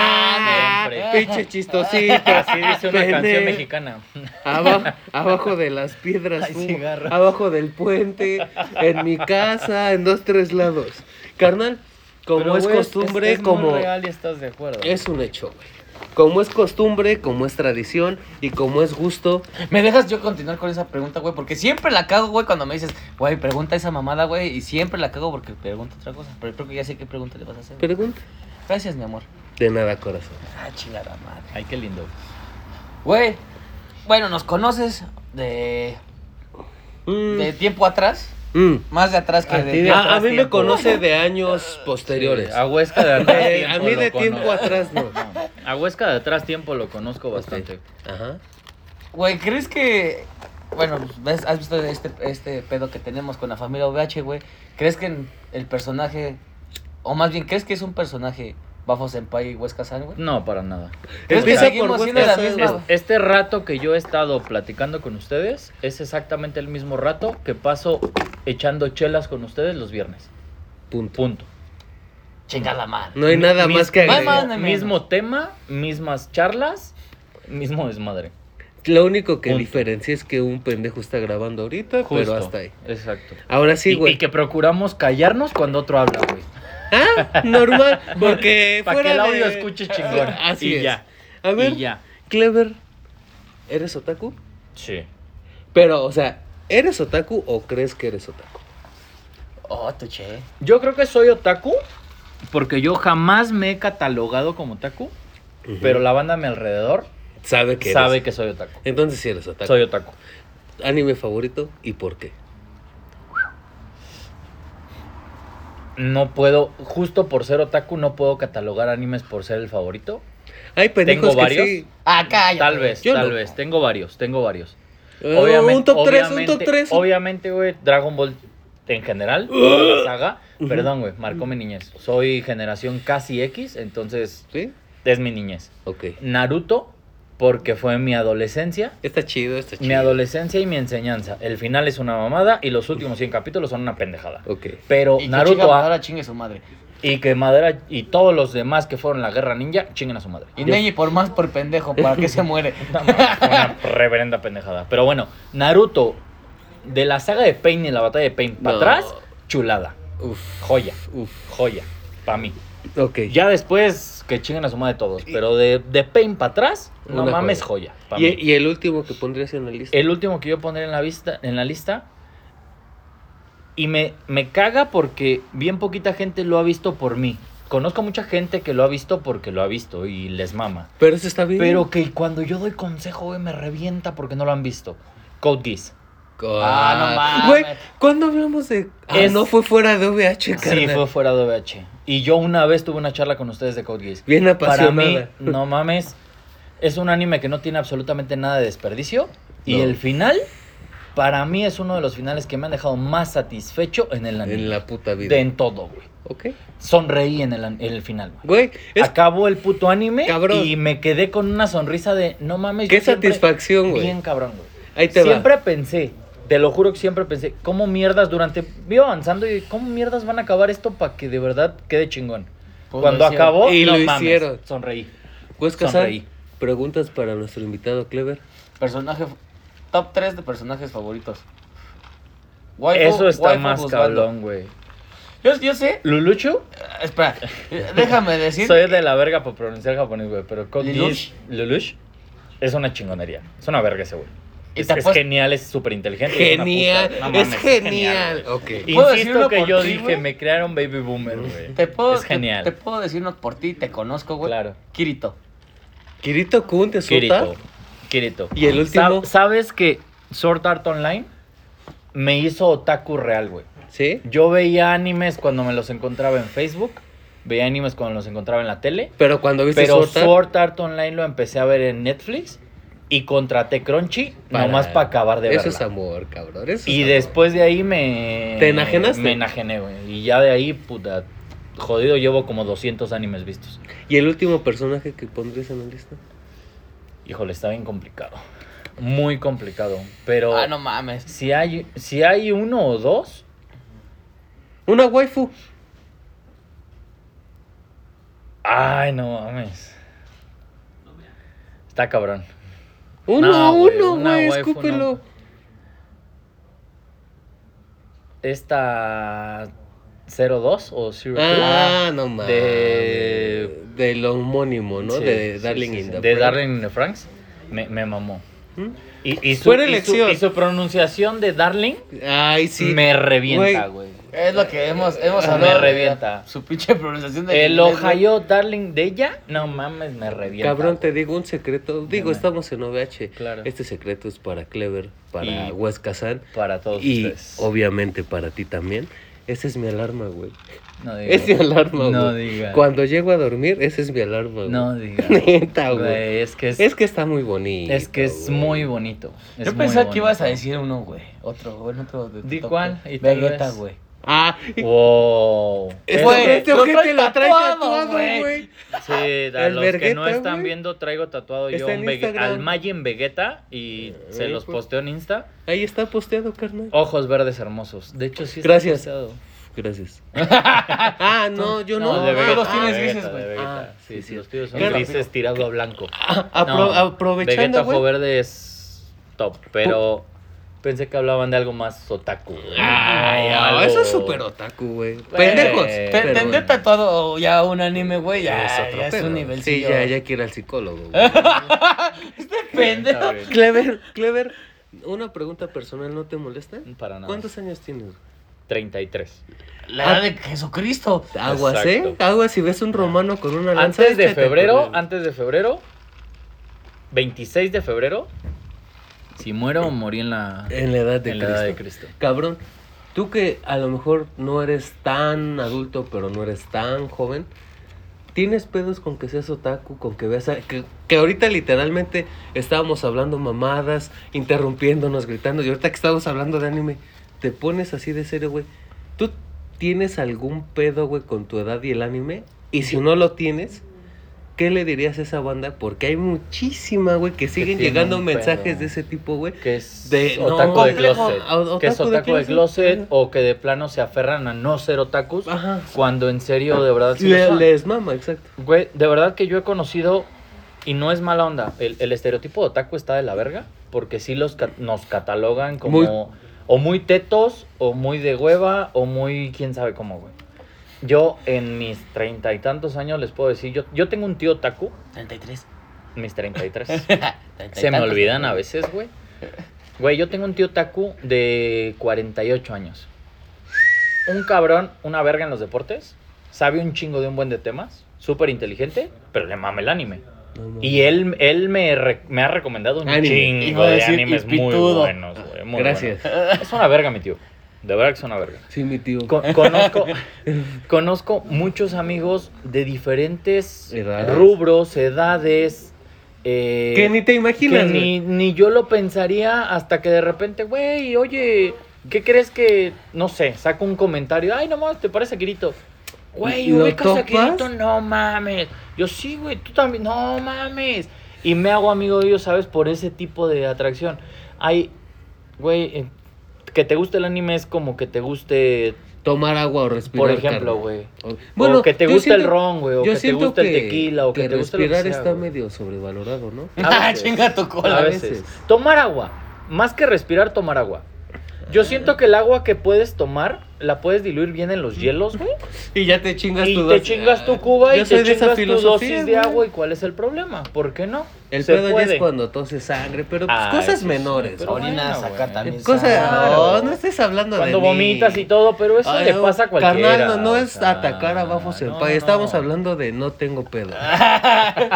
[SPEAKER 1] Ah,
[SPEAKER 3] Siempre.
[SPEAKER 1] Pinche chistosito.
[SPEAKER 3] Así dice una
[SPEAKER 1] Pendejo.
[SPEAKER 3] canción mexicana.
[SPEAKER 1] Aba- abajo de las piedras,
[SPEAKER 3] Hay
[SPEAKER 1] fumo,
[SPEAKER 3] cigarros.
[SPEAKER 1] abajo del puente, en mi casa, en dos, tres lados. Carnal, como
[SPEAKER 3] Pero,
[SPEAKER 1] es
[SPEAKER 3] güey,
[SPEAKER 1] costumbre,
[SPEAKER 3] es, es
[SPEAKER 1] como
[SPEAKER 3] Muy real y estás de acuerdo.
[SPEAKER 1] es un hecho, güey. Como es costumbre, como es tradición y como es gusto,
[SPEAKER 2] ¿Me dejas yo continuar con esa pregunta, güey? Porque siempre la cago, güey, cuando me dices, güey, pregunta esa mamada, güey. Y siempre la cago porque pregunto otra cosa. Pero creo que ya sé qué pregunta le vas a hacer. güey.
[SPEAKER 1] pregunta.
[SPEAKER 2] Gracias, mi amor.
[SPEAKER 1] De nada, corazón.
[SPEAKER 2] Ah, chingada madre.
[SPEAKER 3] Ay, qué lindo.
[SPEAKER 2] Güey, bueno, nos conoces de,
[SPEAKER 1] Mm,
[SPEAKER 2] de tiempo atrás.
[SPEAKER 1] mm.
[SPEAKER 2] Más de atrás que
[SPEAKER 3] A
[SPEAKER 2] de
[SPEAKER 3] ti de
[SPEAKER 2] atrás
[SPEAKER 1] A, a mí me
[SPEAKER 2] tiempo.
[SPEAKER 1] conoce
[SPEAKER 3] [LAUGHS]
[SPEAKER 1] de años posteriores.
[SPEAKER 3] Sí, a Huesca
[SPEAKER 1] [LAUGHS]
[SPEAKER 3] de atrás.
[SPEAKER 1] Eh, a mí
[SPEAKER 3] lo
[SPEAKER 1] de tiempo
[SPEAKER 3] conozco.
[SPEAKER 1] atrás
[SPEAKER 3] [LAUGHS]
[SPEAKER 1] no.
[SPEAKER 3] A Huesca de atrás tiempo lo conozco bastante.
[SPEAKER 1] Ajá.
[SPEAKER 2] Güey, ¿crees que.? Bueno, ¿ves? ¿has visto este, este pedo que tenemos con la familia OVH, güey? ¿Crees que en- el personaje. O más bien, ¿crees que es un personaje Bafo Senpai y Huesca San, güey?
[SPEAKER 3] No, para nada.
[SPEAKER 2] ¿Crees que
[SPEAKER 3] O sea,
[SPEAKER 2] seguimos
[SPEAKER 1] por
[SPEAKER 2] siendo
[SPEAKER 1] Huesca
[SPEAKER 2] la
[SPEAKER 1] San,
[SPEAKER 2] misma?
[SPEAKER 1] es-
[SPEAKER 2] güey?
[SPEAKER 3] Este rato que yo he estado platicando con ustedes es exactamente el mismo rato que paso echando chelas con ustedes los viernes.
[SPEAKER 1] Punto.
[SPEAKER 3] Punto.
[SPEAKER 2] Chinga la madre.
[SPEAKER 1] No hay nada
[SPEAKER 3] Mi-
[SPEAKER 1] más que
[SPEAKER 2] mis-
[SPEAKER 1] agregar.
[SPEAKER 2] Mamá, no, no.
[SPEAKER 3] Mismo tema, mismas charlas, mismo desmadre.
[SPEAKER 1] Lo único que
[SPEAKER 3] Punto.
[SPEAKER 1] diferencia es que un pendejo está grabando ahorita, pero
[SPEAKER 3] Justo.
[SPEAKER 1] hasta ahí.
[SPEAKER 3] Exacto.
[SPEAKER 1] Ahora
[SPEAKER 3] Y-
[SPEAKER 1] sí,
[SPEAKER 3] y,
[SPEAKER 1] güey.
[SPEAKER 3] que procuramos callarnos cuando otro habla, güey.
[SPEAKER 1] Ah, normal,
[SPEAKER 3] [LAUGHS]
[SPEAKER 1] porque
[SPEAKER 3] Para que
[SPEAKER 1] fuera
[SPEAKER 3] el audio
[SPEAKER 1] de-
[SPEAKER 3] escuche chingón.
[SPEAKER 1] [LAUGHS] Así
[SPEAKER 3] y
[SPEAKER 1] es.
[SPEAKER 3] ya.
[SPEAKER 1] A ver,
[SPEAKER 3] Y ya.
[SPEAKER 1] Clever, ¿eres otaku?
[SPEAKER 3] Sí.
[SPEAKER 1] Pero, o sea, ¿eres otaku o crees que eres otaku?
[SPEAKER 2] Oh, tu che.
[SPEAKER 3] Yo creo que soy otaku porque yo jamás me he catalogado como otaku, pero la banda a mi alrededor
[SPEAKER 1] sabe que
[SPEAKER 3] sabe
[SPEAKER 1] eres.
[SPEAKER 3] que soy otaku.
[SPEAKER 1] Entonces sí eres otaku.
[SPEAKER 3] Soy otaku.
[SPEAKER 1] Anime favorito y por qué.
[SPEAKER 3] No puedo, justo por ser otaku, no puedo catalogar animes por ser el favorito.
[SPEAKER 1] Hay pendejos
[SPEAKER 3] ¿Tengo
[SPEAKER 1] que
[SPEAKER 3] varios?
[SPEAKER 1] sí.
[SPEAKER 2] Ah, cállate.
[SPEAKER 3] Tal vez,
[SPEAKER 1] yo
[SPEAKER 3] tal
[SPEAKER 1] no.
[SPEAKER 3] vez. Tengo varios, tengo varios.
[SPEAKER 1] Eh, un top 3, un top
[SPEAKER 3] obviamente-
[SPEAKER 1] 3.
[SPEAKER 3] Obviamente, güey, Dragon Ball
[SPEAKER 1] [GASPS]
[SPEAKER 3] en general, toda la saga. Perdón, güey, marcó mi niñez. Soy generación casi X, entonces
[SPEAKER 1] ¿Sí?
[SPEAKER 3] es mi niñez.
[SPEAKER 1] Ok.
[SPEAKER 3] Naruto, porque fue mi adolescencia.
[SPEAKER 1] Está chido, está chido.
[SPEAKER 3] Mi adolescencia y mi enseñanza. El final es una mamada y los últimos 100 capítulos son una pendejada.
[SPEAKER 1] Ok.
[SPEAKER 3] Pero
[SPEAKER 2] Y Naruto.
[SPEAKER 3] Naruto ah.
[SPEAKER 2] Ahora chingue su madre.
[SPEAKER 3] y que Madera y todos los demás que fueron la guerra ninja, chinguen a su madre.
[SPEAKER 2] Y
[SPEAKER 3] Yo-
[SPEAKER 2] Neji por más por pendejo,
[SPEAKER 3] [LAUGHS]
[SPEAKER 2] ¿para qué se muere?
[SPEAKER 3] una reverenda pendejada. Pero bueno, Naruto, de la saga de Pain y la batalla de Pain para
[SPEAKER 1] No.
[SPEAKER 3] atrás, chulada.
[SPEAKER 1] Uf.
[SPEAKER 3] Joya,
[SPEAKER 1] Uf.
[SPEAKER 3] joya, para mí.
[SPEAKER 1] Ok.
[SPEAKER 3] Ya después que chinguen a su madre todos, pero de, de Pain para atrás, no
[SPEAKER 1] Una
[SPEAKER 3] mames, joya. pa' mí.
[SPEAKER 1] ¿Y, y el último que pondrías en la lista.
[SPEAKER 3] El último que yo pondré en la, vista, en la lista. Y me, me caga porque bien poquita gente lo ha visto por mí. Conozco mucha gente que lo ha visto porque lo ha visto y les mama.
[SPEAKER 1] Pero eso está bien.
[SPEAKER 3] Pero que cuando yo doy consejo, güey, me revienta porque no lo han visto. Code Geass.
[SPEAKER 1] [LAUGHS]
[SPEAKER 2] Ah, no
[SPEAKER 1] Güey,
[SPEAKER 2] mames.
[SPEAKER 1] ¿cuándo hablamos de.? Ah,
[SPEAKER 3] Es-
[SPEAKER 1] no fue fuera de OVH, carnal.
[SPEAKER 3] Sí, fue fuera de OVH. Y yo una vez tuve una charla con ustedes de Code Geass.
[SPEAKER 1] Bien
[SPEAKER 3] Para mí,
[SPEAKER 1] apasionada.
[SPEAKER 3] no mames, es un anime que no tiene absolutamente nada de desperdicio. Y
[SPEAKER 1] No.
[SPEAKER 3] el final, para mí, es uno de los finales que me han dejado más satisfecho en el anime.
[SPEAKER 1] En la puta vida.
[SPEAKER 3] De en todo, güey.
[SPEAKER 1] Ok.
[SPEAKER 3] Sonreí en el, an- en el final, güey.
[SPEAKER 1] Güey, es
[SPEAKER 3] Acabó el puto anime
[SPEAKER 1] Cabrón.
[SPEAKER 3] y me quedé con una sonrisa de no mames.
[SPEAKER 1] qué
[SPEAKER 3] yo siempre-
[SPEAKER 1] satisfacción, güey.
[SPEAKER 3] Bien cabrón, güey.
[SPEAKER 1] Ahí te
[SPEAKER 3] siempre pensé, te lo juro que siempre pensé, ¿cómo mierdas durante. Vio avanzando y cómo mierdas van a acabar esto para que de verdad quede chingón?
[SPEAKER 2] Pues
[SPEAKER 3] Cuando
[SPEAKER 2] lo hicieron.
[SPEAKER 3] acabó,
[SPEAKER 1] Y
[SPEAKER 3] no
[SPEAKER 1] lo
[SPEAKER 3] mames,
[SPEAKER 1] hicieron.
[SPEAKER 3] Sonreí.
[SPEAKER 1] va. Pues Casar,
[SPEAKER 3] sonreí.
[SPEAKER 1] preguntas para nuestro invitado Clever.
[SPEAKER 2] Personaje. Top 3 de personajes favoritos. Waifu-
[SPEAKER 3] Eso está
[SPEAKER 2] waifu
[SPEAKER 3] más
[SPEAKER 2] Guzmán.
[SPEAKER 3] cabrón, güey.
[SPEAKER 2] Yo, yo sé.
[SPEAKER 3] Lulucho,
[SPEAKER 2] eh, Espera, eh, déjame
[SPEAKER 3] [LAUGHS]
[SPEAKER 2] decir.
[SPEAKER 3] soy de la verga por pronunciar japonés, güey, pero Code
[SPEAKER 2] Lelouch.
[SPEAKER 3] Geass- Lelouch es una chingonería. Es una verga ese güey.
[SPEAKER 2] Y
[SPEAKER 3] Es,
[SPEAKER 2] te
[SPEAKER 3] es
[SPEAKER 2] apuesto-
[SPEAKER 3] genial, es súper inteligente.
[SPEAKER 1] Genial,
[SPEAKER 3] es, una puta- no
[SPEAKER 1] es
[SPEAKER 3] mames,
[SPEAKER 1] genial. Ok.
[SPEAKER 2] ¿Puedo decirlo
[SPEAKER 3] Insisto que
[SPEAKER 2] por
[SPEAKER 3] yo
[SPEAKER 2] ti,
[SPEAKER 3] dije,
[SPEAKER 2] güey?
[SPEAKER 3] me crearon baby boomer, güey.
[SPEAKER 2] Te puedo,
[SPEAKER 3] es
[SPEAKER 2] te-
[SPEAKER 3] genial.
[SPEAKER 2] Te, puedo decirnos por ti, te conozco, güey.
[SPEAKER 3] Claro.
[SPEAKER 2] Kirito.
[SPEAKER 1] Kirito Kun te suelta.
[SPEAKER 3] Kirito. Kirito.
[SPEAKER 1] Y el último.
[SPEAKER 3] Sa- ¿Sabes que Sword Art Online me hizo otaku real, güey?
[SPEAKER 1] Sí.
[SPEAKER 3] Yo veía animes cuando me los encontraba en Facebook, veía animes cuando los encontraba en la tele,
[SPEAKER 1] Pero cuando viste
[SPEAKER 3] pero
[SPEAKER 1] Sword Art,
[SPEAKER 3] Sword Art Online lo empecé a ver en Netflix y contraté Crunchy
[SPEAKER 1] para-
[SPEAKER 3] nomás para acabar de
[SPEAKER 1] Eso
[SPEAKER 3] verla.
[SPEAKER 1] es amor, cabrón. Eso
[SPEAKER 3] y
[SPEAKER 1] es
[SPEAKER 3] después de ahí me...
[SPEAKER 1] ¿Te enajenaste?
[SPEAKER 3] Me enajené, güey. Y ya de ahí, puta, jodido, llevo como 200 animes vistos.
[SPEAKER 1] amor. Y el último personaje que pondrías en la lista.
[SPEAKER 3] Híjole, está bien complicado. Muy complicado, pero...
[SPEAKER 2] Ah, no mames.
[SPEAKER 3] Si hay, si hay uno o dos,
[SPEAKER 1] Una waifu.
[SPEAKER 3] ay, no mames. Está cabrón.
[SPEAKER 1] Uno,
[SPEAKER 3] No, güey,
[SPEAKER 1] uno,
[SPEAKER 3] una
[SPEAKER 1] güey.
[SPEAKER 3] waifu,
[SPEAKER 1] Escúpelo.
[SPEAKER 3] no. Esta 02 o 02
[SPEAKER 1] Ah, no mames.
[SPEAKER 3] De-
[SPEAKER 1] Del homónimo, ¿no?
[SPEAKER 3] Sí,
[SPEAKER 1] de
[SPEAKER 3] sí,
[SPEAKER 1] Darling
[SPEAKER 3] sí,
[SPEAKER 1] in
[SPEAKER 3] sí.
[SPEAKER 1] the
[SPEAKER 3] De
[SPEAKER 1] Franxx.
[SPEAKER 3] Darling in the Franks. Me, me mamó.
[SPEAKER 1] ¿Mm?
[SPEAKER 3] Y, y su,
[SPEAKER 1] Buena
[SPEAKER 3] y su-
[SPEAKER 1] elección.
[SPEAKER 3] Y su, pronunciación de Darling
[SPEAKER 1] Ay, sí.
[SPEAKER 3] me revienta, güey.
[SPEAKER 2] Es lo que hemos, hemos
[SPEAKER 3] Me
[SPEAKER 2] hablado. de
[SPEAKER 3] revienta.
[SPEAKER 2] Su pinche pronunciación de.
[SPEAKER 3] El
[SPEAKER 2] inglés, güey.
[SPEAKER 3] Ohio Darling de ella, no mames, me revienta.
[SPEAKER 1] Cabrón,
[SPEAKER 3] güey.
[SPEAKER 1] te digo un secreto. Digo,
[SPEAKER 3] Dime.
[SPEAKER 1] estamos en OVH.
[SPEAKER 3] Claro.
[SPEAKER 1] Este secreto es para Clever, para
[SPEAKER 3] Y-
[SPEAKER 1] Huesca San
[SPEAKER 3] Para todos
[SPEAKER 1] y
[SPEAKER 3] ustedes.
[SPEAKER 1] obviamente para ti también. Esa es mi alarma, güey.
[SPEAKER 3] No digas.
[SPEAKER 1] [LAUGHS] Es mi alarma,
[SPEAKER 3] No
[SPEAKER 1] güey.
[SPEAKER 3] digas.
[SPEAKER 1] Cuando llego a dormir, esa es mi alarma, güey. [LAUGHS]
[SPEAKER 3] No digas.
[SPEAKER 1] Neta, Ah, güey.
[SPEAKER 3] Güey, es que es,
[SPEAKER 1] Es que está muy bonito.
[SPEAKER 3] Es que es
[SPEAKER 1] güey.
[SPEAKER 3] muy bonito. es
[SPEAKER 2] Yo
[SPEAKER 3] muy
[SPEAKER 2] pensaba que
[SPEAKER 3] bonito.
[SPEAKER 2] ibas a decir uno, güey. Otro, güey. Otro de tu
[SPEAKER 3] Di
[SPEAKER 2] top,
[SPEAKER 3] cuál,
[SPEAKER 2] güey.
[SPEAKER 3] y tal
[SPEAKER 2] Vegeta,
[SPEAKER 3] vez. Eh,
[SPEAKER 2] güey.
[SPEAKER 1] Ah,
[SPEAKER 3] Wow.
[SPEAKER 1] Este-
[SPEAKER 2] Güey,
[SPEAKER 1] este [LAUGHS]
[SPEAKER 2] lo
[SPEAKER 1] ojete
[SPEAKER 2] trae
[SPEAKER 1] lo trae
[SPEAKER 2] tatuado,
[SPEAKER 1] tatuado,
[SPEAKER 2] güey.
[SPEAKER 1] güey.
[SPEAKER 3] Sí, a
[SPEAKER 1] El
[SPEAKER 3] los que no
[SPEAKER 1] Vegeta,
[SPEAKER 3] están
[SPEAKER 1] güey.
[SPEAKER 3] viendo, traigo tatuado yo
[SPEAKER 1] Está en
[SPEAKER 3] un Vege-
[SPEAKER 1] Instagram.
[SPEAKER 3] al Mayen Vegeta y se
[SPEAKER 1] Ay,
[SPEAKER 3] los
[SPEAKER 1] pues.
[SPEAKER 3] posteo en Insta.
[SPEAKER 1] Ahí está posteado, carnal.
[SPEAKER 3] Ojos verdes hermosos. De hecho, sí está
[SPEAKER 1] Gracias.
[SPEAKER 3] posteado.
[SPEAKER 1] Gracias. ah, no, yo no.
[SPEAKER 2] No,
[SPEAKER 3] de
[SPEAKER 1] Ah,
[SPEAKER 3] Vegeta,
[SPEAKER 2] los
[SPEAKER 1] ah,
[SPEAKER 2] tienes
[SPEAKER 3] de
[SPEAKER 2] grises,
[SPEAKER 3] Vegeta,
[SPEAKER 2] güey.
[SPEAKER 3] de Vegeta.
[SPEAKER 1] Ah,
[SPEAKER 3] sí,
[SPEAKER 1] sí,
[SPEAKER 3] sí,
[SPEAKER 1] sí.
[SPEAKER 3] los tuyos son
[SPEAKER 1] Claro.
[SPEAKER 3] grises tirado a blanco.
[SPEAKER 1] ah, apro-
[SPEAKER 3] No,
[SPEAKER 1] aprovechando,
[SPEAKER 3] Vegeta
[SPEAKER 1] güey.
[SPEAKER 3] ojo verde es top, pero pensé que hablaban de algo más otaku. güey.
[SPEAKER 1] Ay,
[SPEAKER 3] No,
[SPEAKER 1] ah,
[SPEAKER 3] algo-
[SPEAKER 1] eso es súper otaku, güey. Pendejos.
[SPEAKER 3] Te-
[SPEAKER 2] Te-
[SPEAKER 1] pero
[SPEAKER 2] Tender
[SPEAKER 1] bueno.
[SPEAKER 2] tatuado ya un anime, güey, ya
[SPEAKER 1] Es
[SPEAKER 2] ya es,
[SPEAKER 1] otro pedo.
[SPEAKER 2] un nivel.
[SPEAKER 1] Sí, ya, ya quiero al psicólogo. güey.
[SPEAKER 2] Este pendejo.
[SPEAKER 1] Clever, Clever, una pregunta personal, ¿no te molesta?
[SPEAKER 3] Para nada.
[SPEAKER 1] ¿Cuántos años tienes?
[SPEAKER 3] 33.
[SPEAKER 2] La edad de Jesucristo.
[SPEAKER 3] Ah.
[SPEAKER 1] Aguas,
[SPEAKER 3] Exacto.
[SPEAKER 1] ¿eh? Aguas, si ves un romano con una lanza.
[SPEAKER 3] Antes de
[SPEAKER 1] échate a
[SPEAKER 3] febrero,
[SPEAKER 1] correr.
[SPEAKER 3] antes de febrero, 26 de febrero, si muero, morí en la,
[SPEAKER 1] En la edad de
[SPEAKER 3] en la
[SPEAKER 1] Cristo.
[SPEAKER 3] edad de Cristo.
[SPEAKER 1] Cabrón, tú que a lo mejor no eres tan adulto, pero no eres tan joven, ¿tienes pedos con que seas otaku, con que veas a... Que, que ahorita literalmente estábamos hablando mamadas, interrumpiéndonos, gritando, y ahorita que estábamos hablando de anime, te pones así de serio, güey. ¿Tú tienes algún pedo, güey, con tu edad y el anime? Y si no lo tienes... ¿Qué le dirías a esa banda? Porque hay muchísima, güey, que siguen
[SPEAKER 3] tiene
[SPEAKER 1] llegando
[SPEAKER 3] un
[SPEAKER 1] mensajes
[SPEAKER 3] pedo.
[SPEAKER 1] de ese tipo, güey.
[SPEAKER 3] Que es
[SPEAKER 1] De- no,
[SPEAKER 3] otaku de
[SPEAKER 1] complejo,
[SPEAKER 3] closet.
[SPEAKER 1] o-
[SPEAKER 3] que es
[SPEAKER 1] otaku de
[SPEAKER 3] otaku de
[SPEAKER 1] closet.
[SPEAKER 3] closet
[SPEAKER 1] Ajá.
[SPEAKER 3] o que de plano se aferran a no ser otakus.
[SPEAKER 1] Ajá.
[SPEAKER 3] Cuando en serio, de verdad, sí lo
[SPEAKER 1] Le-
[SPEAKER 3] son.
[SPEAKER 1] les mama, exacto.
[SPEAKER 3] Güey, de verdad que yo he conocido, y no es mala onda, el, el estereotipo de otaku está de la verga, porque sí los ca- nos catalogan como
[SPEAKER 1] Muy-
[SPEAKER 3] o muy tetos, o muy de hueva, o muy quién sabe cómo, güey. Yo en mis treinta y tantos años les puedo decir, yo, yo tengo un tío otaku,
[SPEAKER 2] 33.
[SPEAKER 3] mis treinta y tres.
[SPEAKER 2] [LAUGHS] Treinta y
[SPEAKER 3] Se me
[SPEAKER 2] tantos.
[SPEAKER 3] olvidan a veces, güey. Güey, yo tengo un tío Taku de 48 años. Un cabrón, una verga en los deportes. Sabe un chingo de un buen de temas. Súper inteligente, pero le mama el anime.
[SPEAKER 1] No, no.
[SPEAKER 3] Y él, él me, re- me ha recomendado un
[SPEAKER 1] Anime.
[SPEAKER 3] chingo
[SPEAKER 2] Iba a
[SPEAKER 3] de
[SPEAKER 2] decir,
[SPEAKER 3] animes
[SPEAKER 2] y
[SPEAKER 3] muy
[SPEAKER 2] pitudo.
[SPEAKER 3] buenos, güey. muy
[SPEAKER 1] Gracias.
[SPEAKER 3] buenos. Es una verga, mi tío. De verdad que es una verga.
[SPEAKER 1] Sí, mi tío.
[SPEAKER 3] Con- conozco, [LAUGHS] conozco muchos amigos de diferentes
[SPEAKER 1] Edades.
[SPEAKER 3] rubros, edades. eh,
[SPEAKER 1] que ni te imaginas,
[SPEAKER 3] que
[SPEAKER 1] güey.
[SPEAKER 3] ni, ni yo lo pensaría hasta que de repente, güey, oye, ¿qué crees que, no sé, saco un comentario? Ay, no mames, ¿te parece a Kirito? Güey,
[SPEAKER 1] ¿Lo
[SPEAKER 3] ubicas
[SPEAKER 1] topas?
[SPEAKER 3] a Kirito, no mames. Yo sí, güey, tú también, no mames. Y me hago amigo de ellos, ¿sabes? Por ese tipo de atracción. Hay, güey, eh, que te guste el anime es como que te guste,
[SPEAKER 1] Tomar agua o respirar.
[SPEAKER 3] por
[SPEAKER 1] carne.
[SPEAKER 3] ejemplo, güey.
[SPEAKER 1] O-
[SPEAKER 3] Bueno, que te
[SPEAKER 1] yo
[SPEAKER 3] gusta el
[SPEAKER 1] siento-
[SPEAKER 3] ron, güey, o
[SPEAKER 1] yo
[SPEAKER 3] que te
[SPEAKER 1] siento
[SPEAKER 3] gusta el tequila, o que, te gusta lo que
[SPEAKER 1] respirar
[SPEAKER 3] sea,
[SPEAKER 1] está
[SPEAKER 3] güey.
[SPEAKER 1] medio sobrevalorado, ¿no?
[SPEAKER 3] A
[SPEAKER 2] [LAUGHS] Ah,
[SPEAKER 3] veces.
[SPEAKER 2] chinga tu
[SPEAKER 3] a
[SPEAKER 1] A
[SPEAKER 2] cola.
[SPEAKER 1] ver.
[SPEAKER 3] veces.
[SPEAKER 1] veces.
[SPEAKER 3] Tomar agua. Más que respirar, tomar agua. Yo siento que el agua que puedes tomar la puedes diluir bien en los
[SPEAKER 1] [LAUGHS]
[SPEAKER 3] hielos, güey.
[SPEAKER 1] Y ya te chingas
[SPEAKER 3] Y
[SPEAKER 1] Mm. tu
[SPEAKER 3] te
[SPEAKER 1] dosis.
[SPEAKER 3] chingas tu
[SPEAKER 1] Ah,
[SPEAKER 3] cuba y
[SPEAKER 1] yo
[SPEAKER 3] te
[SPEAKER 1] soy de esa
[SPEAKER 3] chingas tu
[SPEAKER 1] filosofía,
[SPEAKER 3] dosis de
[SPEAKER 1] güey.
[SPEAKER 3] agua. ¿Y cuál es el problema? ¿Por qué no?
[SPEAKER 1] El
[SPEAKER 3] Se
[SPEAKER 1] pedo ya es
[SPEAKER 3] puede.
[SPEAKER 1] cuando toses sangre, pero pues,
[SPEAKER 3] Ah,
[SPEAKER 1] cosas
[SPEAKER 3] eso sí,
[SPEAKER 1] menores.
[SPEAKER 3] pero
[SPEAKER 1] güey.
[SPEAKER 2] Orina,
[SPEAKER 3] Bueno,
[SPEAKER 2] sacar
[SPEAKER 3] güey.
[SPEAKER 2] también.
[SPEAKER 1] Cosas,
[SPEAKER 2] sal.
[SPEAKER 1] no, no estés hablando
[SPEAKER 3] Cuando
[SPEAKER 1] de mí.
[SPEAKER 3] vomitas y todo, pero eso
[SPEAKER 1] Ay,
[SPEAKER 3] le pasa a cualquiera.
[SPEAKER 1] Carnal, no, no
[SPEAKER 3] o
[SPEAKER 1] es
[SPEAKER 3] sea,
[SPEAKER 1] atacar a Bafo
[SPEAKER 3] no,
[SPEAKER 1] Senpai.
[SPEAKER 3] no.
[SPEAKER 1] Estamos hablando de no tengo
[SPEAKER 3] [LAUGHS]
[SPEAKER 1] pedo.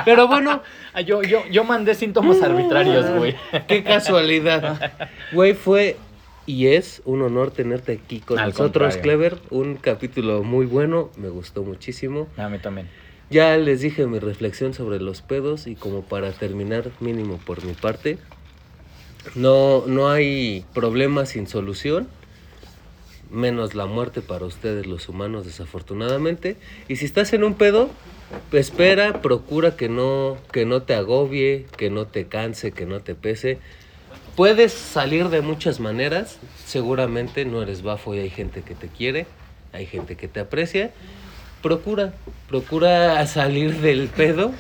[SPEAKER 1] Pero bueno,
[SPEAKER 3] Ah, yo, yo, yo mandé síntomas arbitrarios, güey.
[SPEAKER 1] Qué casualidad. Güey, fue y es un honor tenerte aquí con
[SPEAKER 3] Al
[SPEAKER 1] nosotros,
[SPEAKER 3] contrario.
[SPEAKER 1] Clever. Un capítulo muy bueno, me gustó muchísimo.
[SPEAKER 3] A mí también.
[SPEAKER 1] Ya les dije mi reflexión sobre los pedos y como para terminar, mínimo por mi parte, no, no hay problema sin solución, menos la muerte para ustedes los humanos desafortunadamente. Y si estás en un pedo, espera, procura que no, que no te agobie, que no te canse, que no te pese. Puedes salir de muchas maneras, seguramente no eres bafo y hay gente que te quiere, hay gente que te aprecia procura, procura salir del pedo,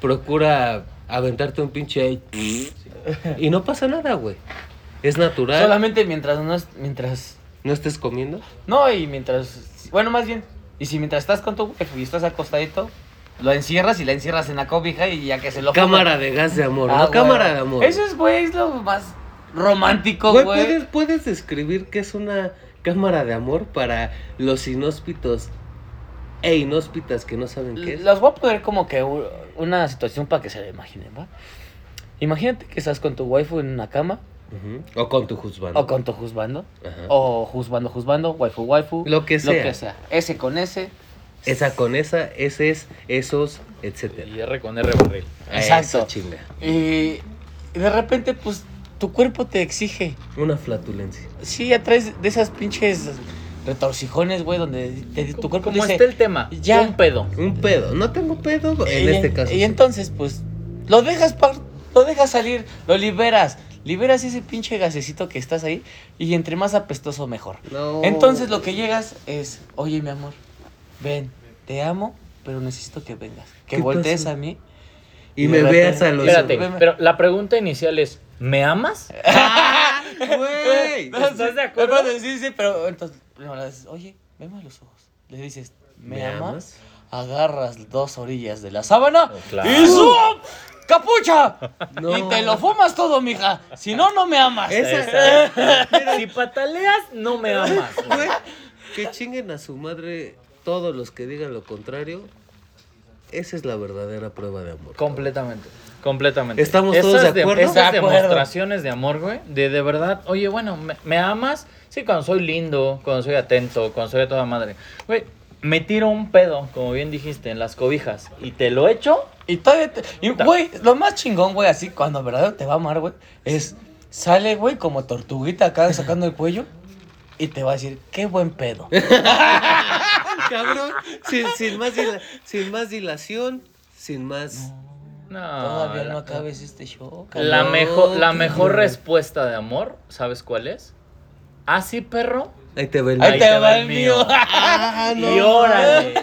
[SPEAKER 1] procura aventarte un pinche y no pasa nada, güey. Es natural.
[SPEAKER 2] Solamente mientras no es- mientras
[SPEAKER 1] No estés comiendo.
[SPEAKER 2] no y mientras bueno, más bien, y si mientras estás con tu wife y estás acostadito, lo encierras y la encierras en la cobija y ya que se lo coma.
[SPEAKER 1] cámara de gas de amor,
[SPEAKER 2] Ah,
[SPEAKER 1] ¿no?
[SPEAKER 2] güey.
[SPEAKER 1] cámara de amor.
[SPEAKER 2] Eso es güey, es lo más romántico,
[SPEAKER 1] Güey,
[SPEAKER 2] güey.
[SPEAKER 1] ¿puedes, puedes describir qué es una cámara de amor para los inhóspitos e inhóspitas que no saben qué es.
[SPEAKER 2] Las voy a poner como que u- una situación para que se la imaginen, ¿va? Imagínate que estás con tu waifu en una cama,
[SPEAKER 1] Ujú. O con tu juzgando.
[SPEAKER 2] o con tu juzbando,
[SPEAKER 1] Ajá.
[SPEAKER 2] o juzbando, juzbando, waifu, waifu,
[SPEAKER 1] Lo que sea.
[SPEAKER 2] Ese con ese.
[SPEAKER 1] Esa con esa, ese es, esos, etcétera.
[SPEAKER 3] Y R con R barril.
[SPEAKER 2] Exacto.
[SPEAKER 1] Eso, chinga.
[SPEAKER 2] Y de repente, pues, tu cuerpo te exige.
[SPEAKER 1] Una flatulencia.
[SPEAKER 2] Sí, ya traes de esas pinches retorcijones, güey, donde te- eh, tu cuerpo
[SPEAKER 3] Como
[SPEAKER 2] dice...
[SPEAKER 3] está el tema,
[SPEAKER 2] ya.
[SPEAKER 3] un pedo.
[SPEAKER 1] Un pedo. No tengo pedo en
[SPEAKER 2] "Eh, Y-
[SPEAKER 1] este caso.
[SPEAKER 2] Y entonces, pues, lo dejas par- lo dejas salir, lo liberas, liberas ese pinche gasecito que estás ahí y entre más apestoso mejor.
[SPEAKER 1] No.
[SPEAKER 2] Entonces lo que llegas es, oye mi amor, ven, te amo, pero necesito que vengas, que
[SPEAKER 1] ¿Qué
[SPEAKER 2] voltees
[SPEAKER 1] pasó?
[SPEAKER 2] a mí.
[SPEAKER 1] Y me veas a los
[SPEAKER 3] Espérate,
[SPEAKER 2] Veme.
[SPEAKER 3] pero la pregunta inicial es, ¿me
[SPEAKER 2] [LAUGHS]
[SPEAKER 3] amas?
[SPEAKER 1] ¡Ah, güey!
[SPEAKER 2] No,
[SPEAKER 3] ¿Estás
[SPEAKER 2] sí,
[SPEAKER 3] de acuerdo?
[SPEAKER 2] entonces, sí, sí, pero entonces, primero le dices, oye, veme a los ojos. Le dices, ¿me, amas? Agarras dos orillas de la sábana
[SPEAKER 3] Oh, claro.
[SPEAKER 2] y ¡zum! ¡Capucha!
[SPEAKER 1] No.
[SPEAKER 2] Y te lo fumas todo, mija. Si no, no me amas.
[SPEAKER 1] Esa-
[SPEAKER 3] Exacto. Si pataleas, no me amas. güey.
[SPEAKER 1] Güey, que chinguen a su madre todos los que digan lo contrario. Esa es la verdadera prueba de amor.
[SPEAKER 3] Completamente. Completamente.
[SPEAKER 1] ¿Estamos todos de
[SPEAKER 3] dem-
[SPEAKER 1] acuerdo?
[SPEAKER 3] Esas
[SPEAKER 2] De acuerdo.
[SPEAKER 3] demostraciones de amor, güey. De, de verdad, oye, bueno, ¿me, me amas? Sí, cuando soy lindo, cuando soy atento, cuando soy a toda madre. Güey, me tiro un pedo, como bien dijiste, en las cobijas. Y te lo echo.
[SPEAKER 2] Y todavía te- y, güey, lo más chingón, güey, así cuando verdadero te va a amar, güey, es sale, güey, como tortuguita acá sacando el cuello y te va a decir, qué buen pedo.
[SPEAKER 1] [LAUGHS] Cabrón, sin, sin más dila- sin más dilación, sin más.
[SPEAKER 3] No,
[SPEAKER 2] Todavía
[SPEAKER 3] Ah, la-
[SPEAKER 2] no acabes este show. cabrón.
[SPEAKER 3] La
[SPEAKER 1] No,
[SPEAKER 3] mejor, la
[SPEAKER 1] qué
[SPEAKER 3] mejor
[SPEAKER 1] horror.
[SPEAKER 3] respuesta de amor, ¿sabes cuál es? Ah, sí, perro.
[SPEAKER 1] Ahí te ve el
[SPEAKER 2] Ahí,
[SPEAKER 1] like.
[SPEAKER 2] te, va, el mío. [LAUGHS]
[SPEAKER 1] Ah, no
[SPEAKER 3] y órale.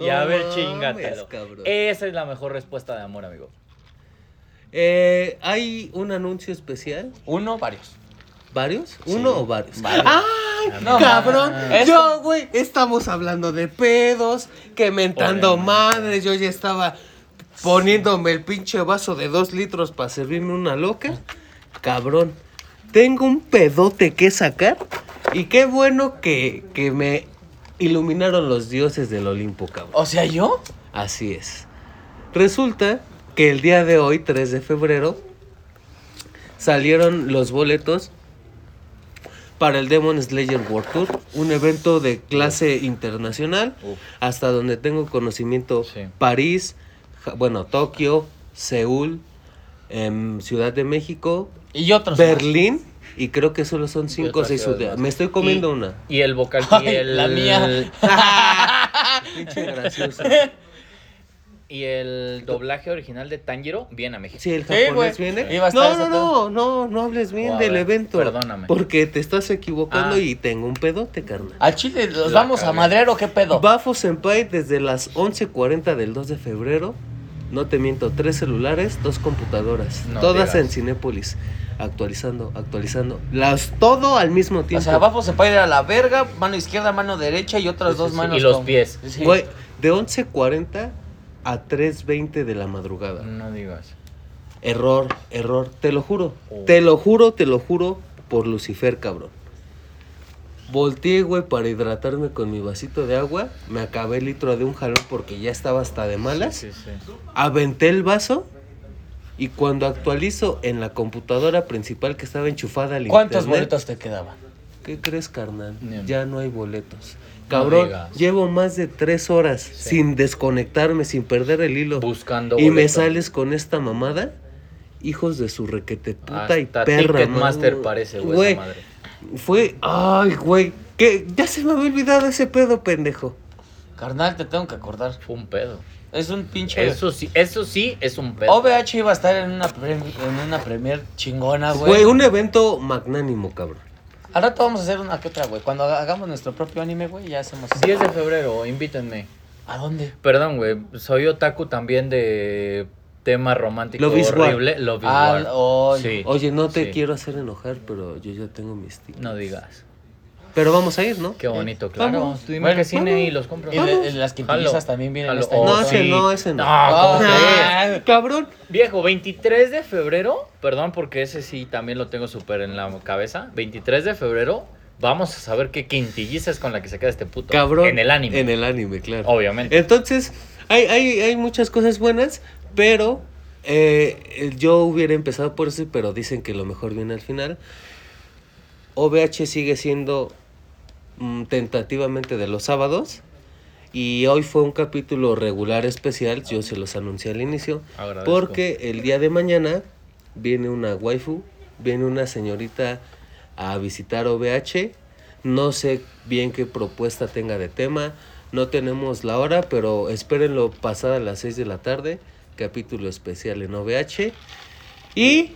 [SPEAKER 3] Y
[SPEAKER 1] No
[SPEAKER 3] a ver,
[SPEAKER 1] mames,
[SPEAKER 3] chingatelo.
[SPEAKER 1] cabrón.
[SPEAKER 3] Esa es la mejor respuesta de amor, amigo.
[SPEAKER 1] Eh, Hay un anuncio especial.
[SPEAKER 2] Uno, varios.
[SPEAKER 1] ¿Varios? ¿Uno o varios? Ah, ¡Ay,
[SPEAKER 2] No,
[SPEAKER 1] cabrón!
[SPEAKER 2] mames.
[SPEAKER 1] Yo, güey, estamos hablando de pedos, que mentando
[SPEAKER 3] Ponemos.
[SPEAKER 1] madres. Yo ya estaba poniéndome el pinche vaso de dos litros para servirme una loca. Cabrón, tengo un pedote que sacar. Y qué bueno que, que me iluminaron los dioses del Olimpo, cabrón.
[SPEAKER 2] O sea, yo.
[SPEAKER 1] Así es. Resulta que el día de hoy, 3 de febrero, salieron los boletos para el Demon Slayer World Tour, un evento de clase internacional,
[SPEAKER 3] Uf.
[SPEAKER 1] hasta donde tengo conocimiento
[SPEAKER 3] Sí.
[SPEAKER 1] París, Ja- bueno, Tokio, Seúl, em, Ciudad de México,
[SPEAKER 2] Y otros. más.
[SPEAKER 1] Berlín, y creo que solo son 5 o
[SPEAKER 3] otras
[SPEAKER 1] 6
[SPEAKER 3] ciudades
[SPEAKER 1] ciudades.
[SPEAKER 3] más.
[SPEAKER 1] Me estoy comiendo
[SPEAKER 3] Y- [LAUGHS]
[SPEAKER 1] una.
[SPEAKER 3] Y el vocal y
[SPEAKER 2] Ay,
[SPEAKER 3] el-
[SPEAKER 2] La mía.
[SPEAKER 1] Pinche gracioso.
[SPEAKER 3] Y el doblaje original de Tanjiro viene a México.
[SPEAKER 1] Sí, el
[SPEAKER 2] Sí,
[SPEAKER 1] japonés
[SPEAKER 2] güey. pues,
[SPEAKER 1] viene.
[SPEAKER 2] Iba a
[SPEAKER 1] no,
[SPEAKER 2] estar
[SPEAKER 1] no,
[SPEAKER 2] ese
[SPEAKER 1] no, no, no hables bien
[SPEAKER 3] O a
[SPEAKER 1] del
[SPEAKER 3] ver,
[SPEAKER 1] evento.
[SPEAKER 3] perdóname.
[SPEAKER 1] Porque te estás equivocando
[SPEAKER 3] Ah.
[SPEAKER 1] y tengo un pedote, carnal.
[SPEAKER 2] Al chile, ¿los
[SPEAKER 3] La
[SPEAKER 2] vamos a
[SPEAKER 3] cagué.
[SPEAKER 2] madrero qué Ah, pedo?
[SPEAKER 1] Bafo Senpai desde las 11.40 del 2 de febrero. No te miento, tres celulares, dos computadoras.
[SPEAKER 3] No
[SPEAKER 1] todas
[SPEAKER 3] digas.
[SPEAKER 1] en Cinépolis. Actualizando, actualizando. Las todo al mismo
[SPEAKER 2] O
[SPEAKER 1] tiempo.
[SPEAKER 2] sea, Bafo se puede ir a la verga, mano izquierda, mano derecha y otras
[SPEAKER 3] Sí, sí,
[SPEAKER 2] dos
[SPEAKER 3] sí.
[SPEAKER 2] manos.
[SPEAKER 3] Y los
[SPEAKER 2] con-
[SPEAKER 3] pies.
[SPEAKER 2] Sí.
[SPEAKER 1] Güey, de 11.40 a 3.20 de la madrugada.
[SPEAKER 3] No digas.
[SPEAKER 1] Error, error, te lo juro.
[SPEAKER 3] Oh.
[SPEAKER 1] Te lo juro, te lo juro por Lucifer, cabrón. Volteé, güey, para hidratarme con mi vasito de agua. Me acabé el litro de un jalón porque ya estaba hasta de malas.
[SPEAKER 3] Sí, sí.
[SPEAKER 1] Aventé el vaso. Y cuando actualizo en la computadora principal que estaba enchufada al
[SPEAKER 2] ¿Cuántos
[SPEAKER 1] internet,
[SPEAKER 2] boletos te quedaban?
[SPEAKER 1] ¿Qué crees, carnal?
[SPEAKER 3] Ni uno.
[SPEAKER 1] Ya no hay boletos. Cabrón,
[SPEAKER 3] digas.
[SPEAKER 1] llevo más de tres horas sin desconectarme, sin perder el hilo.
[SPEAKER 3] Buscando
[SPEAKER 1] Y me
[SPEAKER 3] boleto.
[SPEAKER 1] sales con esta mamada. Hijos de su requete puta y
[SPEAKER 3] Hasta
[SPEAKER 1] perra.
[SPEAKER 3] Ticketmaster
[SPEAKER 1] mano.
[SPEAKER 3] parece, güey, esa madre.
[SPEAKER 1] Fue. Ay, güey. Que ya se me había olvidado ese pedo, pendejo.
[SPEAKER 2] Carnal, te tengo que acordar.
[SPEAKER 3] Fue un pedo.
[SPEAKER 2] Es un pinche.
[SPEAKER 3] Eso sí, eso sí es un pedo.
[SPEAKER 2] OVH iba a estar en una, prem- en una premier chingona, güey.
[SPEAKER 1] Güey, un evento magnánimo, cabrón.
[SPEAKER 2] Al rato vamos a hacer una que otra, güey. Cuando ha- hagamos nuestro propio anime, güey, ya hacemos.
[SPEAKER 3] 10 de febrero, invítenme.
[SPEAKER 2] ¿A dónde?
[SPEAKER 3] Perdón, güey, soy otaku también de tema romántico
[SPEAKER 1] Love is War.
[SPEAKER 3] horrible. Love is
[SPEAKER 2] Al-
[SPEAKER 3] War.
[SPEAKER 2] hoy.
[SPEAKER 3] Sí.
[SPEAKER 1] Oye, no te
[SPEAKER 3] sí.
[SPEAKER 1] quiero hacer enojar, pero yo ya tengo mis tickets.
[SPEAKER 3] No digas.
[SPEAKER 1] Pero vamos a ir, ¿no?
[SPEAKER 3] Qué bonito, claro.
[SPEAKER 1] Eh, vamos.
[SPEAKER 3] Tú dime
[SPEAKER 2] Bueno,
[SPEAKER 3] qué cine
[SPEAKER 1] vamos.
[SPEAKER 3] y los compro.
[SPEAKER 2] Y de- de las quintillas también vienen
[SPEAKER 3] Jalo.
[SPEAKER 2] este
[SPEAKER 3] Oh,
[SPEAKER 2] año.
[SPEAKER 1] No, ese
[SPEAKER 3] sí.
[SPEAKER 1] no, ese no.
[SPEAKER 3] No, ¿cómo crees?
[SPEAKER 2] Ah.
[SPEAKER 1] Cabrón.
[SPEAKER 3] Viejo, 23 de febrero, perdón porque ese sí también lo tengo súper en la cabeza. 23 de febrero, vamos a saber qué quintilliza es con la que se queda este puto.
[SPEAKER 1] Cabrón.
[SPEAKER 3] En el anime.
[SPEAKER 1] En el anime, claro.
[SPEAKER 3] Obviamente.
[SPEAKER 1] Entonces, hay, hay, hay muchas cosas buenas, pero eh, eh, yo hubiera empezado por eso, pero dicen que lo mejor viene al final. OVH sigue siendo mm, tentativamente de los sábados. Y hoy fue un capítulo regular especial, yo se los anuncié al inicio,
[SPEAKER 3] Agradezco.
[SPEAKER 1] porque el día de mañana viene una waifu, viene una señorita a visitar OVH, No sé bien qué propuesta tenga de tema. No tenemos la hora, pero espérenlo pasada las 6 de la tarde. Capítulo especial en OVH. Y.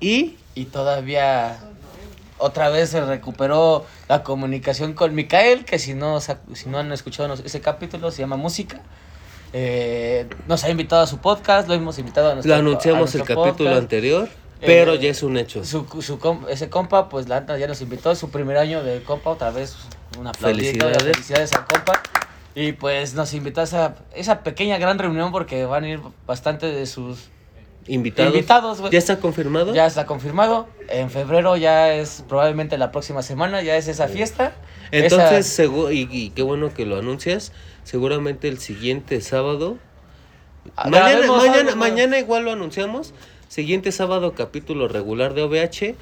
[SPEAKER 1] Y.
[SPEAKER 2] Y todavía otra vez se recuperó la comunicación con Micael, que si no, sa- si no han escuchado nos- ese capítulo, se llama Música. Eh, nos ha invitado a su podcast, lo hemos invitado a nuestro
[SPEAKER 1] Lo anunciamos el
[SPEAKER 2] a nuestro
[SPEAKER 1] capítulo
[SPEAKER 2] podcast.
[SPEAKER 1] anterior, pero
[SPEAKER 2] Eh,
[SPEAKER 1] ya es un hecho.
[SPEAKER 2] Su, su com- ese compa, pues la neta, ya nos invitó, es su primer año de compa, otra vez una felicidades.
[SPEAKER 1] Felicidades.
[SPEAKER 2] felicidades al compa. Y pues nos invitó a esa, esa pequeña gran reunión porque van a ir bastante de sus
[SPEAKER 1] Invitados.
[SPEAKER 2] invitados, güey.
[SPEAKER 1] ¿Ya está confirmado?
[SPEAKER 2] Ya está confirmado. En febrero ya es probablemente la próxima semana, ya es esa fiesta.
[SPEAKER 1] Entonces,
[SPEAKER 2] Esa-
[SPEAKER 1] segu- y, y qué bueno que lo anuncias. Seguramente el siguiente sábado.
[SPEAKER 2] Ah,
[SPEAKER 1] eh, Mañana,
[SPEAKER 2] grabemos
[SPEAKER 1] mañana,
[SPEAKER 2] algo, ¿no?
[SPEAKER 1] mañana igual lo anunciamos. Siguiente sábado, capítulo regular de OVH.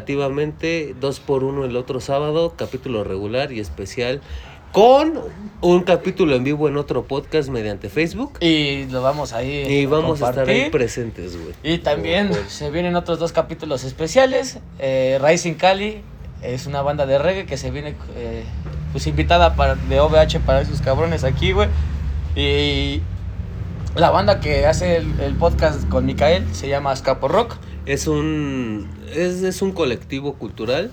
[SPEAKER 1] Tentativamente, dos por uno el otro sábado, capítulo regular y especial. Con un capítulo en vivo en otro podcast mediante Facebook.
[SPEAKER 2] Y lo vamos ahí.
[SPEAKER 1] Y vamos a estar ahí Oh, pues.
[SPEAKER 2] compartir.
[SPEAKER 1] presentes, güey.
[SPEAKER 2] Y también se vienen otros dos capítulos especiales. Eh, Rising Cali es una banda de reggae que se viene eh, pues invitada para, de OVH para esos cabrones aquí, güey. Y la banda que hace el, el podcast con Micael se llama Escapo Rock.
[SPEAKER 1] Es un, es, es un colectivo cultural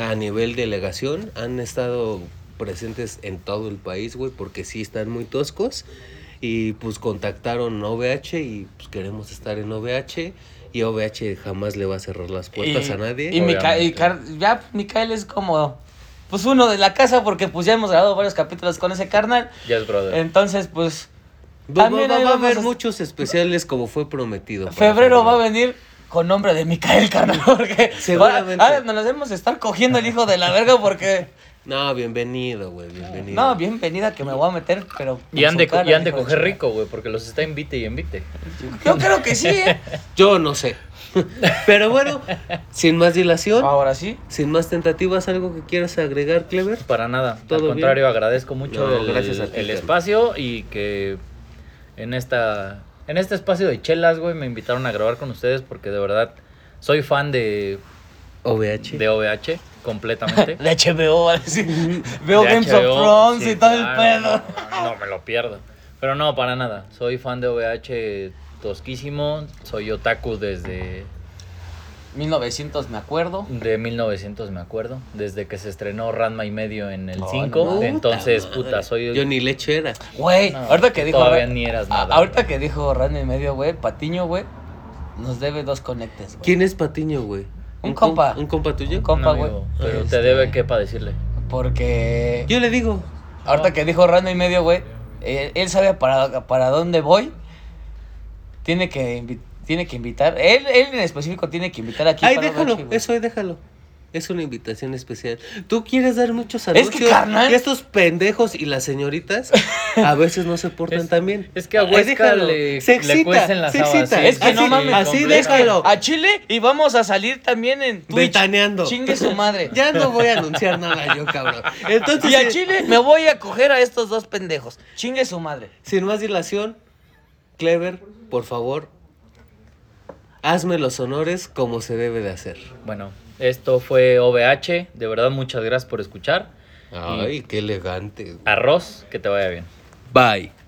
[SPEAKER 1] a nivel delegación. Han estado presentes en todo el país, güey, porque sí están muy toscos. Y pues contactaron OVH y pues queremos estar en OVH. Y OVH jamás le va a cerrar las puertas
[SPEAKER 2] Y-
[SPEAKER 1] a nadie.
[SPEAKER 2] Y, Mica- y
[SPEAKER 3] Obviamente.
[SPEAKER 2] Car- ya Micael es como pues uno de la casa porque pues ya hemos grabado varios capítulos con ese carnal.
[SPEAKER 3] Ya es brother.
[SPEAKER 2] Entonces pues
[SPEAKER 1] Va, va-
[SPEAKER 2] también
[SPEAKER 1] va-
[SPEAKER 2] ahí
[SPEAKER 1] va a
[SPEAKER 2] vamos
[SPEAKER 1] haber
[SPEAKER 2] a-
[SPEAKER 1] muchos especiales como fue prometido. para
[SPEAKER 2] Febrero va a venir con nombre de Micael, carnal, [LAUGHS] porque
[SPEAKER 1] Seguramente.
[SPEAKER 2] ahora- ahora nos debemos estar cogiendo el hijo de la verga porque...
[SPEAKER 1] No, bienvenido, güey, bienvenido.
[SPEAKER 2] No, bienvenida que me voy a meter, pero... con
[SPEAKER 3] Y han
[SPEAKER 2] su
[SPEAKER 3] de, co-
[SPEAKER 2] cara,
[SPEAKER 3] y han de
[SPEAKER 2] hijo
[SPEAKER 3] coger
[SPEAKER 2] su-
[SPEAKER 3] rico, güey, porque los está invite y invite.
[SPEAKER 2] Yo creo que sí,
[SPEAKER 1] [LAUGHS]
[SPEAKER 2] ¿eh?
[SPEAKER 1] Yo no sé. Pero bueno, sin más dilación.
[SPEAKER 2] Ahora sí.
[SPEAKER 1] Sin más tentativas, algo que quieras agregar, Clever.
[SPEAKER 3] Para nada.
[SPEAKER 1] Todo
[SPEAKER 3] Al
[SPEAKER 1] bien.
[SPEAKER 3] contrario, agradezco mucho
[SPEAKER 1] No,
[SPEAKER 3] el,
[SPEAKER 1] gracias a ti,
[SPEAKER 3] el
[SPEAKER 1] Carlos.
[SPEAKER 3] espacio y que en esta en este espacio de chelas, güey, me invitaron a grabar con ustedes porque de verdad soy fan de,
[SPEAKER 1] OVH.
[SPEAKER 3] de OVH completamente.
[SPEAKER 2] De HBO, ahora sí. [LAUGHS] Veo
[SPEAKER 3] De
[SPEAKER 2] Games
[SPEAKER 3] HBO,
[SPEAKER 2] of Thrones
[SPEAKER 3] sí,
[SPEAKER 2] y todo el
[SPEAKER 3] claro,
[SPEAKER 2] pedo.
[SPEAKER 3] No, no, no me lo pierdo. Pero no, para nada. Soy fan de OVH tosquísimo. Soy otaku desde
[SPEAKER 2] 1900, me acuerdo.
[SPEAKER 3] de 1900, me acuerdo. Desde que se estrenó Ranma y medio en el
[SPEAKER 2] Ay,
[SPEAKER 3] 5.
[SPEAKER 2] puta
[SPEAKER 3] Entonces,
[SPEAKER 1] madre.
[SPEAKER 3] puta, soy...
[SPEAKER 1] Yo ni leche era.
[SPEAKER 2] Güey,
[SPEAKER 3] No,
[SPEAKER 2] ahorita que
[SPEAKER 3] tú
[SPEAKER 2] dijo.
[SPEAKER 3] todavía
[SPEAKER 2] Ra-
[SPEAKER 3] ni eras
[SPEAKER 2] a-
[SPEAKER 3] nada,
[SPEAKER 2] ahorita
[SPEAKER 3] güey.
[SPEAKER 2] que dijo Randy y medio, güey, Patiño, güey, nos debe dos conectes, güey.
[SPEAKER 1] ¿Quién es Patiño, güey?
[SPEAKER 2] Un
[SPEAKER 1] com-
[SPEAKER 2] compa.
[SPEAKER 1] ¿Un compa tuyo?
[SPEAKER 2] Un compa,
[SPEAKER 3] No,
[SPEAKER 2] güey.
[SPEAKER 3] amigo, pero
[SPEAKER 2] Este,
[SPEAKER 3] te debe que decirle.
[SPEAKER 2] Porque.
[SPEAKER 1] Yo le digo.
[SPEAKER 2] Ahorita que dijo Randy y medio, güey, eh, él, él sabe para, para dónde voy. Tiene que, invi- tiene que invitar. Él, él en específico tiene que invitar aquí.
[SPEAKER 1] Ay,
[SPEAKER 2] para
[SPEAKER 1] déjalo.
[SPEAKER 2] Rochi, güey.
[SPEAKER 1] Eso, ahí déjalo. Es una invitación especial. Tú quieres dar muchos anuncios.
[SPEAKER 2] que, carnal-
[SPEAKER 1] Y estos pendejos y las
[SPEAKER 2] [LAUGHS]
[SPEAKER 1] señoritas a veces no se portan
[SPEAKER 3] Es-
[SPEAKER 1] tan bien.
[SPEAKER 3] es que a
[SPEAKER 1] Ay,
[SPEAKER 3] Huesca
[SPEAKER 1] déjalo.
[SPEAKER 3] le-
[SPEAKER 1] se
[SPEAKER 3] le
[SPEAKER 1] excita,
[SPEAKER 3] cuecen las
[SPEAKER 1] se
[SPEAKER 3] habas,
[SPEAKER 1] excita.
[SPEAKER 3] sí.
[SPEAKER 2] Es que no
[SPEAKER 1] Así-
[SPEAKER 2] mames.
[SPEAKER 1] Así
[SPEAKER 3] completo.
[SPEAKER 1] déjalo.
[SPEAKER 2] A Chile y vamos a salir también en Twitch.
[SPEAKER 1] Ventaneando.
[SPEAKER 2] Chingue su madre.
[SPEAKER 1] [LAUGHS] Ya no voy a anunciar nada yo, cabrón. Entonces,
[SPEAKER 2] Y a
[SPEAKER 1] eh,
[SPEAKER 2] Chile me voy a coger a estos dos pendejos. Chingue su madre.
[SPEAKER 1] Sin más dilación, Clever, por favor, hazme los honores como se debe de hacer.
[SPEAKER 3] Bueno, esto fue OVH. De verdad, muchas gracias por escuchar.
[SPEAKER 1] Ay, qué elegante.
[SPEAKER 3] Arroz, que te vaya bien.
[SPEAKER 1] Bye.